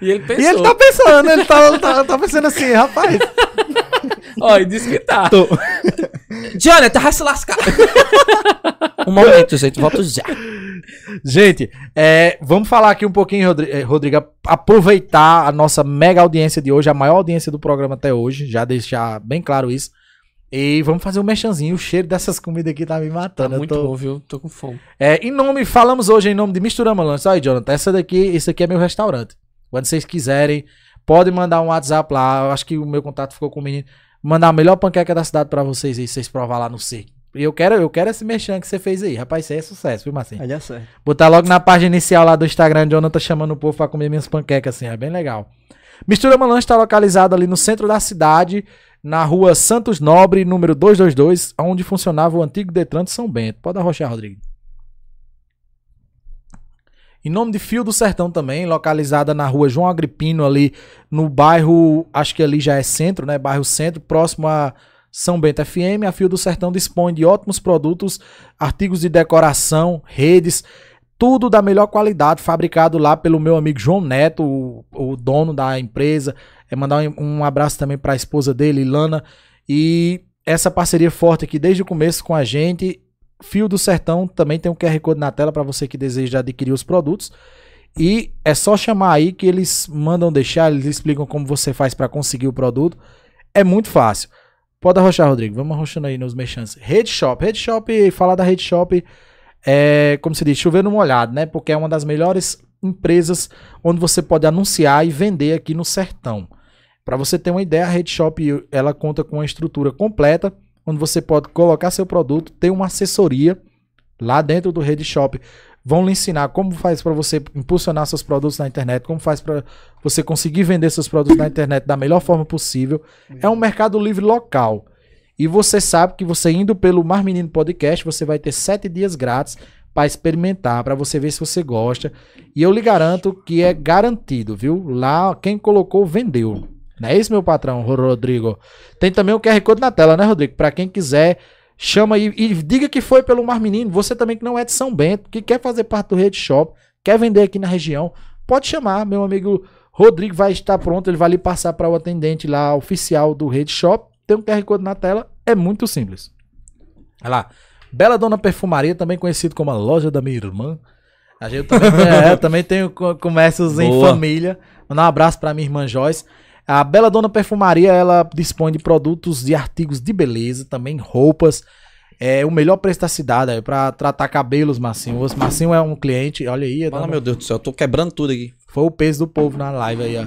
S1: E ele pensou.
S2: E ele tá pensando, ele tá, tá, tá pensando assim, rapaz.
S1: Ó, e disse que tá.
S2: Tô.
S3: Jonathan, vai se lascar. um momento, gente, volto já.
S2: Gente, é, vamos falar aqui um pouquinho, Rodri- eh, Rodrigo, aproveitar a nossa mega audiência de hoje, a maior audiência do programa até hoje, já deixar bem claro isso. E vamos fazer um merchanzinho, o cheiro dessas comidas aqui tá me
S1: Tá
S2: matando. eu
S1: muito
S2: tô-
S1: bom, viu? Tô com fome.
S2: É, em nome, falamos hoje em nome de Misturama Lanches. Olha aí, Jonathan, essa daqui, esse aqui é meu restaurante. Quando vocês quiserem, podem mandar um WhatsApp lá. Eu acho que o meu contato ficou com o menino. Mandar a melhor panqueca da cidade pra vocês aí, vocês provar lá no circo. E eu quero, eu quero esse merchan que você fez aí. Rapaz, isso aí é sucesso, viu, Marcinho?
S4: Aí dá certo.
S2: Botar logo na página inicial lá do Instagram, Jonathan tá chamando o povo pra comer minhas panquecas, assim, é bem legal. Mistura Malanche tá localizado ali no centro da cidade, na rua Santos Nobre, número 222, onde funcionava o antigo Detran de São Bento. Pode arrochar, Rodrigo. Em nome de Fio do Sertão também, localizada na rua João Agripino, ali no bairro, acho que ali já é centro, né? Bairro Centro, próximo a São Bento FM. A Fio do Sertão dispõe de ótimos produtos, artigos de decoração, redes, tudo da melhor qualidade, fabricado lá pelo meu amigo João Neto, o, o dono da empresa. É mandar um, um abraço também para a esposa dele, Lana, e essa parceria forte aqui desde o começo com a gente. Fio do Sertão também tem um QR Code na tela para você que deseja adquirir os produtos. E é só chamar aí que eles mandam deixar, eles explicam como você faz para conseguir o produto. É muito fácil. Pode arrochar, Rodrigo. Vamos arrochando aí nos mexantes. Rede Shop. Rede Shop, falar da Rede Shop é, como se diz, chover no molhado, né? Porque é uma das melhores empresas onde você pode anunciar e vender aqui no sertão. Para você ter uma ideia, a Rede Shop ela conta com uma estrutura completa onde você pode colocar seu produto, ter uma assessoria lá dentro do Rede Shop. Vão lhe ensinar como faz para você impulsionar seus produtos na internet, como faz para você conseguir vender seus produtos na internet da melhor forma possível. É um mercado livre local. E você sabe que você indo pelo Mar Menino Podcast, você vai ter sete dias grátis para experimentar, para você ver se você gosta. E eu lhe garanto que é garantido, viu? Lá, quem colocou, vendeu. Não é isso, meu patrão, Ro- Rodrigo? Tem também o QR Code na tela, né, Rodrigo? Para quem quiser, chama aí e diga que foi pelo Mar Menino. Você também que não é de São Bento, que quer fazer parte do Rede Shop, quer vender aqui na região, pode chamar, meu amigo Rodrigo vai estar pronto, ele vai lhe passar para o atendente lá oficial do Rede Shop. Tem um QR Code na tela, é muito simples. Olha lá. Bela Dona Perfumaria, também conhecido como a loja da minha irmã. A gente também, é, eu também tenho co- comércios em
S3: Boa.
S2: família. Mandar um abraço para minha irmã Joyce. A Bela Dona Perfumaria, ela dispõe de produtos e artigos de beleza, também roupas. É o melhor preço da cidade é para tratar cabelos, Marcinho. O Marcinho é um cliente, olha aí,
S3: Fala, meu Deus do céu, eu tô quebrando tudo aqui.
S2: foi o peso do povo na live aí, ó.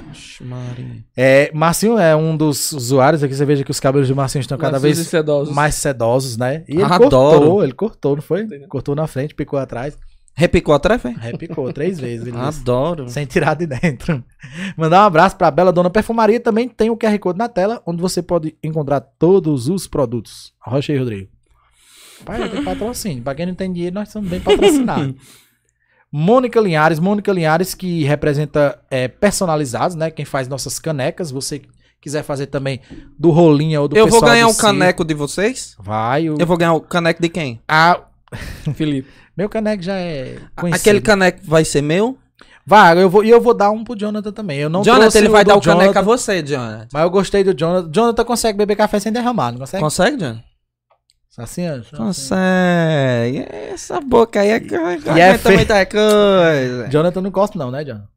S2: É, Marcinho é um dos usuários aqui. Você veja que os cabelos de Marcinho estão cada vez mais sedosos, né? E ele
S3: é Ah, Adoro.
S2: cortou, ele cortou, não foi? Cortou na frente, picou atrás,
S3: Repicou a trefa, hein?
S2: repicou três vezes. ele
S3: Ah,
S2: disse.
S3: Adoro.
S2: Uhum. Sem tirar de dentro. Mandar um abraço pra Bela Dona Perfumaria. Também tem o QR Code na tela, onde você pode encontrar todos os produtos. Arrocha aí, Rodrigo. Pai, tem patrocínio. Pra quem não tem dinheiro, nós somos bem patrocinados. Mônica Linhares. Mônica Linhares, que representa é, personalizados, né? Quem faz nossas canecas. Você quiser fazer também do rolinha ou do
S3: eu
S2: pessoal
S3: vou ganhar
S2: do
S3: o
S2: circo.
S3: caneco de vocês?
S2: Vai. O...
S3: Eu vou ganhar o caneco de quem?
S2: Ah,
S1: Felipe.
S2: meu caneco já é conhecido.
S3: Aquele caneco vai ser meu?
S2: Vai, eu vou, e eu vou dar um pro Jonathan também. Eu não
S3: Jonathan,
S2: trouxe
S3: ele vai
S2: do
S3: dar o
S2: Jonathan.
S3: caneco a você, Jonathan.
S2: Mas eu gostei do Jonathan. Jonathan consegue beber café sem derramar, não consegue?
S3: Consegue, Jonathan?
S2: Assim, ó.
S3: Consegue. Essa boca aí é coisa.
S2: E é
S3: aguenta
S2: fe-
S3: muita tá- coisa.
S2: Jonathan não cospe não, né, Jonathan?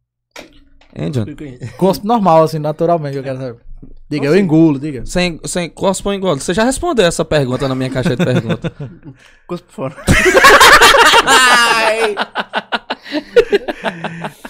S3: Hein, Jonathan?
S4: Fico aí.
S2: Cospe normal, assim, naturalmente, eu quero saber. Diga, eu engulo, diga.
S3: Sem, sem cospa ou engole. Você já respondeu essa pergunta na minha caixa de perguntas.
S4: Cuspo fora.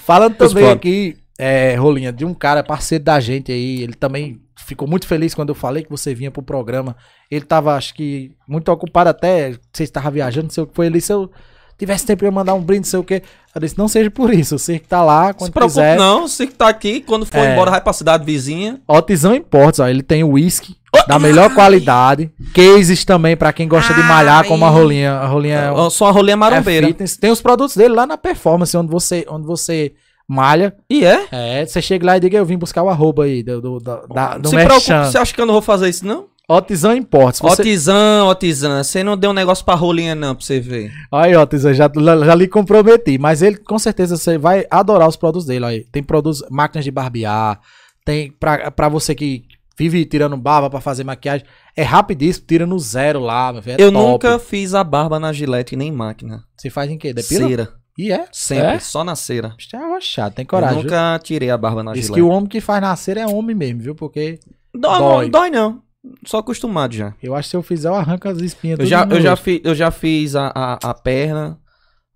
S2: Falando também
S3: Cospe.
S2: aqui, é, Rolinha, de um cara parceiro da gente aí, ele também ficou muito feliz quando eu falei que você vinha pro programa. Ele tava, acho que, muito ocupado até, você estava viajando, não sei o que foi ele, se eu tivesse tempo eu ia mandar um brinde, não sei o que. Eu disse, não seja por isso, você que tá lá,
S3: Se
S2: quando
S3: preocupe,
S2: quiser.
S3: não. Se tá aqui, quando for embora, vai pra cidade vizinha.
S2: Otizão Imports, ó, ele tem whisky da melhor qualidade, cases também pra quem gosta de malhar, como a
S3: Ai.
S2: rolinha, a rolinha é,
S3: Eu sou uma rolinha marombeira.
S2: é fitness. Tem os produtos dele lá na performance onde você, onde você malha.
S3: e é?
S2: É, você chega lá e diga eu vim buscar o arroba aí do do, do, da, do
S3: se preocupe,
S2: merchan.
S3: você acha que eu não vou fazer isso, não?
S2: Otizão Imports. Você...
S3: Otizan, Otizan, você não deu um negócio pra rolinha, não, pra você ver.
S2: Aí, Otizão, já, já lhe comprometi, mas ele com certeza você vai adorar os produtos dele aí. Tem produtos, máquinas de barbear, tem pra, pra você que vive tirando barba pra fazer maquiagem, é rapidíssimo, tira no zero lá, meu filho, é
S3: eu
S2: top.
S3: nunca fiz a barba na gilete nem máquina.
S2: Você faz em quê? Depila?
S3: Cera.
S2: E é.
S3: Sempre,
S1: É?
S3: só na cera.
S2: Isso é arrochado, tem
S3: Eu
S2: coragem. viu?
S3: nunca tirei a barba na
S2: Diz
S3: gilete.
S2: que o homem que faz nascer é homem mesmo, viu? Porque
S3: Dói,
S2: dói.
S3: Não, dói não. Sou acostumado já.
S2: eu acho que se eu fizer, eu arranco as espinhas
S3: Eu
S2: tudo
S3: já,
S2: no
S3: eu
S2: meu
S3: já,
S2: rosto.
S3: fi, eu já fiz a, a, a perna,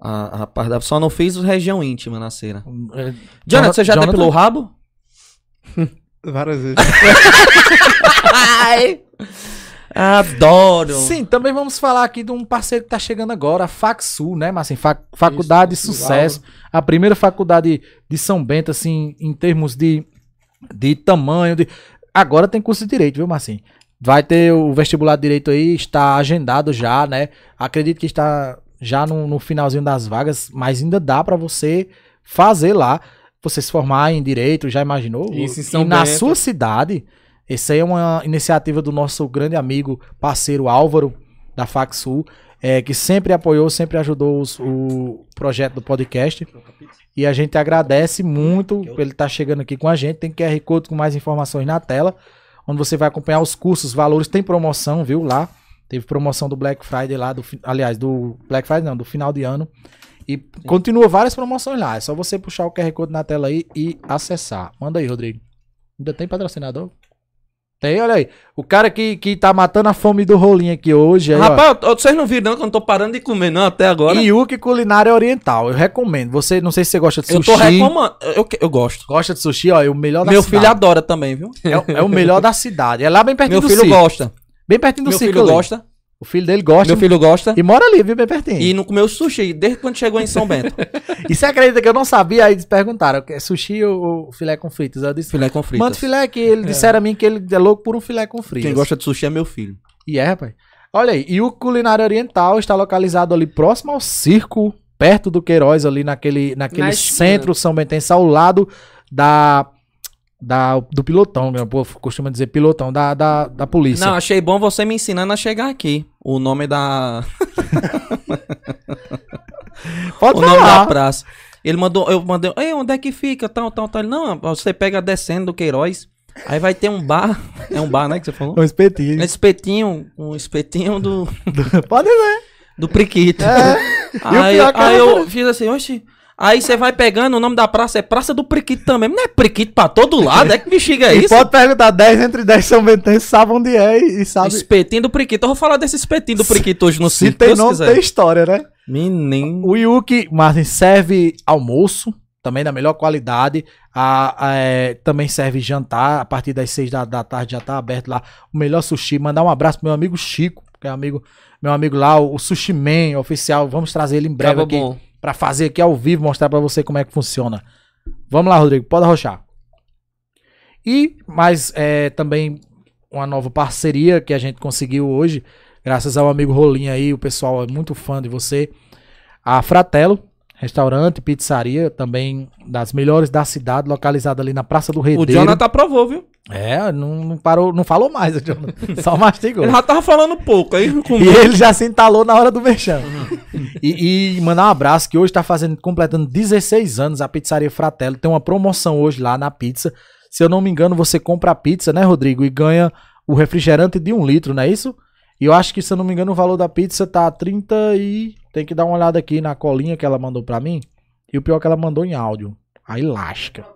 S3: a, a parte da... Só não fiz região íntima na cera.
S2: É,
S3: Jonathan, você já
S2: Jonathan?
S3: depilou o rabo?
S4: Várias vezes.
S3: Adoro.
S2: Sim, também vamos falar aqui de um parceiro que tá chegando agora, a FacSul, né, mas assim, fac- Faculdade
S1: Isso,
S2: Sucesso. A primeira faculdade de São Bento, assim, em termos de, de tamanho. De... Agora tem curso de direito, viu, Marcinho? Vai ter o vestibular de direito aí, está agendado já, né? Acredito que está já no, no finalzinho das vagas, mas ainda dá pra você fazer lá. Você se formar em direito, já imaginou?
S1: Isso, em São
S2: e na
S1: Bento.
S2: sua cidade, essa aí é uma iniciativa do nosso grande amigo, parceiro Álvaro, da FacSul, é, que sempre apoiou, sempre ajudou os- o projeto do podcast. E a gente agradece muito por ele estar chegando aqui com a gente. Tem QR Code com mais informações na tela, onde você vai acompanhar os cursos, valores, tem promoção, viu? Lá. Teve promoção do Black Friday lá, do, fi- aliás, do Black Friday não, do final de ano. E continua várias promoções lá. É só você puxar o QR Code na tela aí e acessar. Manda aí, Rodrigo. Ainda tem patrocinador? Tem, olha aí. O cara que, que tá matando a fome do rolinho aqui hoje. Aí, ó.
S3: Rapaz, eu- eu- vocês não viram não, que eu não tô parando de comer não até agora.
S2: Yuki Culinária Oriental. Eu recomendo. Você, não sei se você gosta de
S3: eu
S2: sushi.
S3: tô recomendando. Eu, que- eu gosto.
S2: Gosta de sushi, ó, é o melhor da
S3: Meu
S2: cidade.
S3: filho adora também, viu?
S2: É o- É, o melhor da cidade. É lá bem pertinho
S3: Meu
S2: do
S3: filho
S2: circo.
S3: gosta.
S2: Bem pertinho do
S3: Meu
S2: circo
S3: filho
S2: ali.
S3: gosta.
S2: O filho dele gosta.
S3: Meu filho gosta.
S2: E mora ali, viu? Bem pertinho.
S3: E não comeu sushi desde quando chegou em São Bento.
S2: E você acredita que eu não sabia? Aí eles perguntaram, é sushi ou ou filé com fritas? Eu disse,
S3: filé com fritas.
S2: manda filé que ele disseram a mim que ele é louco por um filé com fritas.
S3: Quem gosta de sushi é meu filho.
S2: E é, rapaz. Olha aí, e o Culinária Oriental está localizado ali próximo ao circo, perto do Queiroz, ali naquele, naquele
S1: Na esquina.
S2: centro São Bentense, ao lado da, da, do pilotão, né? O povo costuma dizer pilotão, da, da, da polícia.
S3: Não, achei bom você me ensinando a chegar aqui. O nome da.
S2: Pode
S3: o nome da praça. Ele mandou, eu mandei, Ei, onde é que fica? Tal, tal, tal. Ele, Não, você pega descendo do Queiroz, aí vai ter um bar. É um bar, né, que você falou?
S2: Um espetinho.
S3: Um espetinho, um espetinho do,
S2: Pode ver.
S3: do Priquito.
S2: E o
S3: Aí,
S2: pior que
S3: aí
S2: era-
S3: eu fiz assim, oxe. Aí você vai pegando, o nome da praça é Praça do Priquito também. Não é Priquito pra todo lado, é que bexiga é
S2: e
S3: isso?
S2: pode perguntar, 10 entre 10 São Bentense sabe onde é e, e sabe...
S3: Espetinho do Priquito. Eu vou falar desse espetinho do Priquito hoje no
S2: Se
S3: circo,
S2: tem
S3: Deus
S2: nome,
S3: quiser.
S2: tem história, né?
S3: Menino.
S2: O Yuki, Martin, serve almoço, também da melhor qualidade. A- a- é, também serve jantar, a partir das seis da, da tarde já tá aberto lá. O melhor sushi. Mandar um abraço pro meu amigo Chico, que é amigo, meu amigo lá, o, o Sushi Man oficial. Vamos trazer ele em breve
S1: Tava
S2: aqui
S1: bom.
S2: pra fazer aqui ao vivo, mostrar pra você como é que funciona. Vamos lá, Rodrigo, pode arrochar. E mais é, também uma nova parceria que a gente conseguiu hoje, graças ao amigo Rolinho aí, o pessoal é muito fã de você. A Fratello, restaurante, pizzaria, também das melhores da cidade, localizada ali na Praça do
S3: O
S2: Redeiro.
S3: Jonathan aprovou, viu?
S2: É, não, não parou, não falou mais, o Jonathan, só mastigou.
S3: Ele já tava falando pouco, aí
S2: E
S3: comeu.
S2: ele já se entalou na hora do merchan. Uhum. E, e mandar um abraço, que hoje tá fazendo, completando 16 anos a Pizzaria Fratello. Tem uma promoção hoje lá na pizza. Se eu não me engano, você compra a pizza, né, Rodrigo? E ganha o refrigerante de um litro, não é isso? E eu acho que, se eu não me engano, o valor da pizza tá 30 e... Tem que dar uma olhada aqui na colinha que ela mandou pra mim. E o pior é que ela mandou em áudio. Aí lasca.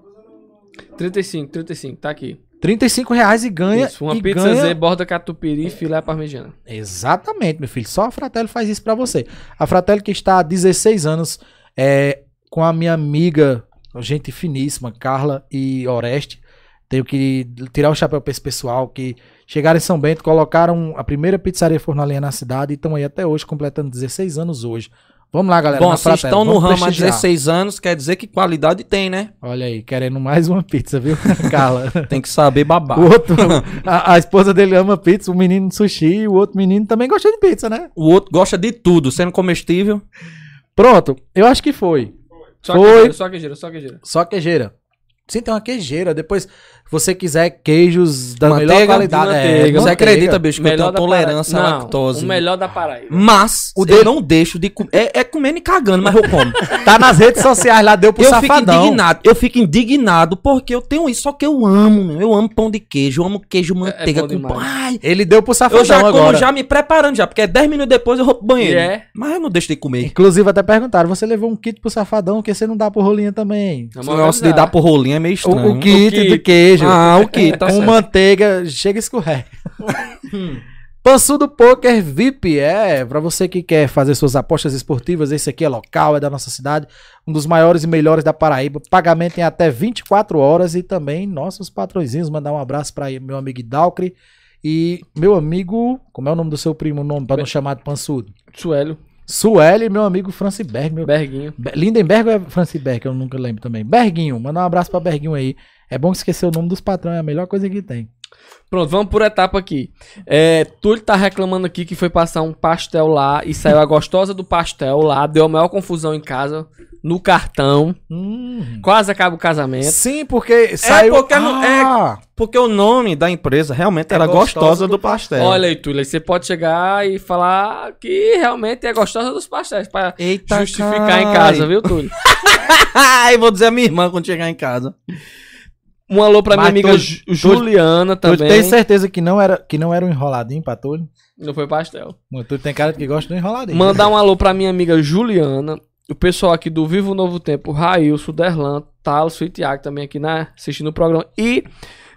S1: 35, 35, tá aqui.
S2: 35 reais e ganha...
S1: Isso, uma
S2: e
S1: pizza
S2: ganha...
S1: Z, borda catupiry e filé parmegiana.
S2: Exatamente, meu filho. Só a Fratelli faz isso pra você. A Fratelli que está há 16 anos é, com a minha amiga, gente finíssima, Carla e Oreste. Tenho que tirar o chapéu pra esse pessoal que chegaram em São Bento, colocaram a primeira pizzaria fornalinha na cidade e estão aí até hoje, completando 16 anos hoje. Vamos lá, galera.
S3: Bom,
S2: na
S3: se
S2: Fratelli,
S3: estão no
S2: vamos
S3: ramo há
S2: prestigiar.
S3: 16 anos, quer dizer que qualidade tem, né?
S2: Olha aí, querendo mais uma pizza, viu, Carla?
S3: Tem que saber babar.
S2: o outro, a, a esposa dele ama pizza, o menino sushi e o outro menino também gosta de pizza, né?
S3: O outro gosta de tudo, sendo comestível.
S2: Pronto, eu acho que foi.
S1: Só
S2: Foi.
S1: queijeira, só queijeira, só queijeira.
S2: Só queijeira. Sim, tem uma queijeira. Depois, se você quiser queijos da melhor qualidade. é,
S1: manteiga.
S3: Você
S2: manteiga.
S3: acredita, bicho, que eu tenho uma
S1: da Paraíba.
S3: tolerância à
S1: Não,
S3: lactose. Hum,
S1: O melhor da Paraíba.
S3: Mas
S2: O
S3: eu
S2: dele-
S3: não deixo de comer. É, é comendo e cagando, mas eu como.
S2: Tá nas redes sociais lá, deu pro
S3: eu fico
S2: safadão.
S3: indignado. Eu fico indignado porque eu tenho isso, só que eu amo, meu. Eu amo pão de queijo, eu amo queijo manteiga
S1: bom
S3: com pão.
S1: demais.
S3: Ai,
S2: Ele deu pro safadão
S3: eu já como
S2: agora.
S3: já me preparando já, porque é 10 minutos depois eu vou pro banheiro.
S1: E é?
S3: Mas eu não deixo de comer.
S2: Inclusive, até perguntaram: você levou um kit pro safadão, que você não dá pro rolinha também.
S1: É
S3: Esse negócio de dar pro rolinho é meio
S2: O,
S3: estranho.
S2: o kit
S1: O
S2: de
S1: kit.
S2: queijo.
S3: Ah, o que?
S2: com manteiga, chega a escorrer. Pansudo Poker VIP, é, pra você que quer fazer suas apostas esportivas, esse aqui é local, é da nossa cidade, um dos maiores e melhores da Paraíba, pagamento em até 24 horas e também nossos patrõezinhos, mandar um abraço pra meu amigo Dalcre e meu amigo, como é o nome do seu primo, o nome, pra não chamar de Pansudo?
S1: Suélio,
S2: Sueli e meu amigo Franciberg, meu
S1: Berguinho.
S2: Be- Lindenberg ou é Franciberg? Eu nunca lembro também. Berguinho, mandar um abraço pra Berguinho aí. É bom esquecer o nome dos patrões, é a melhor coisa que tem.
S1: Pronto, vamos por etapa aqui. É, Túlio tá reclamando aqui que foi passar um pastel lá e saiu a gostosa do pastel lá, deu a maior confusão em casa, no cartão, quase acaba o casamento.
S2: Sim, porque saiu.
S3: Hum. porque não- é-
S2: Ah,
S3: Porque o nome da empresa realmente era gostosa, do pastel.
S1: Olha aí, Túlio, aí você pode chegar e falar que realmente é gostosa dos pastéis, pra
S3: Eita,
S1: justificar em casa, viu, Túlio?
S3: Ai, vou dizer a minha irmã quando chegar em casa.
S1: Um alô pra minha
S2: Mas
S1: amiga
S2: Túlio-
S1: Ju- Juliana
S2: tu
S1: também.
S2: tem certeza que não era, que não era um enroladinho pra Túlio?
S1: Não foi pastel.
S2: Mano, Túlio tem cara que gosta do enroladinho.
S1: Mandar um alô pra minha amiga Juliana. O pessoal aqui do Vivo Novo Tempo, Railson, Derlan, Talos e Tiago também aqui na, assistindo o né, programa. E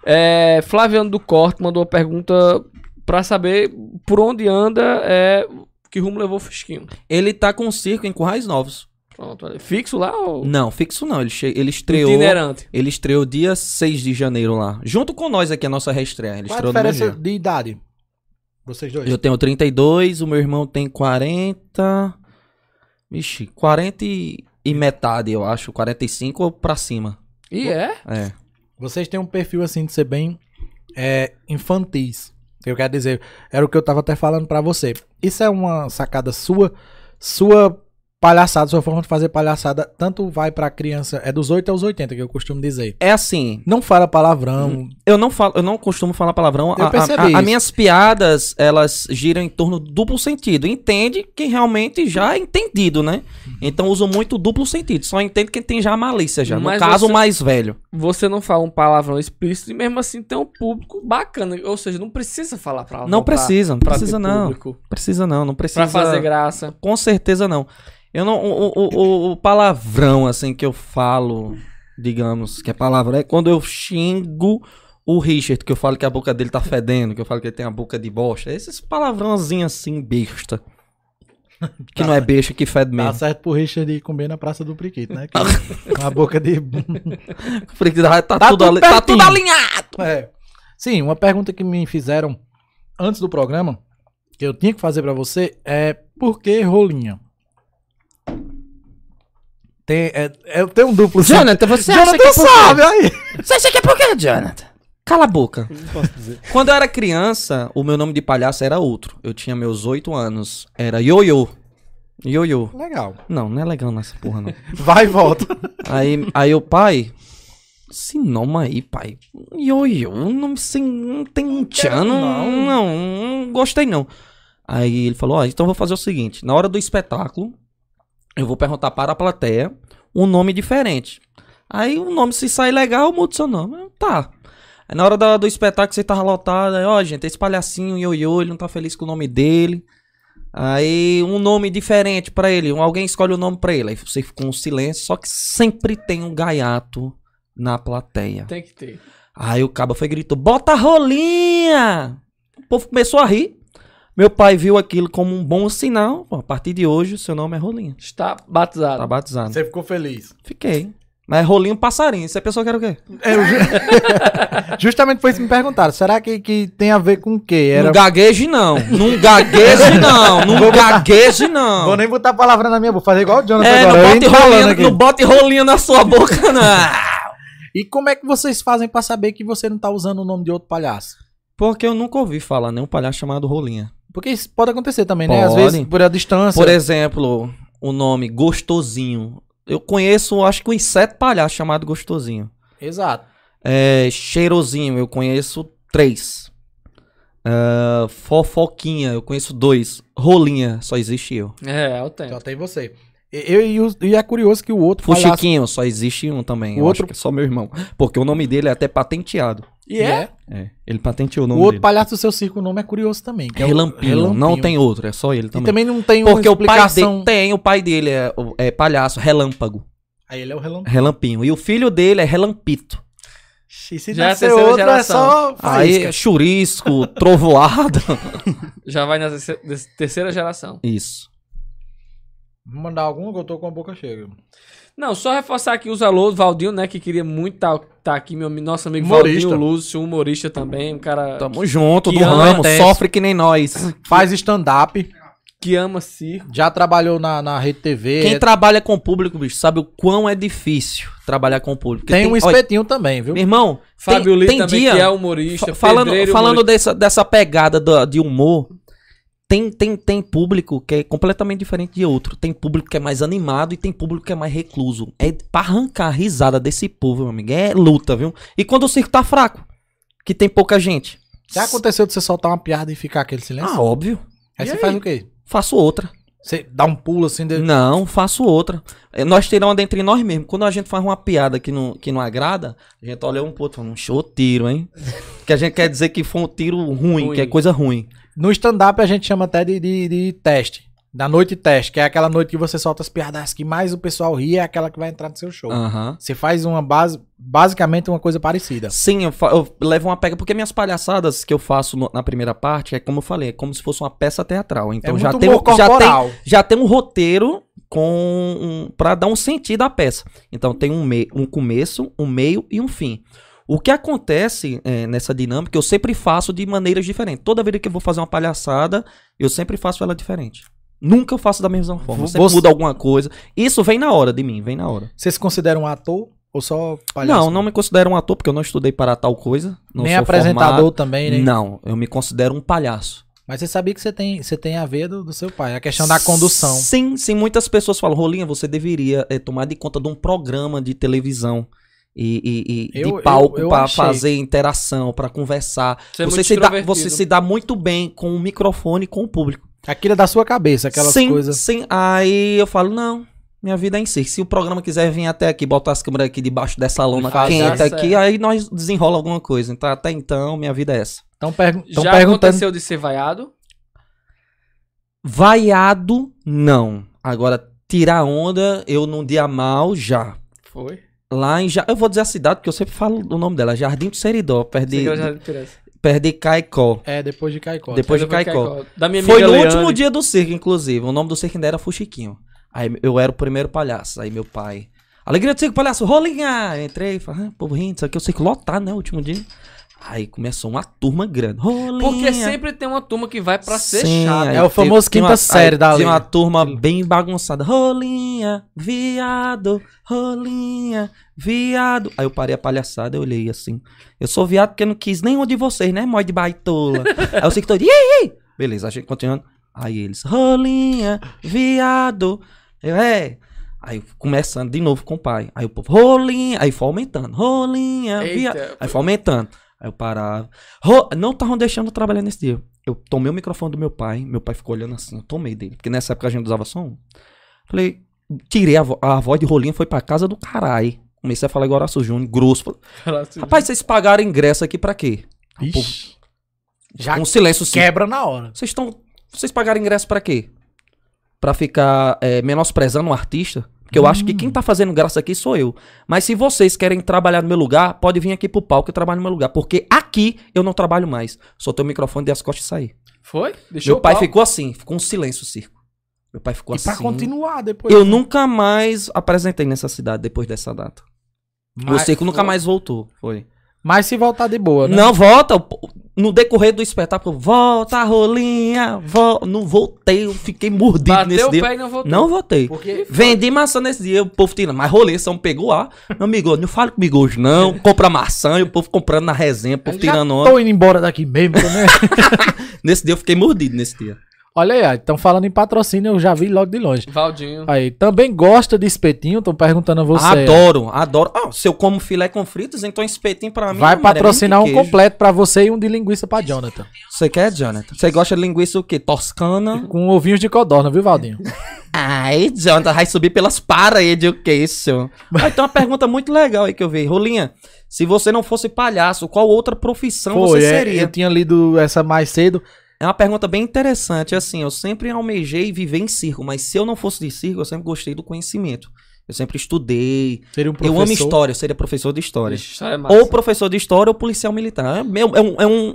S1: É, Flaviano do Corte mandou uma pergunta pra saber por onde anda, é, que rumo levou o Fisquinho.
S3: Ele tá com um circo em Currais Novos.
S1: Pronto, olha. fixo lá ou
S3: Não, fixo não. Ele, che... ele estreou.
S1: itinerante?
S3: Ele estreou dia 6 de janeiro lá. Junto com nós aqui, a nossa reestreia. Ele
S2: Qual a
S3: estreou no mesmo
S2: diferença
S3: dia.
S2: de idade? Vocês dois?
S3: Eu tenho 32, o meu irmão tem 40. Vixe, 40 e, e metade, eu acho. 45 ou pra cima.
S1: E é?
S3: É.
S2: Vocês têm um perfil assim de ser bem é, infantis. Eu quero dizer, era o que eu tava até falando pra você. Isso é uma sacada sua, sua palhaçada, sua forma de fazer palhaçada, tanto vai pra criança, é dos 8 aos 80 que eu costumo dizer.
S3: É assim,
S2: Não fala palavrão,
S3: eu não falo, eu não costumo falar palavrão.
S2: Eu
S3: A- a-
S2: percebi
S3: a-
S2: isso.
S3: As minhas piadas, elas giram em torno do duplo sentido. Entende quem realmente já é entendido, né?
S2: Uhum.
S3: Então uso muito duplo sentido. Só entende quem tem já a malícia já. No
S1: Mas
S3: caso, o
S1: você-
S3: mais velho.
S1: Você não fala um palavrão explícito e mesmo assim tem um público bacana. Ou seja, não precisa falar palavrão.
S3: Não
S1: pra-
S3: precisa, não
S1: pra ter
S3: precisa não.
S1: público,
S3: Precisa não, não precisa.
S1: Pra fazer graça.
S3: Com certeza não. Eu não. O, o- o- o palavrão, assim, que eu falo, digamos, que é palavra, é quando eu xingo o Richard, que eu falo que a boca dele tá fedendo, que eu falo que ele tem a boca de bosta. Esses palavrãozinhos assim, besta. Que não é besta, que fede
S2: dá
S3: mesmo.
S2: Tá certo pro Richard ir comer na Praça do Priquito, né? Que, com a boca de...
S3: Porque Tá, tá
S2: Tá
S3: tudo
S2: tudo
S3: ali- tá tudo
S2: pertinho.
S3: alinhado.
S2: É. Sim, uma pergunta que me fizeram antes do programa, que eu tinha que fazer pra você, é por que rolinha? Tem, é, é, tem um duplo sentido.
S3: você é
S2: Jonathan sabe aí.
S3: Você acha que é por quê, Jonathan? Cala a boca.
S4: Não posso dizer.
S3: Quando eu era criança, o meu nome de palhaço era outro. Eu tinha meus oito anos. Era Yoyo. Yoyo.
S2: Legal.
S3: Não, não é legal nessa porra, não.
S2: Vai e volta.
S3: Aí, aí o pai. Esse nome aí, pai. Ioiô, um nome sem. Não tem um tchan. Não, não, não gostei não. Aí ele falou: Ó, então eu vou fazer o seguinte: na hora do espetáculo, eu vou perguntar para a plateia um nome diferente. Aí o nome, se sair legal, eu mudo seu nome. Eu, Tá. Aí na hora da- do espetáculo, você tava lotado. Aí, ó, gente, esse palhacinho ioiô, ele não tá feliz com o nome dele. Aí um nome diferente pra ele, um- alguém escolhe o nome pra ele. Aí você fica um silêncio, só que sempre tem um gaiato na plateia.
S1: Tem que ter.
S3: Aí o cabo foi e gritou: "Bota a rolinha!". O povo começou a rir. Meu pai viu aquilo como um bom sinal. Pô, a partir de hoje, seu nome é Rolinha.
S1: Está batizado.
S3: Tá batizado.
S2: Você ficou feliz.
S3: Fiquei. Mas é Rolinho passarinho. Você pensou que era o quê?
S2: Justamente foi isso que me perguntaram. Será que, que tem a ver com o quê? Era...
S3: Não gagueje, não. Não gagueje, não. Não gagueje, não.
S2: Vou nem botar palavra na minha, vou fazer igual o Jonathan
S3: É,
S2: agora. eu
S3: não bote,
S2: enrolando
S3: rolinha,
S2: aqui.
S3: não bote rolinha na sua boca, não.
S2: E como é que vocês fazem pra saber que você não tá usando o nome de outro palhaço?
S3: Porque eu nunca ouvi falar nenhum palhaço chamado Rolinha.
S2: Porque isso pode acontecer também, né? Às
S3: Pode.
S2: vezes, por a distância.
S3: Por exemplo, o nome Gostosinho. Eu conheço, acho que uns sete palhaços chamados Gostosinho.
S2: Exato.
S3: É, Cheirosinho, eu conheço três. Ah, fofoquinha, eu conheço dois. Rolinha, só existe eu.
S1: É, é o tempo.
S3: Tá.
S2: Só Então, tem você. E- Eu, e os- e é curioso que o outro palhaço...
S3: Fuxiquinho, só existe um também.
S2: O
S3: eu
S2: outro-
S3: acho que é só meu irmão. Porque o nome dele é até patenteado.
S1: E é?
S2: É.
S3: É, ele patenteou o
S2: O
S3: nome
S2: outro
S3: dele.
S2: palhaço do seu circo, o nome é curioso também. que é o
S3: Relampinho, não tem outro, é só ele
S2: E
S3: também.
S2: também não tem
S3: Porque o pai
S2: explicação...
S3: dele tem, o pai dele é, é palhaço, relâmpago.
S2: Aí ele é o Relampinho.
S3: Relampinho. E o filho dele é Relampito.
S2: E se
S1: Já é a
S2: nascer
S1: terceira
S2: outro, é
S1: geração.
S2: só
S3: Aí,
S2: faísca.
S3: é churisco, trovoada.
S1: Já vai na terce- des- terceira geração.
S3: Isso.
S2: Vou mandar algum que eu tô com a boca cheia.
S1: Não, só reforçar aqui os alôs, Valdinho, né, que queria muito estar aqui, meu nosso amigo
S2: Humorista.
S1: Valdinho Lúcio, humorista também, um cara
S3: Tamo junto,
S1: que
S3: do
S1: ano
S3: ramo,
S1: é esse?
S3: sofre que nem nós.
S2: Faz stand-up,
S1: que ama circo.
S2: já trabalhou na, na Rede TV.
S3: Quem
S2: é-
S3: trabalha com o público, bicho, sabe o quão é difícil trabalhar com o público. Porque
S2: tem um
S3: olha,
S2: espetinho também, viu?
S3: Meu irmão,
S1: Fábio
S3: tem,
S1: Lito
S3: tem
S1: também,
S3: dia...
S1: que é humorista,
S3: fa- falando
S1: pedreiro,
S3: falando dessa, dessa pegada da- de humor, tem, tem, tem público que é completamente diferente de outro. Tem público que é mais animado e tem público que é mais recluso. É pra arrancar a risada desse povo, meu amigo. É luta, viu? E quando o circo tá fraco, que tem pouca gente.
S2: Já aconteceu de você soltar uma piada e ficar aquele silêncio?
S3: Ah, óbvio.
S2: aí
S1: e
S2: você
S1: aí?
S2: faz o quê?
S3: Faço outra.
S2: Você dá um pulo assim... De...
S3: Não, faço outra. É, Nós tiramos uma dentre nós mesmos. Quando a gente faz uma piada que não, que não agrada, a gente olha um pro outro e fala, um show tiro, hein? que a gente quer dizer que foi um tiro ruim,
S1: Ruim.
S3: que é coisa ruim.
S2: No stand-up a gente chama até de, de, de teste. Da noite teste, que é aquela noite que você solta as piadas que mais o pessoal ri, é aquela que vai entrar no seu show.
S3: Aham.
S2: Você faz uma base, basicamente uma coisa parecida.
S3: Sim, eu, fa- eu levo uma pega. Porque minhas palhaçadas que eu faço no- na primeira parte é como eu falei, é como se fosse uma peça teatral. Então
S2: é
S3: já,
S2: muito
S3: tem,
S2: humor
S3: um- já, tem,
S2: corporal.
S3: já tem um roteiro com um, para dar um sentido à peça. Então tem um, mei- um começo, um meio e um fim. O que acontece eh, nessa dinâmica, eu sempre faço de maneiras diferentes. Toda vez que eu vou fazer uma palhaçada, eu sempre faço ela diferente. Nunca eu faço da mesma forma. Eu sempre
S2: Você-
S3: mudo alguma coisa. Isso vem na hora de mim, vem na hora.
S2: Você se considera um ator ou só palhaço?
S3: Não, não me considero um ator porque eu não estudei para tal coisa. Não
S2: Nem
S3: sou
S2: apresentador
S3: formado.
S2: também, né?
S3: Não, eu me considero um palhaço.
S2: Mas você sabia que você tem, você tem a ver do, do seu pai, a questão da condução.
S3: Sim, sim. Muitas pessoas falam, Rolinha, você deveria eh, tomar de conta de um programa de televisão e, e- e
S2: Eu-
S3: de palco
S2: eu- eu
S3: para
S2: achei.
S3: fazer interação, para conversar.
S1: Você é
S3: você,
S1: muito
S3: se dá,
S1: extrovertido.
S3: você se dá muito bem com o microfone e com o público.
S2: Aquilo é da sua cabeça, aquelas
S3: sim,
S2: coisas.
S3: sim. Aí eu falo, não. Minha vida é em si. Se o programa quiser vir até aqui, botar as câmeras aqui debaixo dessa lona
S1: Fazer
S3: quente
S1: certo.
S3: aqui, aí nós desenrola alguma coisa. Então, até então, minha vida é essa.
S2: Estão perguntando.
S1: Já
S2: perguntando.
S1: aconteceu de ser vaiado?
S3: Vaiado, não. Agora, tirar onda, eu num dia mal, já.
S1: Foi.
S3: Lá em. Ja- Eu vou dizer a cidade, porque eu sempre falo o nome dela. Jardim do Seridó, perto
S1: Você
S3: de,
S1: que é eu já tirei.
S3: perto de Caicó.
S2: É, depois de Caicó.
S3: Depois de
S1: Eu já fui
S3: Caicó.
S1: Da minha amiga
S3: Foi no
S1: Leandre.
S3: último dia do circo, inclusive. O nome do circo ainda era Fuxiquinho. Aí eu era o primeiro palhaço. Aí meu pai. Alegria do circo, palhaço, rolinha! Eu entrei, falei, ah, povo rindo, isso aqui eu sei que lotar, né? O último dia. Aí começou uma turma grande. Rolinha!
S1: Porque sempre tem uma turma que vai pra ser
S3: Sim,
S1: chata.
S3: aí
S2: É o
S3: teve-
S2: famoso
S3: tinha
S2: quinta
S3: uma-
S2: série
S3: aí
S2: da
S3: Tinha
S2: lei.
S3: uma turma bem bagunçada. Rolinha, viado, rolinha, viado. Aí eu parei a palhaçada, eu olhei assim. Eu sou viado porque eu não quis nenhum de vocês, né, mó de baitola. aí eu sei que todo Beleza, a gente continuando. Aí eles, rolinha, viado. Eu, é. Aí eu começando de novo com o pai. Aí o povo, rolinha. Aí foi aumentando. Rolinha, viado.
S1: Eita.
S3: Aí foi aumentando. Aí eu parava. Ro- Não estavam deixando eu trabalhar nesse dia. Eu tomei o microfone do meu pai. Meu pai ficou olhando assim. Eu tomei dele. Porque nessa época a gente usava só um. Falei, tirei a, vo- a voz de rolinha. Foi pra casa do caralho. Comecei a falar igual Horácio Júnior, grosso. Falei, Rapaz, vocês pagaram ingresso aqui pra quê?
S2: Ixi, já
S3: Um silêncio sim.
S2: quebra na hora.
S3: Vocês estão. Vocês pagaram ingresso pra quê? Pra ficar é, menosprezando um artista? Porque eu acho que quem tá fazendo graça aqui sou eu. Mas se vocês querem trabalhar no meu lugar, pode vir aqui pro palco que eu trabalho no meu lugar. Porque aqui eu não trabalho mais. Só tenho o microfone de as costas e sair.
S1: Foi? Deixou
S3: meu pai
S1: o pau?
S3: ficou assim, ficou um silêncio o circo. Meu pai ficou
S2: E
S3: assim.
S2: pra continuar é. depois.
S3: Eu nunca mais apresentei nessa cidade depois dessa data.
S2: Mas,
S3: o circo nunca mais voltou. Foi.
S2: Mas se voltar de boa, né?
S3: Não, volta. No decorrer do espetáculo, volta, rolinha. Vol... Não voltei, eu fiquei mordido
S1: Bateu
S3: nesse
S1: o
S3: dia.
S1: pé e não voltou.
S3: Não voltei.
S1: Porque
S3: Vendi maçã nesse dia, o povo tira. Mas rolinha, só não pegou ar. Meu amigo, não fala comigo hoje, não. Compra maçã, e o povo comprando na resenha, o povo
S2: Eu já
S3: tirando onda.
S2: Tô indo embora daqui mesmo também.
S3: Nesse dia eu fiquei mordido nesse dia.
S2: Olha aí, ó, então falando em patrocínio, eu já vi logo de longe.
S1: Valdinho.
S2: Aí, também gosta de espetinho? Tô perguntando a você. é.
S3: Adoro, adoro. Ah, se eu como filé com fritas, então espetinho pra mim.
S2: Vai
S3: não, mano, é
S2: patrocinar
S3: muito
S2: um
S3: queijo.
S2: completo pra você e um de linguiça pra Jonathan.
S3: Você quer, Jonathan? Você gosta de linguiça o quê? Toscana?
S2: Com ovinhos de codorna, viu, Valdinho?
S3: Ai, Jonathan, vai subir pelas paredes, o que é isso? Ah, tem uma pergunta muito legal aí que eu vi. Rolinha, se você não fosse palhaço, qual outra profissão
S2: Foi,
S3: você
S2: é,
S3: seria?
S2: eu tinha lido essa mais cedo.
S3: É uma pergunta bem interessante, assim, eu sempre almejei viver em circo, mas se eu não fosse de circo, eu sempre gostei do conhecimento. Eu sempre estudei.
S2: Seria um professor.
S3: Eu amo história, eu seria professor de história.
S1: Ixi, História é massa.
S3: Ou professor de história ou policial militar. É, meu- é um, é um-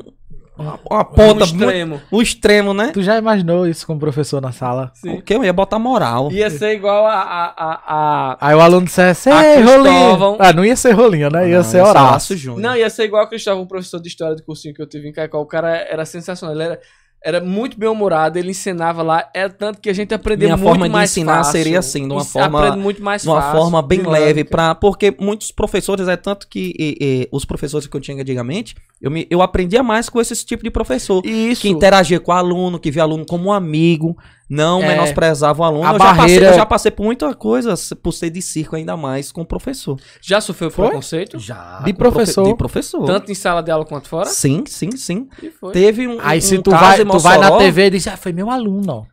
S3: uma, uma ponta,
S1: Um
S3: muito- um extremo,
S1: extremo.
S3: né?
S2: Tu já imaginou isso como professor na sala?
S1: Sim.
S3: O que eu ia botar moral.
S1: Ia ser igual a... a, a, a...
S2: Aí o aluno "É, dissesse, ei,
S1: Cristóvão-
S2: Rolinho. Ah, não ia ser Rolinho, né? Ia
S3: Ah,
S2: ser Horácio.
S3: Horácio Júnior.
S1: Não, ia ser igual a Cristóvão, um professor de história do cursinho que eu tive em Caicó. O cara era sensacional. Ele era, era muito bem-humorado, ele ensinava lá. É tanto que a gente aprendeu
S3: Minha
S1: muito
S3: forma de
S1: mais
S3: ensinar
S1: fácil.
S3: seria assim, de uma
S1: Ens-
S3: forma-
S1: Aprende muito mais
S3: de uma
S1: fácil,
S3: forma bem
S1: dinâmica.
S3: leve para porque muitos professores é tanto que e, e, os professores que eu tinha antigamente eu me eu aprendia mais com esse tipo de professor
S2: Isso.
S3: que interagia com o aluno que via aluno como um amigo não
S1: É.
S3: menosprezava o aluno
S2: A
S3: eu, já passei,
S2: barreira-
S3: eu já passei por muita coisa se- por ser de circo ainda mais com o professor Ah,
S1: Já sofreu
S2: Foi?
S1: preconceito?
S3: já
S2: De professor.
S3: de professor
S1: Tanto em sala de aula quanto fora?
S3: sim sim sim
S1: E foi.
S3: teve um
S2: Aí
S3: um
S2: se tu
S3: caso
S2: vai,
S3: em
S2: tu vai na
S3: Mossoró,
S2: TV e diz, ah, foi meu aluno, ó.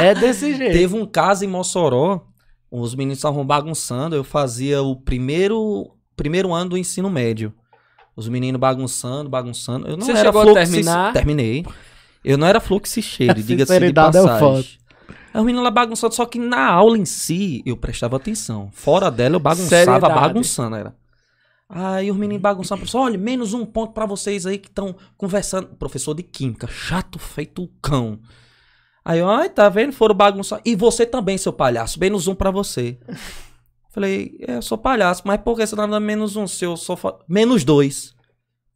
S2: é desse jeito.
S3: Teve um caso em Mossoró, os meninos estavam bagunçando, eu fazia o primeiro, primeiro ano do ensino médio. Os meninos bagunçando, bagunçando. Eu não
S1: Você
S3: era
S1: chegou a
S3: fluxo e-
S1: terminar?
S3: Terminei. Eu não era fluxo e cheiro, diga-se de
S2: sinceridade é o
S3: passagem. Aí o menino lá bagunçando, só que na aula em si eu prestava atenção. Fora dela eu bagunçava,
S1: Seriedade.
S3: bagunçando era. Aí os meninos bagunçavam, professor, olha, menos um ponto pra vocês aí que estão conversando. Professor de Química, chato feito o cão. Aí, eu, ai, tá vendo? Foram bagunçar. E você também, seu palhaço, menos um pra você. Falei, é, eu sou palhaço, mas por que você tá me dando menos um, seu só fa- Menos dois.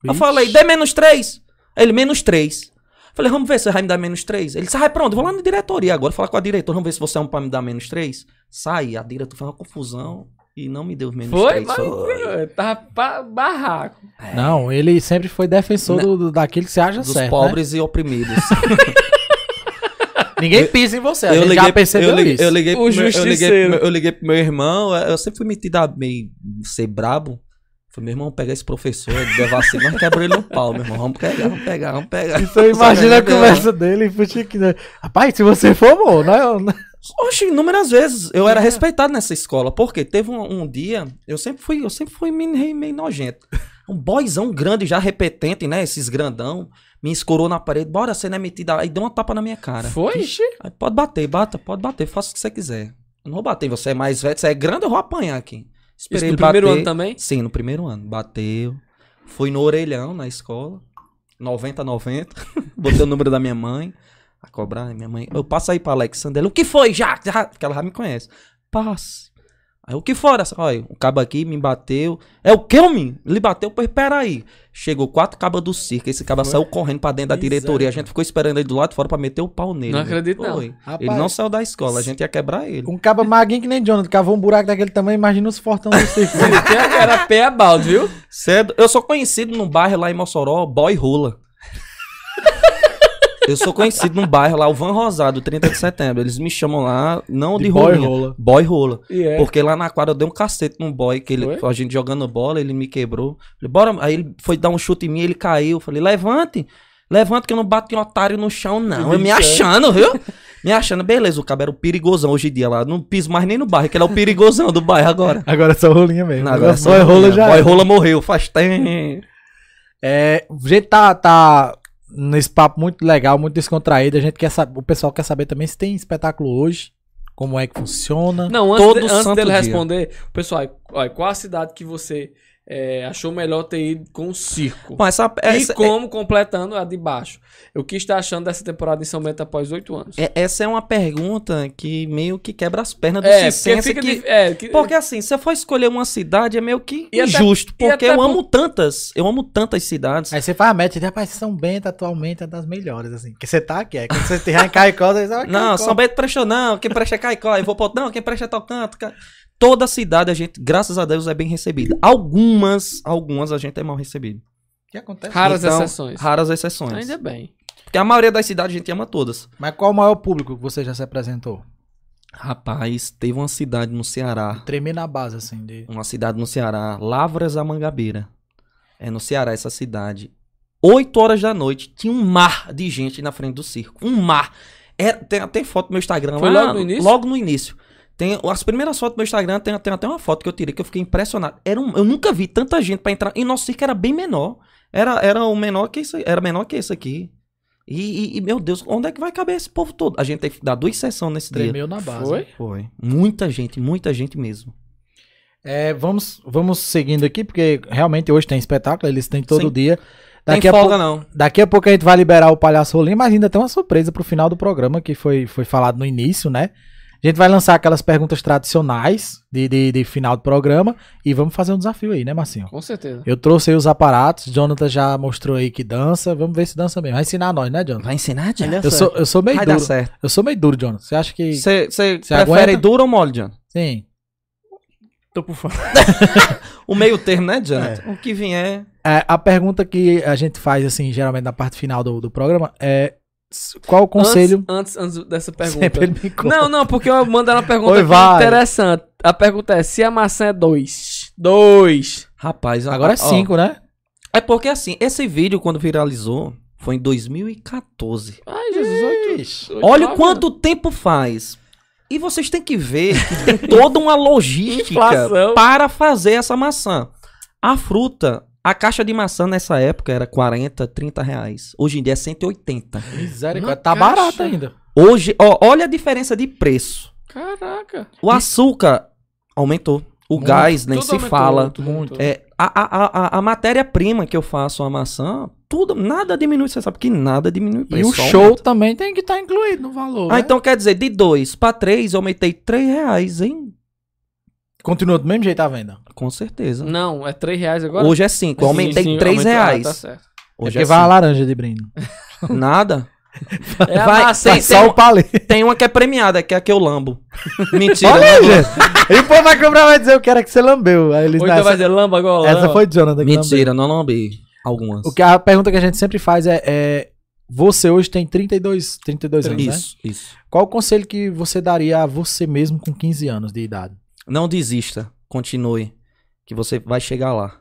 S3: Eu falei, dê menos três. Ele, menos três. Falei, vamos ver se você vai me dar menos três. Ele disse, ah, pronto, vou lá na diretoria agora, falar com a diretora, vamos ver se você é um pra me dar menos três. Sai, a diretora fez uma confusão e não me deu menos
S1: Foi,
S3: três.
S1: mas eh, tava pra barraco.
S2: Não, ele sempre foi defensor do, do- daquilo que você acha
S3: Dos
S2: Tá certo.
S3: pobres e oprimidos.
S2: né? Ninguém pisa em você, a
S3: eu
S2: gente
S3: liguei,
S2: já percebeu
S3: eu liguei,
S2: isso.
S3: Eu liguei,
S1: O
S3: pro meu, eu, liguei, pro
S1: justiceiro.
S3: meu- eu liguei pro meu irmão, é, eu eu sempre fui metido a meio ser brabo. Falei, meu irmão, pega esse professor, ele der vacina, nós quebramos ele no pau, meu irmão. Vamos pegar, vamos pegar, vamos pegar.
S2: Você Então imagina a
S3: Meu
S2: conversa dele e puxa que. Rapaz, se você for, amor, não é.
S3: Oxe, inúmeras vezes eu
S1: Uhum.
S3: era respeitado nessa escola. Porque teve um, um dia, eu sempre fui, eu sempre fui meio, meio nojento. Um boyzão grande, já repetente, né? Esses grandão, me escorou na parede, bora, você não é metido. Aí deu uma tapa na minha cara.
S1: Foi? Ixi.
S3: Aí pode bater, bata, pode bater, faça o que você quiser. Eu não vou bater, em você é mais velho, você é grande, eu vou apanhar aqui.
S1: Isso
S3: Esperei
S1: no
S3: ele
S1: primeiro
S3: bater.
S1: ano também?
S3: Sim, no primeiro ano. Bateu. Fui no orelhão na escola. 90 90. Botei o número da minha mãe. A cobrar, minha mãe. Eu passo aí pra Alexandre. Ela, O que foi, já? Já- Porque ela já me conhece. Passe. Aí, o que fora? Olha, o cabo aqui me bateu. É o que, homem? Ele bateu, pois peraí. Chegou quatro cabas do circo. Esse caba saiu correndo pra dentro da
S1: Miséria.
S3: diretoria. A gente ficou esperando ele do lado de fora pra meter o pau nele.
S1: Não
S3: né?
S1: acredito, não.
S3: Foi. Ele
S2: Rapaz.
S3: não saiu da escola. A gente ia quebrar ele.
S2: Um cabo magrinho que nem Jonathan, cavou um buraco daquele tamanho, imagina os fortão do circo.
S1: Ele era pé a balde, viu?
S3: Cedo. Eu sou conhecido num bairro lá em Mossoró, Boy Rula. Eu sou conhecido num bairro lá, o Van Rosado, 30 de setembro. Eles me chamam lá, não de,
S2: De boy
S3: rolinha,
S2: rola.
S3: Boy rola.
S1: E é.
S3: Porque lá na quadra eu dei um cacete num boy, que ele,
S1: Foi?
S3: a gente jogando bola, ele me quebrou. Falei, bora. Aí ele foi dar um chute em mim, ele caiu. Falei, levante. Levante que eu não bato em otário no chão, não. Eu me achando, viu? Me achando, beleza, o cara era o perigosão hoje em dia lá. Não piso mais nem no bairro, que ele é o perigosão do bairro agora.
S2: Agora é só rolinha mesmo.
S3: Não,
S2: agora
S3: agora
S2: só é rola já.
S3: Boy rola morreu, faz tempo.
S2: É, a gente tá, tá nesse papo muito legal, muito descontraído. A gente quer saber, o pessoal quer saber também se tem espetáculo hoje, como é que funciona.
S1: Não, antes,
S3: Todo
S1: de- antes
S3: santo
S1: dele
S3: dia.
S1: responder, pessoal, aí, olha, qual a cidade que você eh, achou melhor ter ido com o circo?
S3: Bom, essa,
S1: e
S3: essa, é
S1: como, completando a de baixo. O que está achando dessa temporada em São Bento após oito anos?
S3: é, essa é uma pergunta que meio que quebra as pernas do
S1: É,
S3: é,
S1: porque fica
S3: que,
S1: dif- é, que-
S3: Porque assim, se você for escolher uma cidade, é meio que
S1: E até-
S3: injusto.
S1: e até
S3: porque
S1: É,
S3: eu amo tantas, eu amo tantas cidades.
S2: Aí você faz a meta, e diz, rapaz, São Bento atualmente é das melhores, assim. Porque você tá aqui, é. Quando você estiver em Caicó, você diz, ah,
S3: Não,
S2: Caicó.
S3: São Bento presta não, quem presta é Caicó, eu vou pro não, quem presta é tal canto. ca- Toda cidade a gente, graças a Deus, é bem recebida. Algumas, algumas a gente é mal recebido.
S2: O que acontece?
S1: Raras
S3: Então,
S1: exceções.
S3: Raras exceções.
S1: Ainda bem.
S3: Porque a maioria das cidades a gente ama todas.
S2: Mas qual o maior público que você já se apresentou?
S3: Rapaz, teve uma cidade no Ceará
S2: Tremer na base, assim, de...
S3: uma cidade no Ceará, Lavras da Mangabeira. É no Ceará essa cidade. 8 horas da noite, tinha um mar de gente na frente do circo. Um mar. Era- tem até foto no meu Instagram
S1: Foi
S3: lá.
S1: logo no início?
S3: Logo no início. Tem, as primeiras fotos do meu Instagram, tem, tem até uma foto que eu tirei que eu fiquei impressionado. Era um- eu nunca vi tanta gente pra entrar. E nosso circo era bem menor. Era, era o menor que isso, era menor que esse aqui. E, e- e, meu Deus, onde é que vai caber esse povo todo? A gente tem que dar duas sessões nesse dia.
S2: Tremeu na base.
S1: Foi?
S3: Foi. Muita gente, muita gente mesmo.
S2: É, vamos, vamos seguindo aqui, porque realmente hoje tem espetáculo, eles têm todo
S3: Sim.
S2: dia.
S3: Tem
S2: Daqui a,
S3: folga
S2: pouco,
S3: não.
S2: daqui a pouco a gente vai liberar o Palhaço Rolim, mas ainda tem uma surpresa pro final do programa, que foi, foi falado no início, né? A gente vai lançar aquelas perguntas tradicionais de, de, de final do programa e vamos fazer um desafio aí, né, Marcinho?
S1: Com certeza.
S2: Eu trouxe aí os aparatos, Jonathan já mostrou aí que dança, vamos ver se dança mesmo. Vai ensinar nós, né, Jonathan?
S3: Vai ensinar, John?
S2: Eu sou, eu sou meio
S3: Vai dar
S2: duro.
S3: certo.
S2: Eu sou meio duro, Jonathan. Você acha que.
S3: Você
S2: Cê
S3: prefere
S2: aguenta?
S3: duro ou mole, John?
S2: Sim.
S4: Tô por fora.
S3: O meio termo, né, John? O que vier.
S2: É, a pergunta que a gente faz, assim, geralmente na parte final do, do programa é s- qual o conselho.
S1: Antes, antes, antes dessa
S2: Sempre
S1: pergunta.
S2: ele me conta.
S1: Não, não, porque eu mando uma pergunta
S2: Oi,
S1: aqui
S2: vai.
S1: interessante. A pergunta é: se a maçã é dois? Dois.
S3: Rapaz,
S2: Agora é
S3: Ah, ó,
S2: cinco, né?
S3: é porque assim, esse vídeo, quando viralizou, foi em 2014.
S1: Ai, Jesus, oito.
S2: Ixi.
S1: oito,
S3: Olha
S1: nove
S3: quanto tempo faz. E vocês têm que ver que tem toda uma logística
S1: Inflação.
S3: para fazer essa maçã. A fruta, A caixa de maçã nessa época era 40, 30 reais. Hoje em dia é 180.
S2: Misericórdia.
S1: Uma
S2: Tá
S1: caixa.
S2: barato ainda.
S3: Hoje, ó, olha a diferença de preço.
S1: Caraca.
S3: O açúcar aumentou. O
S2: Muito.
S3: gás nem
S1: Tudo
S3: se
S1: aumentou,
S3: fala.
S1: tudo
S2: Muito.
S1: aumentou.
S3: É, a a, a, a matéria-prima que eu faço, a maçã, tudo, nada diminui. Você sabe que nada diminui o
S2: E
S3: preço.
S2: o tá-
S3: só
S2: show
S3: aumenta.
S2: também tem que estar incluído no valor.
S3: Ah,
S2: né?
S3: então quer dizer, de 2 para 3, eu aumentei 3 reais, hein?
S2: Continua do mesmo jeito a venda.
S3: Com certeza.
S1: Não, é 3 reais agora?
S3: Hoje é 5,
S1: Sim,
S3: aumentei
S1: sim,
S3: 3
S1: aumentou. Ah,
S3: reais.
S1: tá certo.
S3: Hoje
S2: é
S3: é
S2: que vai a
S3: cinco.
S2: laranja de brinde. Tá
S3: Nada.
S1: É a
S3: Vai,
S1: maçã.
S3: tem-
S2: Só o palito.
S3: Tem uma que é premiada, que é a que eu lambo. Mentira.
S2: Olha aí,
S3: não.
S2: gente. E o povo vai comprar vai dizer o que era que você lambeu. Aí eles,
S1: Ou
S2: não,
S1: então vai
S2: essa,
S1: dizer lamba agora.
S2: essa
S1: lamba.
S2: foi de Jonathan que lambeu.
S3: Mentira, não lambi. Algumas.
S2: O que é a pergunta que a gente sempre faz é, é, você hoje tem 32, 32 anos, né?
S3: Isso, isso.
S2: Qual o conselho que você daria a você mesmo com 15 anos de idade?
S3: Não desista. Continue. Que você vai chegar lá,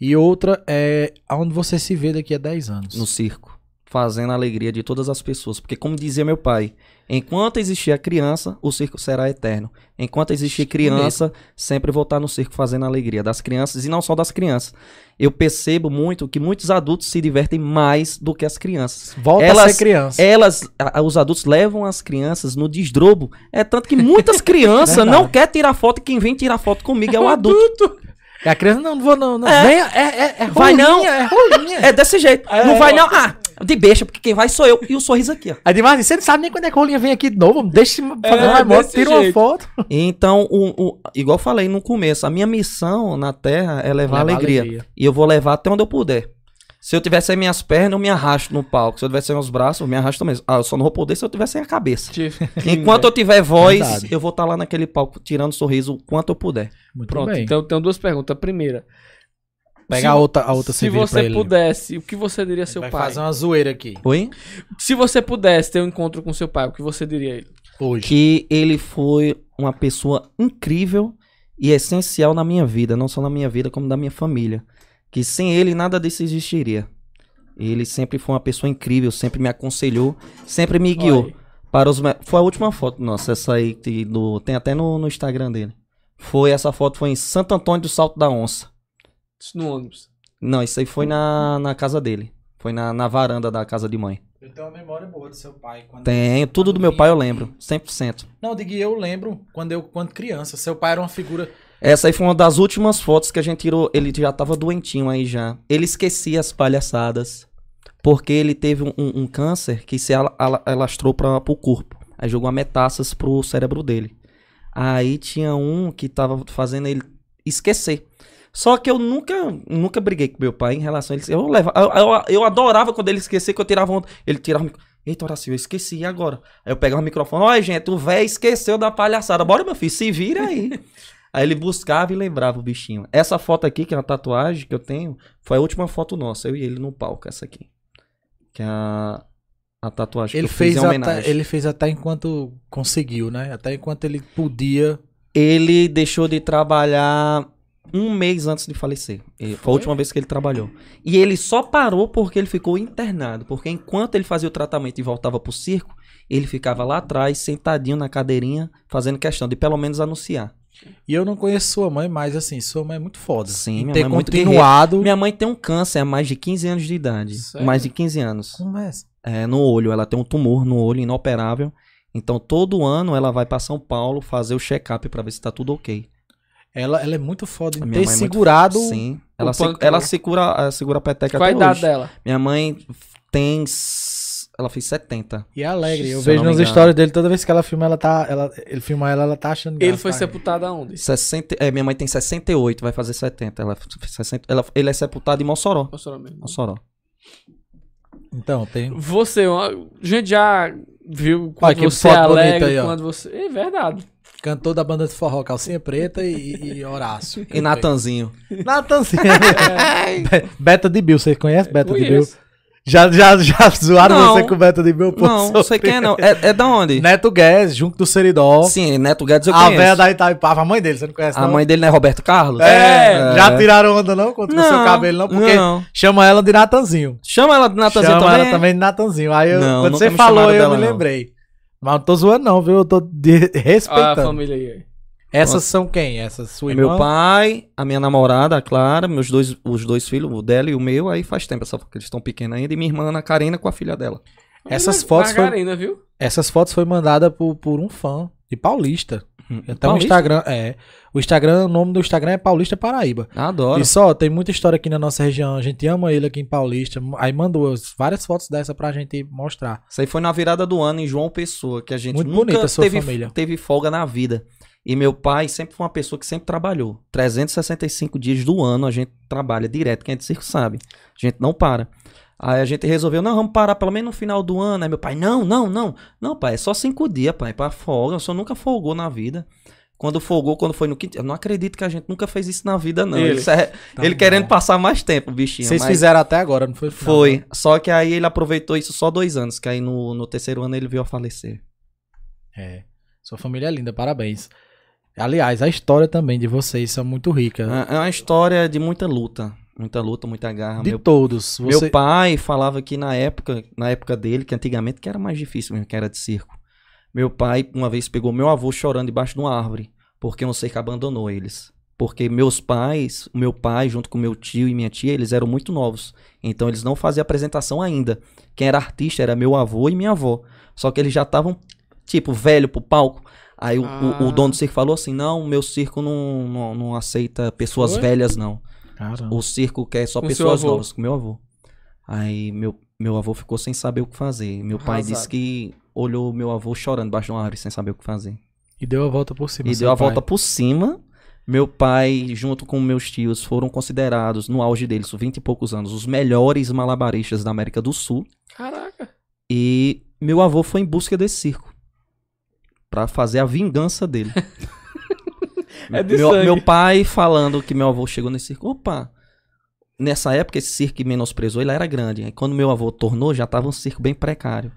S2: E outra é aonde você se vê daqui a 10 anos.
S3: no circo. Fazendo a alegria de todas as pessoas. Porque, como dizia meu pai, enquanto existir a criança, o circo será eterno. Enquanto existir criança, sempre vou estar no circo fazendo a alegria das crianças e não só das crianças. Eu percebo muito que muitos adultos se divertem mais do que as crianças.
S2: Volta a
S3: Elas-
S2: ser criança.
S3: Elas, a- os adultos levam as crianças no desdrobo. É tanto que muitas crianças
S2: Verdade.
S3: não querem tirar foto e quem vem tirar foto comigo é o adulto.
S2: E a criança, não, não vou não. não.
S3: É.
S2: Vem, é, é, é
S3: Vai
S2: rolinha,
S3: não.
S2: É rolinha.
S3: É desse jeito.
S2: É.
S3: não vai não. Ah, de beixa, porque quem vai sou eu. E o sorriso aqui, ó.
S2: Aí demais, você não sabe nem quando é que a rolinha vem aqui de novo. Deixa eu fazer
S1: É,
S2: uma moto,
S1: desse
S2: tira uma
S1: jeito.
S2: foto.
S3: Então, o, o- igual eu falei no começo, a minha missão na Terra é levar, alegria. E eu vou levar até onde eu puder. Se eu tiver sem minhas pernas, eu me arrasto no palco. Se eu tiver sem meus braços, eu me arrasto mesmo. Ah, eu só não vou poder se eu tiver sem a cabeça. Enquanto eu tiver voz,
S2: Verdade.
S3: eu vou estar lá naquele palco tirando sorriso o quanto eu puder.
S2: Muito
S1: Pronto,
S2: bem.
S1: então tenho duas perguntas. Primeira,
S2: Pega a outra, a outra
S1: se
S2: cerveja pra
S1: você
S2: ele.
S1: pudesse, o que você diria a seu
S2: Vai
S1: pai?
S2: fazer uma zoeira aqui.
S3: Oi?
S1: Se você pudesse ter um encontro com seu pai, o que você diria a ele?
S2: Hoje.
S3: que ele foi uma pessoa incrível e essencial na minha vida, não só na minha vida, como da minha família. Que sem ele nada disso existiria. Ele sempre foi uma pessoa incrível, sempre me aconselhou, sempre me guiou.
S1: Olha aí.
S3: Para os me- Foi a última foto, nossa, essa aí que do- tem até no, no Instagram dele. Foi essa foto, foi em Santo Antônio do Salto da Onça.
S1: Isso no ônibus.
S3: Não, isso aí foi na, na casa dele. Foi na, na varanda da casa de mãe.
S2: Eu tenho uma memória boa do seu pai. Quando...
S3: Tem, tudo do meu pai eu lembro, 100%.
S2: Não, digo, eu lembro quando eu, quando criança. Seu pai era uma figura.
S3: Essa aí foi uma das últimas fotos que a gente tirou. Ele já tava doentinho aí já. Ele esquecia as palhaçadas. Porque ele teve um, um- um câncer que se ala- ala- alastrou para o corpo. Aí jogou metástases pro cérebro dele. Aí tinha um que tava fazendo ele esquecer. Só que eu nunca, nunca briguei com meu pai em relação a ele. Eu, leva, eu, eu, eu adorava quando ele esquecia que eu tirava onda. Ele tirava o micro- Eita, Horácio, eu esqueci, e agora? Aí eu pegava o microfone. Olha, gente, o véio esqueceu da palhaçada. Bora, meu filho, se vira aí. Aí ele buscava e lembrava o bichinho. Essa foto aqui, que é uma tatuagem que eu tenho, foi a última foto nossa, eu e ele no palco, essa aqui. Que é a, a tatuagem
S2: Ele
S3: que eu fiz
S2: fez,
S3: em homenagem.
S2: até, ele fez até enquanto conseguiu, né? Até enquanto ele podia.
S3: Ele deixou de trabalhar um mês antes de falecer. E Foi a última vez que ele trabalhou. E ele só parou porque ele ficou internado. Porque enquanto ele fazia o tratamento e voltava pro circo, ele ficava lá atrás, sentadinho na cadeirinha, fazendo questão de pelo menos anunciar.
S2: E eu não conheço sua mãe, mas assim, sua mãe é muito foda.
S3: Sim,
S2: E
S3: minha
S2: ter
S3: mãe é muito
S2: continuado.
S3: Minha mãe tem um câncer há mais de 15 anos de idade.
S1: Sério?
S3: Mais de 15 anos.
S2: Como é essa?
S3: É, no olho. Ela tem um tumor no olho inoperável. Então, todo ano ela vai pra São Paulo fazer o check-up pra ver se tá tudo ok.
S2: Ela, ela é muito foda
S3: A
S2: em
S3: minha
S2: ter
S3: mãe é muito
S2: segurado.
S3: Sim. Ela, se,
S1: pâncreas.
S3: ela segura, eh, segura a peteca
S1: Qual a
S3: até
S1: idade
S3: hoje.
S1: dela?
S3: Minha mãe tem... s- Ela fez 70.
S2: E é alegre. Eu
S3: Se eu
S2: vejo
S3: não me
S2: nas
S3: engano.
S2: histórias dele, toda vez que ela filma, ela tá. Ela, ele filma ela, ela tá achando
S1: Ele
S2: graça,
S1: foi
S2: tá?
S1: sepultado aonde?
S3: 60, é, minha mãe tem 68, vai fazer 70. Ela, f- 60, ela- ele é sepultado em Mossoró.
S1: Posicionamento.
S3: Mossoró.
S2: Então, tem.
S1: Você, ó, a gente já viu
S2: Olha
S1: quando
S2: que
S1: você é
S2: foto bonita
S1: alegre,
S2: aí, ó.
S1: quando você... É verdade.
S2: Cantor da banda de forró, calcinha preta e, e Horácio.
S3: E Natanzinho.
S2: Natanzinho. Be- Beta de Bill, você conhece Beta de Bill?
S1: É, Conheço.
S2: Já, já, já zoaram
S3: Não.
S2: você com Beta de Bill? Pô,
S3: Não, não
S2: sou-
S3: sei quem é não. É, é da onde?
S2: Neto Guedes, junto do Seridó.
S3: Sim, Neto Guedes eu
S2: Né? a
S3: conheço.
S2: véia da Itaipava, a mãe dele, você não conhece
S3: A
S2: não?
S3: mãe dele não é Roberto Carlos?
S2: É,
S3: É.
S2: já tiraram onda não contra o seu cabelo não, porque
S3: não.
S2: chama ela de Natanzinho.
S3: Chama ela de Natanzinho
S2: chama
S3: também.
S2: ela também de Natanzinho. Aí eu,
S3: Não,
S2: quando
S3: nunca
S2: você
S3: me
S2: falou,
S3: chamaram
S2: eu
S3: dela,
S2: me
S3: não. Ah,
S2: lembrei. Mas não tô zoando não, viu? Eu tô de-
S1: Olha a
S2: respeitando.
S1: família aí.
S2: Essas são quem? Essas sua
S3: É
S2: irmã?
S3: meu pai, a minha namorada, a Clara, meus dois, os dois filhos, o dela e o meu, aí faz tempo, só que eles estão pequenos ainda, e minha irmã Ana Karina com a filha dela.
S2: Essas fotos foi-
S1: Margarina, viu?
S2: Essas fotos foi mandada por, por um fã de Paulista. Então o
S3: Hum, Paulista?
S2: Instagram, é, o Instagram, o nome do Instagram é Paulista Paraíba.
S3: Adoro.
S2: E só, tem muita história aqui na nossa região, a gente ama ele aqui em Paulista. Aí mandou as- várias fotos dessa pra gente mostrar.
S3: Isso aí foi na virada do ano em João Pessoa, que a gente
S2: Muito
S3: nunca
S2: bonita a sua
S3: teve,
S2: família.
S3: teve folga na vida. E meu pai sempre foi uma pessoa que sempre trabalhou. 365 dias do ano a gente trabalha direto, quem é de circo sabe. A gente não para. Aí a gente resolveu, não, vamos parar pelo menos no final do ano. Aí meu pai, não, não, não. Não, pai, é só cinco dias, pai, pra folga. O senhor nunca folgou na vida. Quando folgou, quando foi no quinto... Eu não acredito que a gente nunca fez isso na vida, não.
S1: Ele.
S3: Isso é-
S2: Tá
S3: ele
S2: bom.
S3: querendo passar mais tempo, bichinho.
S2: Vocês
S3: mas-
S2: fizeram até agora, não foi?
S3: foi. Só que aí ele aproveitou isso só dois anos, que aí no, no terceiro ano ele veio a falecer.
S2: É. Sua família é linda, parabéns. Aliás, a história também de vocês são muito rica.
S3: É é uma história de muita luta. Muita luta, muita garra.
S2: de
S3: Meu,
S2: todos. Você...
S3: meu pai falava que na época, na época dele, que antigamente que era mais difícil mesmo, que era de circo. Meu pai, uma vez, pegou meu avô chorando debaixo de uma árvore, porque um cerco abandonou eles. Porque meus pais, meu pai, junto com meu tio e minha tia, eles eram muito novos. Então eles não faziam apresentação ainda. Quem era artista era meu avô e minha avó. Só que eles já estavam, tipo, velho pro palco. Aí o, o- o
S1: Ah.
S3: dono do circo falou assim: não, meu circo não, não, não aceita pessoas
S1: Foi?
S3: velhas, não.
S2: Caramba.
S3: O circo quer só
S1: Com
S3: pessoas
S1: seu avô.
S3: novas, com meu avô. Aí meu, meu avô ficou sem saber o que fazer. Meu pai
S1: Arrasado.
S3: disse que olhou meu avô chorando debaixo de uma árvore sem saber o que fazer.
S2: E deu a volta por cima.
S3: E
S2: seu
S3: deu a
S1: é
S2: pai.
S3: volta por cima. Meu pai, junto com meus tios, foram considerados, no auge deles, vinte e poucos anos, os melhores malabaristas da América do Sul.
S1: Caraca.
S3: E meu avô foi em busca desse circo. Pra fazer a vingança dele.
S1: É de
S3: meu,
S1: sangue.
S3: meu pai falando que meu avô chegou nesse circo. Opa! Nessa época, esse circo que menosprezou, ele era grande. Aí, quando meu avô tornou, já tava um circo bem precário.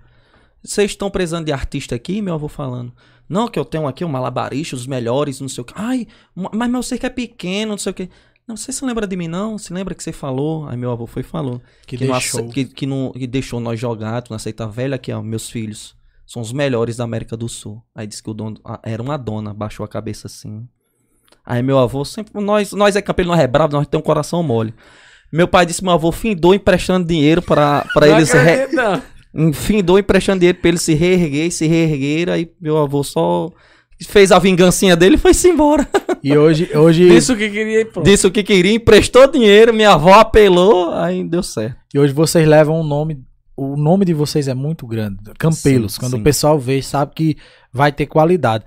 S3: Vocês estão precisando de artista aqui? Meu avô falando. Não, que eu tenho aqui um malabarista, os melhores, não sei o que. Ai, ma- mas meu circo é pequeno, não sei o que. Não, você se lembra de mim, não? Se lembra que você falou? Aí meu avô foi e falou
S2: Que,
S3: que, não ace-
S2: deixou.
S3: que, que não que deixou nós jogar, tu não aceita velho aqui, ó, é, meus filhos. São os melhores da América do Sul. Aí disse que o dono a- era uma dona, baixou a cabeça assim. Aí meu avô sempre, nós, nós é campeão, nós é bravo, nós temos um coração mole. Meu pai disse, meu avô findou emprestando dinheiro pra, pra
S1: Não
S3: eles, re,
S1: acredito, não.
S3: findou emprestando dinheiro pra eles se reerguer, e se reerguer, aí meu avô só fez a vingancinha dele e foi-se embora.
S2: E hoje, hoje,
S1: Isso que queria e pronto.
S3: Disse o que queria, emprestou dinheiro, minha avó apelou, aí deu certo.
S2: e hoje vocês levam um nome. O nome de vocês é muito grande. Campelos.
S3: Sim,
S2: Quando
S3: sim.
S2: o pessoal vê, sabe que vai ter qualidade.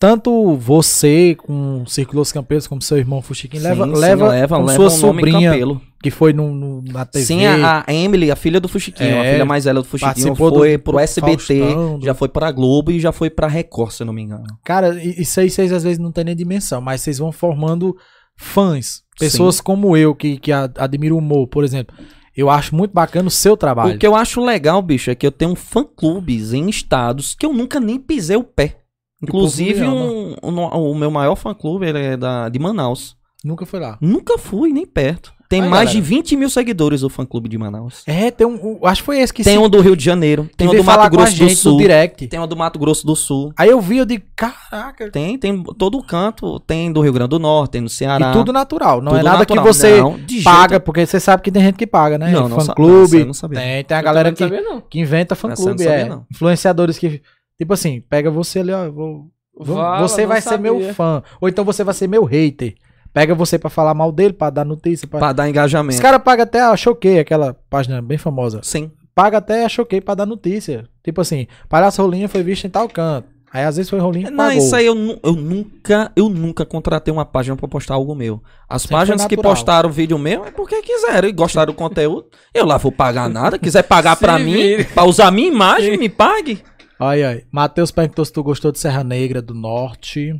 S2: Tanto você com o Círculo dos Campelos, como seu irmão Fuxiquinho, leva,
S3: Sim, sim,
S2: leva, com sua
S3: o nome
S2: sobrinha
S3: Campelo.
S2: que foi no, no- na TV.
S3: Sim, a, a Emily, a filha do Fuxiquinho,
S2: É,
S3: a filha mais velha do Fuxiquinho,
S2: participou
S3: foi
S2: do-
S3: pro
S2: do
S3: SBT,
S2: Faustão, do-
S3: já foi pra Globo e já foi pra Record, se eu não me engano.
S2: Cara, i- isso aí vocês às vezes não têm nem dimensão, mas vocês vão formando fãs. Pessoas como eu, que, que a- admiro o humor, por exemplo. Eu acho muito bacana o seu trabalho.
S3: O que eu acho legal, bicho, é que eu tenho fã-clubes em estados que eu nunca nem pisei o pé. Inclusive,
S2: povo me
S3: um, um no- o meu maior fã-clube ele é da, de Manaus.
S2: Nunca foi lá.
S3: Nunca fui, nem perto. Tem
S2: Aí,
S3: mais
S2: galera.
S3: de 20 mil seguidores o fã-clube de Manaus.
S2: É, tem um. o- Acho que foi esse que
S3: Tem
S2: se-
S3: um do Rio de Janeiro, tem um
S2: veio
S3: do Mato
S2: falar com a
S3: Grosso do
S2: gente no
S3: Sul,
S2: direct.
S3: tem um do Mato Grosso do Sul.
S2: Aí eu vi, eu digo, caraca.
S3: Tem, tem todo canto, tem do Rio Grande do Norte, tem no Ceará.
S2: E tudo natural. Não é
S3: Tudo
S2: nada
S3: natural. né?
S2: que você
S3: Não, de jeito
S2: paga, porque você sabe que tem gente que paga, né?
S3: Não, não sa- essa
S2: Fã-clube.
S3: eu não sabia.
S2: Tem, tem a
S1: Eu
S2: galera
S1: também
S2: que,
S1: não sabia, não.
S2: que inventa
S3: Essa eu não
S2: fã-clube.
S3: sabia,
S2: É,
S3: não.
S2: influenciadores que. Tipo assim, pega você ali, ó. eu Vou, Vam-
S1: Vala,
S2: você
S1: não
S2: vai ser
S1: sabia.
S2: meu fã. Ou então você vai ser meu hater. Pega você pra falar mal dele, pra dar notícia. Pra...
S3: Pra dar engajamento.
S2: Os caras pagam até a Choquei, aquela página bem famosa.
S3: Sim.
S2: Paga até a Choquei pra dar notícia. Tipo assim, Palhaço Rolinha foi visto em tal canto. Aí às vezes foi Rolinha que
S3: Não,
S2: pagou.
S3: isso aí eu, nu- eu nunca, eu nunca contratei uma página pra postar algo meu. As
S2: Sempre
S3: páginas
S2: foi
S3: que
S2: natural.
S3: postaram vídeo meu é porque quiseram e gostaram do conteúdo. Eu lá vou pagar nada, quiser pagar
S1: Se
S3: pra mim,
S1: vire.
S3: pra usar minha imagem, me pague.
S2: Aí, aí. Matheus perguntou se tu gostou de Serra Negra do Norte.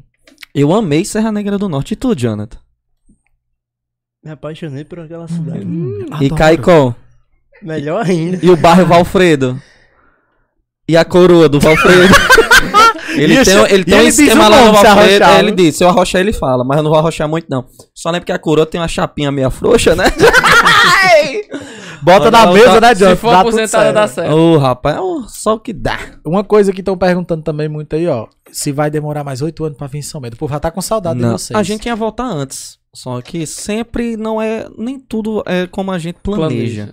S3: Eu amei Serra Negra do Norte e tu, Jonathan.
S4: Me apaixonei por aquela cidade. Hum.
S3: E Caicó.
S4: Melhor ainda.
S3: E o bairro Valfredo. E a coroa do Valfredo. Ele
S5: Ia
S3: tem,
S5: che-
S3: ele
S5: e
S3: tem um
S5: ele diz
S3: esquema
S5: o
S3: lá
S5: nome,
S3: no
S5: se
S3: Valfredo,
S5: arrochar,
S3: aí ele diz, se eu arrochar ele fala, mas eu não vou arrochar muito não. Só lembro que a coroa tem uma chapinha meia frouxa, né?
S5: Bota
S3: Olha,
S5: na
S3: não,
S5: mesa,
S3: tá-
S5: né, Jonathan?
S1: Se for
S5: Dá tudo
S1: aposentada,
S5: certo.
S1: dá certo.
S3: Ô, rapaz, ô, só o que dá.
S2: Uma coisa que estão perguntando também muito aí, ó. Se vai demorar mais oito anos pra vir em São Bento. O povo já tá com saudade
S3: Não,
S2: de vocês.
S3: A gente ia voltar antes. Só que sempre não é. Nem tudo é como a gente planeja.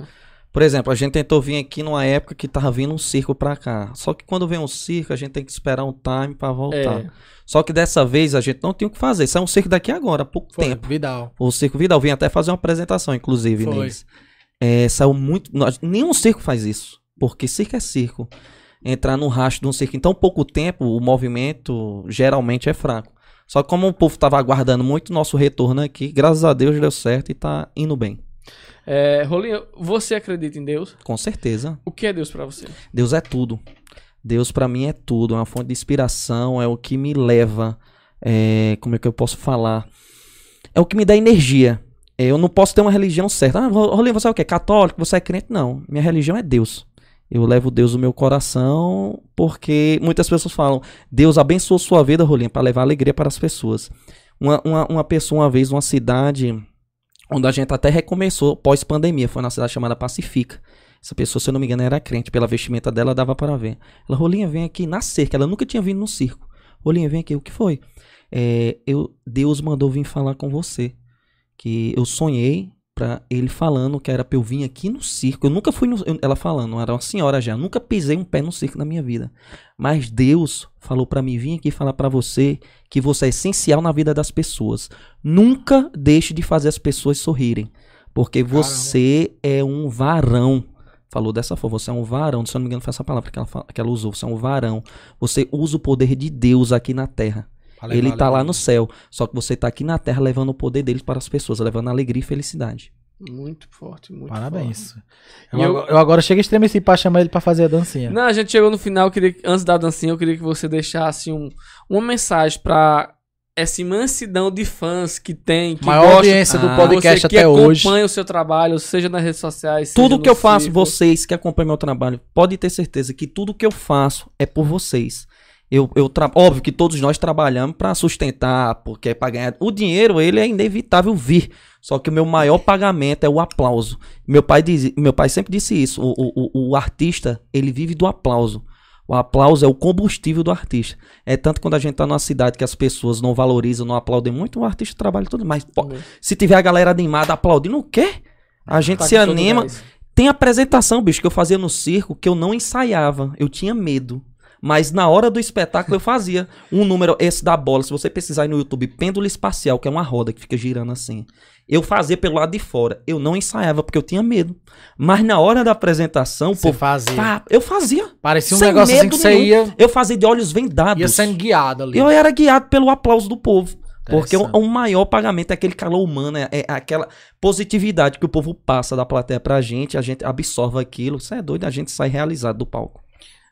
S3: Por exemplo, a gente tentou vir aqui numa época que tava vindo um circo pra cá. Só que quando vem um circo, a gente tem que esperar um time pra voltar.
S1: É.
S3: Só que dessa vez a gente não tinha o que fazer. Saiu um circo daqui agora, há pouco
S2: Foi,
S3: tempo.
S2: Vidal.
S3: O circo Vidal vinha até fazer uma apresentação, inclusive,
S2: Foi.
S3: neles. É, saiu muito. nós- nenhum circo faz isso. Porque circo é circo. Entrar no rastro de um circo em tão pouco tempo, o movimento geralmente é fraco. Só que como o povo estava aguardando muito o nosso retorno aqui, graças a Deus deu certo e tá indo bem.
S1: É, Rolinho, você acredita em Deus?
S3: Com certeza.
S1: O que é Deus pra você?
S3: Deus é tudo. Deus pra mim é tudo. É uma fonte de inspiração, é o que me leva. é, como é que eu posso falar? É o que me dá energia. É, eu não posso ter uma religião certa. Ah, Ro- Rolinho, você é o quê? Católico? Você é crente? Não. Minha religião é Deus. Eu levo Deus no meu coração porque muitas pessoas falam: Deus abençoa sua vida, Rolinho, para levar alegria para as pessoas. Uma, uma, uma pessoa, uma vez, numa cidade onde a gente até recomeçou pós-pandemia, foi na cidade chamada Pacifica. Essa pessoa, se eu não me engano, era crente. Pela vestimenta dela, dava para ver. Ela, Rolinha, vem aqui na cerca. Ela nunca tinha vindo no circo. Rolinha, vem aqui. O que foi? É, eu, Deus mandou vir falar com você. Que eu sonhei pra ele falando que era pra eu vir aqui no circo. Eu nunca fui no... eu- Ela falando, era uma senhora já. Eu nunca pisei um pé no circo na minha vida. Mas Deus falou pra mim vir aqui falar pra você que você é essencial na vida das pessoas. Nunca deixe de fazer as pessoas sorrirem. Porque você é um varão falou dessa forma, você é um varão, se eu não me engano foi essa palavra que ela, fa- que ela usou, você é um varão, você usa o poder de Deus aqui na terra,
S2: Valeu,
S3: ele
S2: valeu,
S3: tá lá
S2: valeu.
S3: no céu, só que você tá aqui na terra levando o poder dele para as pessoas, levando alegria e felicidade.
S1: Muito forte, muito forte.
S2: Parabéns.
S1: E
S2: Eu,
S1: eu-
S2: agora- eu agora chego a estremeci pra chamar ele pra fazer a dancinha.
S1: Não, a gente chegou no final, eu queria, antes da dancinha, eu queria que você deixasse um, uma mensagem pra essa imensidão de fãs que tem, que
S2: Maior
S1: gosta,
S2: audiência do
S3: Ah,
S2: podcast
S1: você que
S2: até hoje.
S1: acompanha o seu trabalho, seja nas redes sociais, seja
S3: tudo
S1: no
S3: que eu faço,
S1: circo.
S3: vocês que acompanham meu trabalho, pode ter certeza que tudo que eu faço é por vocês. Eu, eu tra- Óbvio que todos nós trabalhamos para sustentar, porque é para ganhar. O dinheiro, ele é inevitável vir. Só que o meu maior pagamento é o aplauso. Meu pai, diz... meu pai sempre disse isso. O, o, o, o artista, ele vive do aplauso. O aplauso é o combustível do artista. É tanto quando a gente tá numa cidade que as pessoas não valorizam, não aplaudem muito, o artista trabalha tudo mais.
S1: Tá
S3: Pô, se tiver a galera animada aplaudindo, o quê? A gente
S1: Tá
S3: se
S1: com todo
S3: anima,
S1: gás.
S3: tem apresentação, bicho, que eu fazia no circo que eu não ensaiava. Eu tinha medo. Mas na hora do espetáculo eu fazia. Um número, esse da bola, se você precisar ir no YouTube, pêndulo espacial, que é uma roda que fica girando assim. Eu fazia pelo lado de fora. Eu não ensaiava porque eu tinha medo. Mas na hora da apresentação,
S2: Você
S3: pô,
S2: fazia.
S1: Tá
S3: pá, eu fazia.
S2: Parecia um
S3: sem
S2: negócio assim
S3: medo
S2: que você
S3: nenhum.
S2: ia,
S3: Eu fazia de olhos vendados.
S2: ia sendo guiado ali.
S3: Eu era guiado pelo aplauso do povo. Porque o,
S2: Interessante.
S3: o maior pagamento é aquele calor humano, é, é aquela positividade que o povo passa da plateia pra gente, a gente absorve aquilo. Você é doido, a gente sai realizado do palco.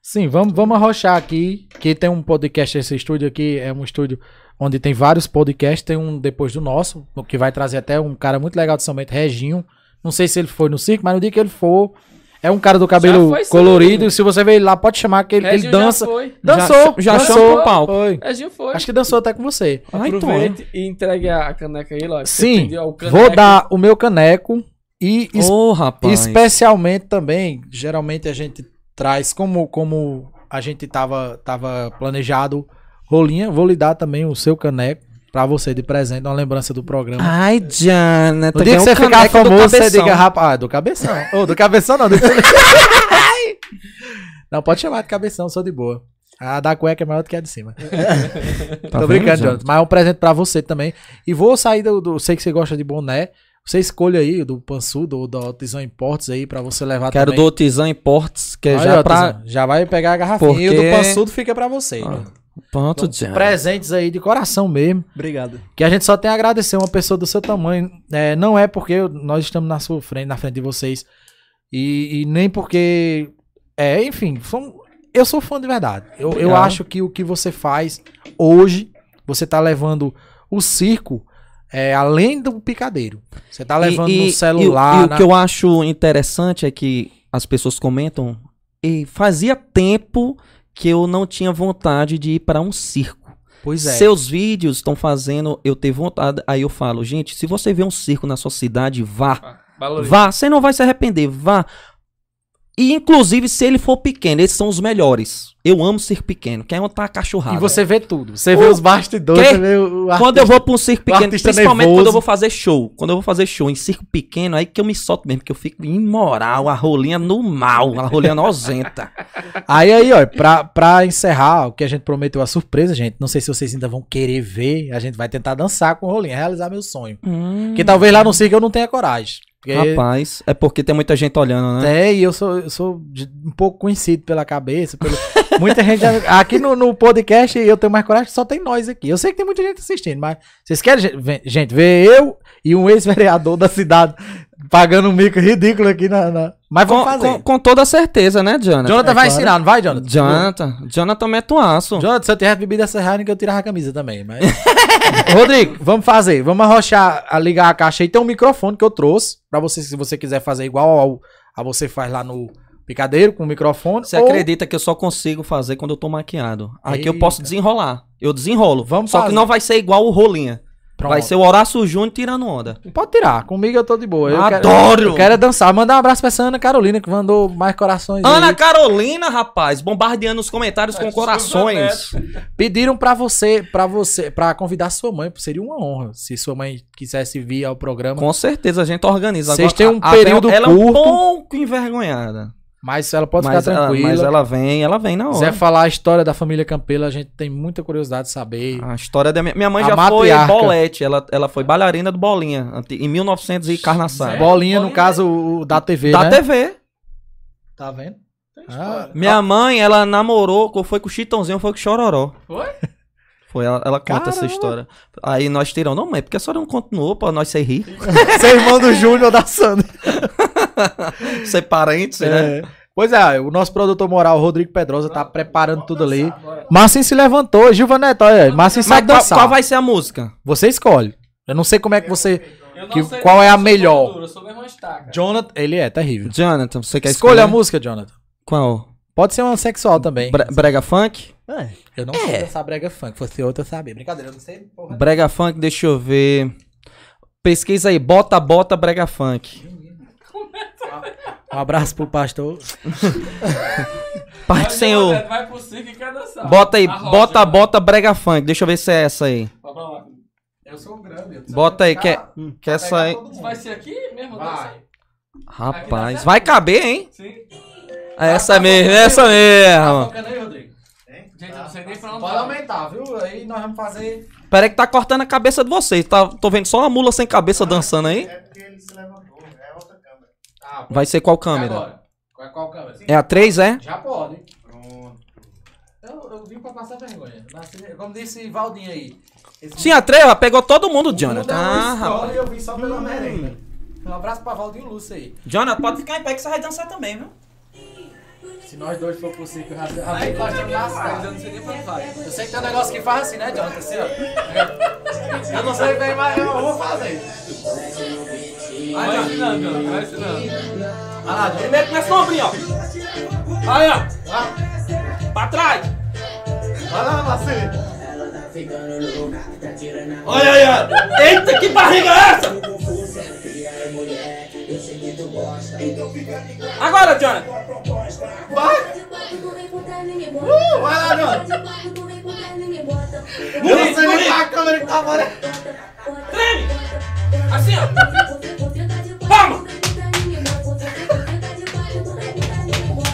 S2: Sim, vamos, vamos arrochar aqui, que tem um podcast, esse estúdio aqui é um estúdio onde tem vários podcasts, tem um depois do nosso, o que vai trazer até um cara muito legal de São Bento, Reginho, não sei se ele foi no circo, mas no dia que ele for, é um cara do cabelo
S1: foi, sim.
S2: colorido, se você ver ele lá, pode chamar que ele, que ele
S1: Reginho já
S2: dança,
S1: foi.
S2: dançou,
S3: Já- já
S2: dançou,
S3: chamou o palco.
S2: foi.
S1: Reginho foi.
S2: acho que dançou até com você.
S3: Ah, então,
S1: Aproveite e entregue a a caneca aí, Lógico.
S2: Sim, Vou dar o meu caneco e
S3: Ô, rapaz.
S2: Especialmente também, geralmente a gente traz, como, como a gente tava, tava planejado, Rolinha, vou lhe dar também o seu caneco pra você de presente, uma lembrança do programa.
S3: Ai, Jana, um
S2: No dia que você ficar famoso, você diga, rapaz, ah, do cabeção. Ô, do cabeção não. do- não, pode chamar de cabeção, sou de boa. A da cueca é maior do que a de cima.
S3: Tá
S2: Tô brincando, Jonathan. Mas é um presente pra você também. E vou sair do, do- Sei que você gosta de boné. Você escolha aí o do Pansudo ou do Tisão Imports aí pra você levar
S3: Quero
S2: também.
S3: do Tizan Imports, que é
S2: Aí,
S3: já
S2: ó,
S3: pra.
S2: Tizão, já vai pegar a garrafinha e o
S3: Porque-
S2: do Pansudo fica pra você.
S3: Ah,
S2: né?
S3: Pronto,
S2: Então,
S3: Jana.
S2: Presentes aí de coração mesmo.
S4: Obrigado.
S2: Que a gente só tem a agradecer uma pessoa do seu tamanho. É, não é porque eu- nós estamos na sua frente, na frente de vocês. E, e nem porque. É, enfim, são- eu sou fã de verdade. Eu, eu
S3: Obrigado.
S2: acho que o que você faz hoje, você tá levando o circo é, além do picadeiro. Você tá levando
S3: E- e-
S2: no
S3: E,
S2: celular.
S3: e o
S2: na-
S3: que eu acho interessante é que as pessoas comentam e fazia tempo que eu não tinha vontade de ir para um circo.
S2: Pois é.
S3: Seus vídeos estão fazendo eu ter vontade. Aí eu falo, gente, se você vê um circo na sua cidade, vá.
S1: Valoriza.
S3: Vá, você não vai se arrepender, vá. E inclusive, se ele for pequeno, esses são os melhores. Eu amo circo pequeno, que é onde tá a cachorrada.
S6: E você vê tudo. Você vê os bastidores,
S3: quê?
S6: você vê o o
S3: Quando eu vou pra um circo pequeno,
S6: artista
S3: principalmente
S6: nervoso.
S3: quando eu vou fazer show. Quando eu vou fazer show em circo pequeno, aí que eu me solto mesmo, porque eu fico imoral, a rolinha no mal, a rolinha nozenta.
S2: Aí, aí, ó, pra, pra encerrar, o que a gente prometeu a surpresa, gente. Não sei se vocês ainda vão querer ver. A gente vai tentar dançar com o rolinho, realizar meu sonho. Porque talvez lá no circo eu não tenha coragem. Hum, Porque
S3: Hum. Rapaz, é porque tem muita gente olhando, né?
S2: tem, e eu sou, eu sou de- um pouco conhecido pela cabeça. pelo- Muita gente. já- Aqui no, no podcast eu tenho mais coragem, só tem nós aqui. Eu sei que tem muita gente assistindo, mas vocês querem, gente- vem- gente, ver eu e um ex-vereador da cidade pagando um mico ridículo aqui na. na- Mas
S3: Com,
S2: vamos fazer.
S3: com- com toda certeza, né, Jonathan?
S2: Jonathan vai
S3: É claro.
S2: ensinar, não vai, Jonathan?
S3: Jonathan, Jonathan mete um aço.
S2: Jonathan, se eu tivesse bebido essa Heineken, eu tirava a camisa também, mas... Rodrigo, vamos fazer. Vamos arrochar, a- ligar a caixa aí. Tem um microfone que eu trouxe pra você, se você quiser fazer igual ao, a você faz lá no Picadeiro, com o microfone.
S3: Você
S2: ou-
S3: acredita que eu só consigo fazer quando eu tô maquiado? Aqui eu posso
S2: Eita.
S3: desenrolar. Eu desenrolo.
S2: Vamos
S3: Só
S2: fazer.
S3: que não vai ser igual o Rolinha.
S2: Pronto.
S3: Vai ser o Horácio Júnior tirando onda.
S2: Pode tirar, comigo eu tô de boa. Eu
S3: Adoro!
S2: Quero, eu quero é dançar. Mandar um abraço pra essa Ana Carolina, que mandou mais corações
S3: Ana
S2: aí.
S3: Carolina, rapaz, bombardeando os comentários
S2: É,
S3: com corações.
S2: Pediram pra você, pra você, pra convidar sua mãe. Seria uma honra se sua mãe quisesse vir ao programa.
S3: Com certeza a gente organiza.
S2: Vocês têm um
S3: a- a-
S2: período
S3: ela é um
S2: curto.
S3: pouco envergonhada.
S2: Mas ela pode
S3: mas
S2: ficar
S3: ela,
S2: tranquila.
S3: Mas ela vem, ela vem na
S2: quiser
S3: hora.
S2: falar a história da família Campelo, a gente tem muita curiosidade de saber.
S3: A história da minha, minha mãe
S2: A
S3: já foi
S2: matriarca.
S3: bolete, ela, ela foi bailarina do Bolinha ante- em 1900 e Tá Carnaçada.
S2: Bolinha, no caso, o Ah, é. da TV,
S3: Da
S2: né?
S3: TV.
S2: Tá vendo?
S3: Minha mãe, ela namorou, com- foi com o Chitãozinho, foi com o Chororó.
S1: Foi?
S3: Foi, ela, ela conta essa
S2: Caramba.
S3: história. Aí nós tiramos, não, mãe, porque a senhora não continuou pra nós ser ricos,
S2: Ser irmão do Júnior da Sandra.
S3: ser parentes, né?
S2: É. Pois é, o nosso produtor moral, Rodrigo Pedrosa, tá preparando tudo ali. Marcinho se levantou, Gilvaneto, olha, Marcinho
S3: Mas
S2: sabe
S3: qual,
S2: é dançar.
S3: qual vai ser a música?
S2: Você escolhe. Eu não sei como é que você... Que- qual é a melhor?
S1: Eu sou mesmo uma estaca.
S2: Jonathan, ele é terrível.
S3: Jonathan, você quer
S2: Escolha a
S3: escolher?
S2: música, Jonathan.
S3: Qual?
S2: Pode ser uma sexual também.
S3: Bre- brega funk?
S7: É,
S2: Eu não sei dançar brega funk, fosse outra eu sabia. Brincadeira, eu não sei. porra.
S3: Brega funk, deixa eu ver. Pesquisa aí, bota, bota, brega funk.
S2: Um abraço pro pastor.
S3: Pai do Senhor,
S1: Vai pro circo e quer dançar.
S3: bota aí,
S1: A roda,
S3: bota,
S1: né?
S3: bota, brega funk. Deixa eu ver se é essa aí.
S1: Vai pra lá. Eu sou grande. eu-
S3: Bota aí, quer, quer essa aí.
S1: Vai ser aqui mesmo?
S2: Vai.
S1: dança?
S3: Rapaz, vai caber, hein? É
S1: Sim.
S3: Essa mesmo, essa mesmo.
S1: Toca aí, Rodrigo. Gente, eu não sei nem pra onde
S2: Pode
S1: vai.
S2: Tá, aumentar, viu? Aí nós vamos fazer.
S3: Peraí que tá cortando a cabeça de vocês. Tá, tô vendo só uma mula sem cabeça dançando aí.
S2: Ah,
S3: Vai ser qual câmera?
S1: Agora. Qual, qual câmera?
S3: É a 3, é?
S2: Já pode. Eu, eu vim pra passar vergonha. Nasci- Como disse Valdinho aí. é
S3: Sim, a 3, ó, pegou todo mundo, Jonathan. Ah, rapaz.
S2: e eu vim só pela merenda. Um abraço pra Valdinho Lúcio aí.
S3: Jonathan, pode ficar em pé que você vai dançar também, viu?
S2: Se nós dois for pro circo, nós estamos lascados. Eu não sei nem pra onde vai. Eu sei que tem um negócio que faz assim, né, Jonathan? Assim, ó. Eu não sei bem, mas eu vou fazer.
S1: Vai ensinando, Jonathan, vai ensinando.
S3: Olha lá, primeiro começa sombrinho, ó. Aí, ó. Pra trás.
S2: Vai lá, Marcinho.
S3: Olha aí, ó. Eita, que barriga é essa? Agora, Jonathan.
S8: Uh, vai lá, Leandro.
S3: Eu não sei nem
S8: a câmera que tava, né? Treme!
S3: Assim,
S8: ó. Vamos!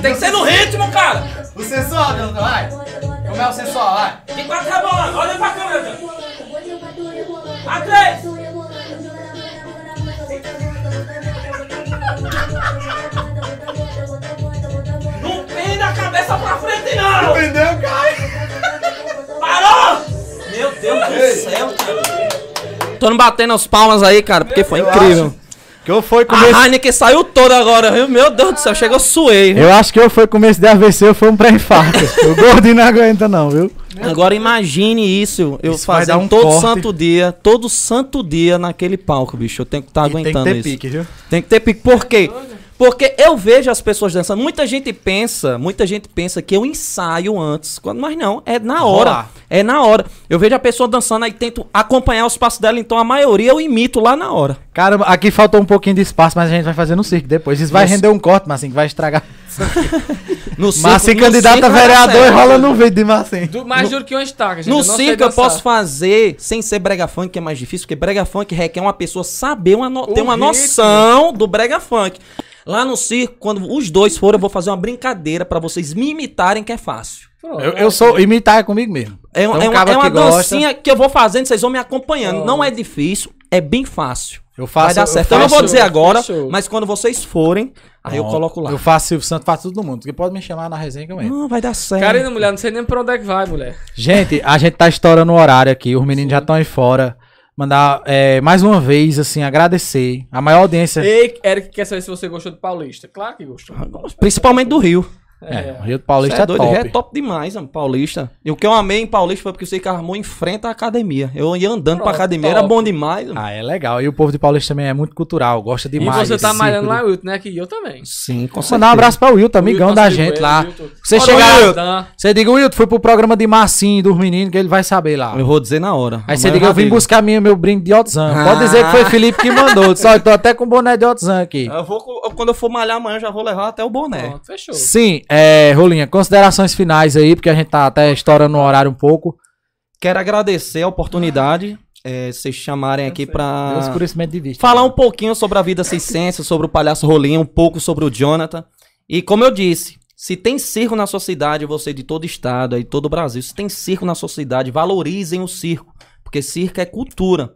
S8: Tem que ser no ritmo, cara!
S2: O sensor, Jonathan, vai. Como é o sensor, vai.
S3: De quatro rebolando. Olha pra câmera, Jonathan.
S8: A três!
S3: Não pende a cabeça pra frente, não.
S2: Entendeu, cara?
S3: Parou! Meu Deus do céu, cara. Tô não batendo as palmas aí, cara, porque foi incrível.
S2: Que eu fui comer
S6: Ah.
S3: A Heineken saiu toda agora, viu? Meu Deus do céu, chegou, eu suei. viu?
S6: Eu acho que eu foi começo de AVC, eu fui um pré-infarto. o gordinho não aguenta, não, viu?
S3: Agora imagine isso, eu
S2: Isso vai
S3: fazer
S2: dar um
S3: todo
S2: corte.
S3: santo dia, todo santo dia naquele palco, bicho. Eu tenho que estar
S2: E tem que
S3: aguentando
S2: ter
S3: isso.
S2: pique, viu?
S3: Tem que ter pique. Por quê? Porque eu vejo as pessoas dançando. Muita gente pensa, muita gente pensa que eu ensaio antes, quando- mas não, é na hora.
S2: Rolar.
S3: É na hora. Eu vejo a pessoa dançando aí tento acompanhar os passos dela, então a maioria eu imito lá na hora.
S2: Caramba, aqui faltou um pouquinho de espaço, mas a gente vai fazer no circo depois. Isso vai
S3: Isso.
S2: render um corte, mas assim, que vai estragar.
S3: No circo,
S2: Mas se
S3: no
S2: candidato
S3: circo
S2: a
S3: vai dar
S2: vereador e
S3: certo.
S2: rola no vídeo de Marcinho.
S1: Du- mais duro que uma estaca, gente.
S3: No
S1: eu não sei
S3: circo eu
S1: dançar.
S3: posso fazer sem ser brega funk, que é mais difícil, porque brega funk requer uma pessoa saber uma no- ter uma
S1: ritmo.
S3: noção do brega funk. Lá no circo, quando os dois forem, eu vou fazer uma brincadeira pra vocês me imitarem, que é fácil.
S1: Pronto.
S2: Eu, eu sou imitar é comigo mesmo.
S3: É, um-
S2: Então,
S3: é uma,
S2: cabra
S3: é uma
S2: que gosta.
S3: dancinha que eu vou fazendo, vocês vão me acompanhando. Não é difícil, é bem fácil.
S2: Eu
S3: Vai
S2: faço,
S3: dar certo.
S2: Eu,
S3: eu não vou
S1: faço-
S3: dizer agora,
S1: faço-
S3: mas quando vocês forem, aí eu
S2: Ó,
S3: coloco lá.
S2: eu faço Silvio Santos, faço tudo no mundo. Que pode me chamar na resenha que eu entro.
S3: Não, vai dar certo.
S1: Karina, mulher, não sei nem pra onde é que vai, mulher.
S2: Gente, a gente tá estourando o horário aqui, os meninos já estão aí fora. Mandar é, mais uma vez, assim, agradecer. A maior audiência.
S1: Ei, Eric, quer saber se você gostou do Paulista? Claro que gostou.
S3: Principalmente do Rio.
S2: É, o Rio do Paulista
S3: Cê
S2: é, top.
S3: é top demais, mano, Paulista. E o que eu amei em Paulista foi porque o Sei Carmon enfrenta a academia. Eu ia andando pra
S1: Pronto,
S3: academia, era
S1: top.
S3: bom demais. mano.
S2: Ah, é legal. E o povo de Paulista também é muito cultural, gosta
S1: E
S2: demais.
S1: você tá
S2: desse
S1: malhando
S2: circo
S1: lá, Wilton, né? Que eu também.
S3: Sim, com tá
S2: de- Mandar um abraço pra Wilton, amigão da gente lá. Você chegar.
S1: chegar.
S2: Você diga, Wilton, fui pro programa de Marcinho dos meninos, que ele vai saber lá.
S3: Eu vou um dizer na hora.
S2: Aí você
S3: Amanhã
S2: diga, eu vim
S3: digo.
S2: buscar minha, meu brinde de Otzan. Pode dizer que foi Felipe que mandou. Só, eu tô até com boné de Otzan aqui.
S3: Eu vou, co- quando eu for malhar amanhã, eu já vou levar até o
S2: É.
S3: boné.
S1: Pronto, fechou.
S2: Sim, é, Rolinha, considerações finais aí, porque a gente tá até estourando o horário um pouco.
S3: Quero agradecer a oportunidade, é, vocês chamarem aqui pra...
S2: Meu escurecimento de vista.
S3: falar um pouquinho sobre a vida sem senso, sobre o palhaço Rolinho, um pouco sobre o Jonathan. E como eu disse, se tem circo na sua cidade, você de todo estado, aí de todo o Brasil, se tem circo na sua cidade, valorizem o circo, porque circo é cultura.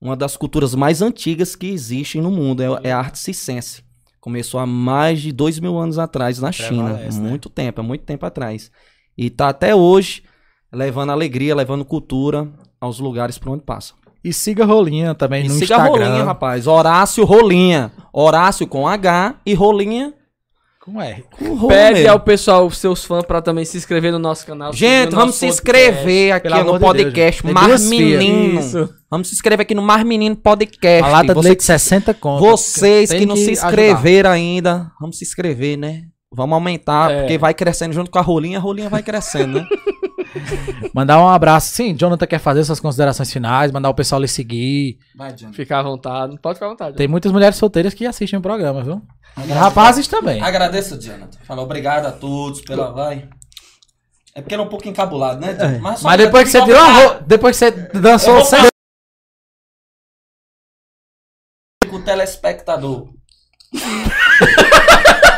S3: Uma das culturas mais antigas que existem no mundo é, é a arte circense. Começou há mais de dois mil anos atrás na China.
S2: Prevalece, né?
S3: Muito tempo, é muito tempo atrás. E tá até hoje levando alegria, levando cultura aos lugares por onde passa.
S2: E siga Rolinha também
S3: E
S2: no
S3: siga
S2: Instagram.
S3: Rolinha, rapaz. Horácio Rolinha. Horácio com H e Rolinha
S2: Como é?
S3: com Rô
S1: Pede
S3: mesmo.
S1: ao pessoal, os seus fãs, pra também se inscrever no nosso canal. seguir
S3: Gente,
S1: o
S3: vamos
S1: nosso
S3: se
S1: podcast.
S3: inscrever aqui
S2: Pelo
S3: ó,
S2: amor
S3: no
S2: de Deus,
S3: podcast
S2: gente. Tem
S3: Mar
S2: duas filhas.
S3: Menino.
S1: Isso.
S3: Vamos se inscrever aqui no Mar Menino Podcast.
S2: A lata de
S3: Você-
S2: leite 60 conto.
S3: vocês
S2: Tem
S3: que não se
S2: ajudar.
S3: inscreveram ainda, vamos se inscrever, né? Vamos aumentar,
S1: É.
S3: porque vai crescendo junto com a Rolinha, a Rolinha vai crescendo, né?
S2: Mandar um abraço. Sim, Jonathan quer fazer suas considerações finais, mandar o pessoal lhe seguir.
S1: Ficar à vontade. Pode ficar à vontade.
S2: Tem muitas mulheres solteiras que assistem o programa, viu? Rapazes também.
S3: Agradeço, Jonathan. Fala obrigado a todos pela vai. É porque era um pouco encabulado, né, Jonathan? Mas,
S2: Mas depois que você tirou a roupa, depois que você dançou
S3: um Eu vou
S2: sem
S3: com o telespectador.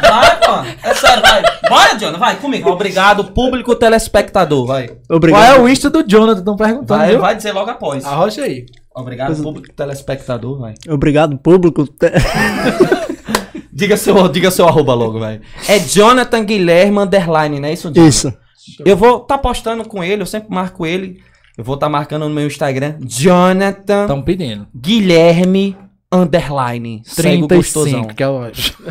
S3: vai, pô. É sério, vai. Bora, Jonathan, vai comigo. Obrigado, público telespectador. Vai.
S2: Qual é o Insta do Jonathan? Estão perguntando,
S3: Então Vai, Ah,
S2: viu?
S3: vai dizer logo após.
S2: Arrocha aí.
S3: Obrigado, público telespectador, vai.
S4: Obrigado, público.
S3: Diga seu, diga seu arroba logo, vai. É Jonathan Guilherme Underline, não é isso, Jonathan?
S4: Isso.
S3: Eu vou tá postando com ele, eu sempre marco ele. Eu vou tá marcando no meu Instagram. Jonathan
S2: Estão pedindo.
S3: Guilherme Underline. Segue o gostosão.
S2: 35, que eu acho.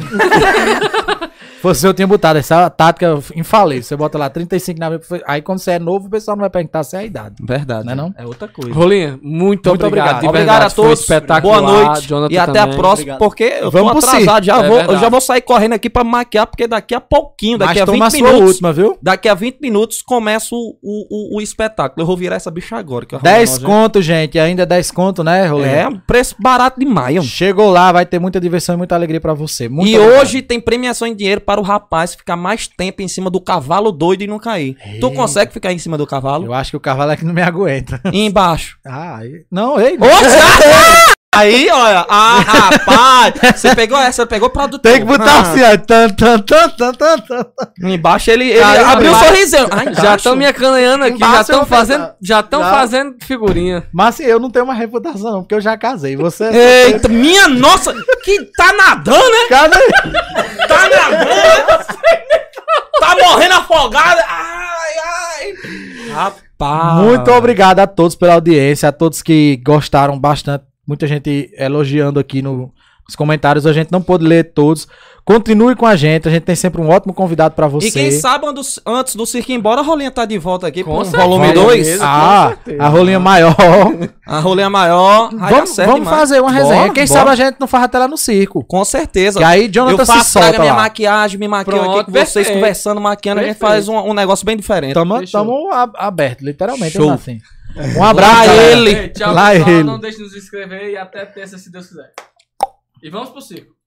S2: Você eu tinha botado essa tática infalível. Você bota lá 35 na aí quando você é novo, o pessoal não vai perguntar se é a idade.
S3: Verdade.
S2: Não é não?
S3: É outra coisa.
S1: Rolinha, muito,
S2: Muito
S1: obrigado.
S2: obrigado.
S1: de
S3: Obrigado a
S1: verdade, foi
S3: todos. Boa
S1: espetacular.
S3: noite.
S1: Jonathan
S3: e até a
S1: também.
S3: próxima, porque eu
S2: Vamos
S3: tô
S2: pro
S3: atrasado. Já
S1: É
S3: vou, eu
S1: verdade.
S3: já vou sair correndo aqui pra maquiar, porque daqui a pouquinho, daqui
S2: Mas toma
S3: a
S2: a
S3: 20
S2: sua
S3: minutos.
S2: última, viu?
S3: Daqui a 20 minutos começa o, o, o- o espetáculo. Eu vou virar essa bicha agora. Que eu arrumei
S2: 10
S3: uma,
S2: conto, gente. Ainda é 10 conto, né,
S3: gente.
S2: Rolê?
S3: É, um preço barato demais.
S2: Chegou lá, vai ter muita diversão e muita alegria pra você. Muito
S3: e
S2: obrigado.
S3: hoje tem premiação em dinheiro para o rapaz ficar mais tempo em cima do cavalo doido e não cair. Tu consegue ficar em cima do cavalo?
S2: Eu acho que o cavalo é que não me aguenta.
S3: E embaixo.
S2: Ah, aí- não, ei.
S3: Oxa! Aí, olha. Ah, rapaz. Você pegou essa, pegou Ah. pra do
S2: Tem que botar assim, ó. Tan, tan, tan, tan, tan, tan.
S3: Embaixo ele, ele
S1: Caramba,
S3: abriu o
S1: embaixo.
S3: sorrisinho. Ah,
S1: Já
S3: embaixo.
S1: estão me acanhando aqui,
S2: Embaixo
S1: já
S2: eu
S1: estão
S2: vou
S1: fazendo,
S2: pensar.
S1: já estão
S2: Já.
S1: fazendo figurinha.
S2: Mas assim, eu não tenho uma reputação, não, porque eu já casei. Você.
S3: Eita, minha nossa, que tá nadando, né?
S2: Cada...
S3: Tá nadando, né? Tá morrendo afogada. Ai, ai. Rapaz.
S2: Ah. Muito obrigado a todos pela audiência, a todos que gostaram bastante. Muita gente elogiando aqui no Os comentários a gente não pôde ler todos. Continue com a gente, a gente tem sempre um ótimo convidado pra você.
S3: E quem sabe antes- antes do circo ir embora, a Rolinha tá de volta aqui
S1: Com
S3: com
S1: certeza.
S3: volume
S1: Volume
S3: 2.
S1: mesmo.
S2: Ah,
S1: certeza.
S2: a rolinha maior.
S3: A Rolinha maior. aí dá
S2: vamos
S3: certo
S2: vamos
S3: demais.
S2: fazer uma
S3: Bora,
S2: resenha. Quem
S3: bora.
S2: sabe a gente não faz até lá no circo.
S3: Com certeza.
S2: E aí Jonathan se
S3: eu faço trago a
S2: solta
S3: minha
S2: lá.
S3: maquiagem, me maquio
S1: Pronto,
S3: aqui com vocês,
S1: perfeito.
S3: conversando, maquiando.
S1: Perfeito.
S3: A gente faz um, um negócio bem diferente.
S2: Tamo,
S1: Fechou.
S2: tamo a- aberto, literalmente.
S3: Show.
S2: Assim. Um abraço,
S3: Lá
S2: galera.
S3: ele.
S1: Ei, tchau,
S2: Lá
S1: pessoal.
S2: ele.
S1: Não deixe de nos inscrever e até terça, se Deus quiser. E vamos pro circo.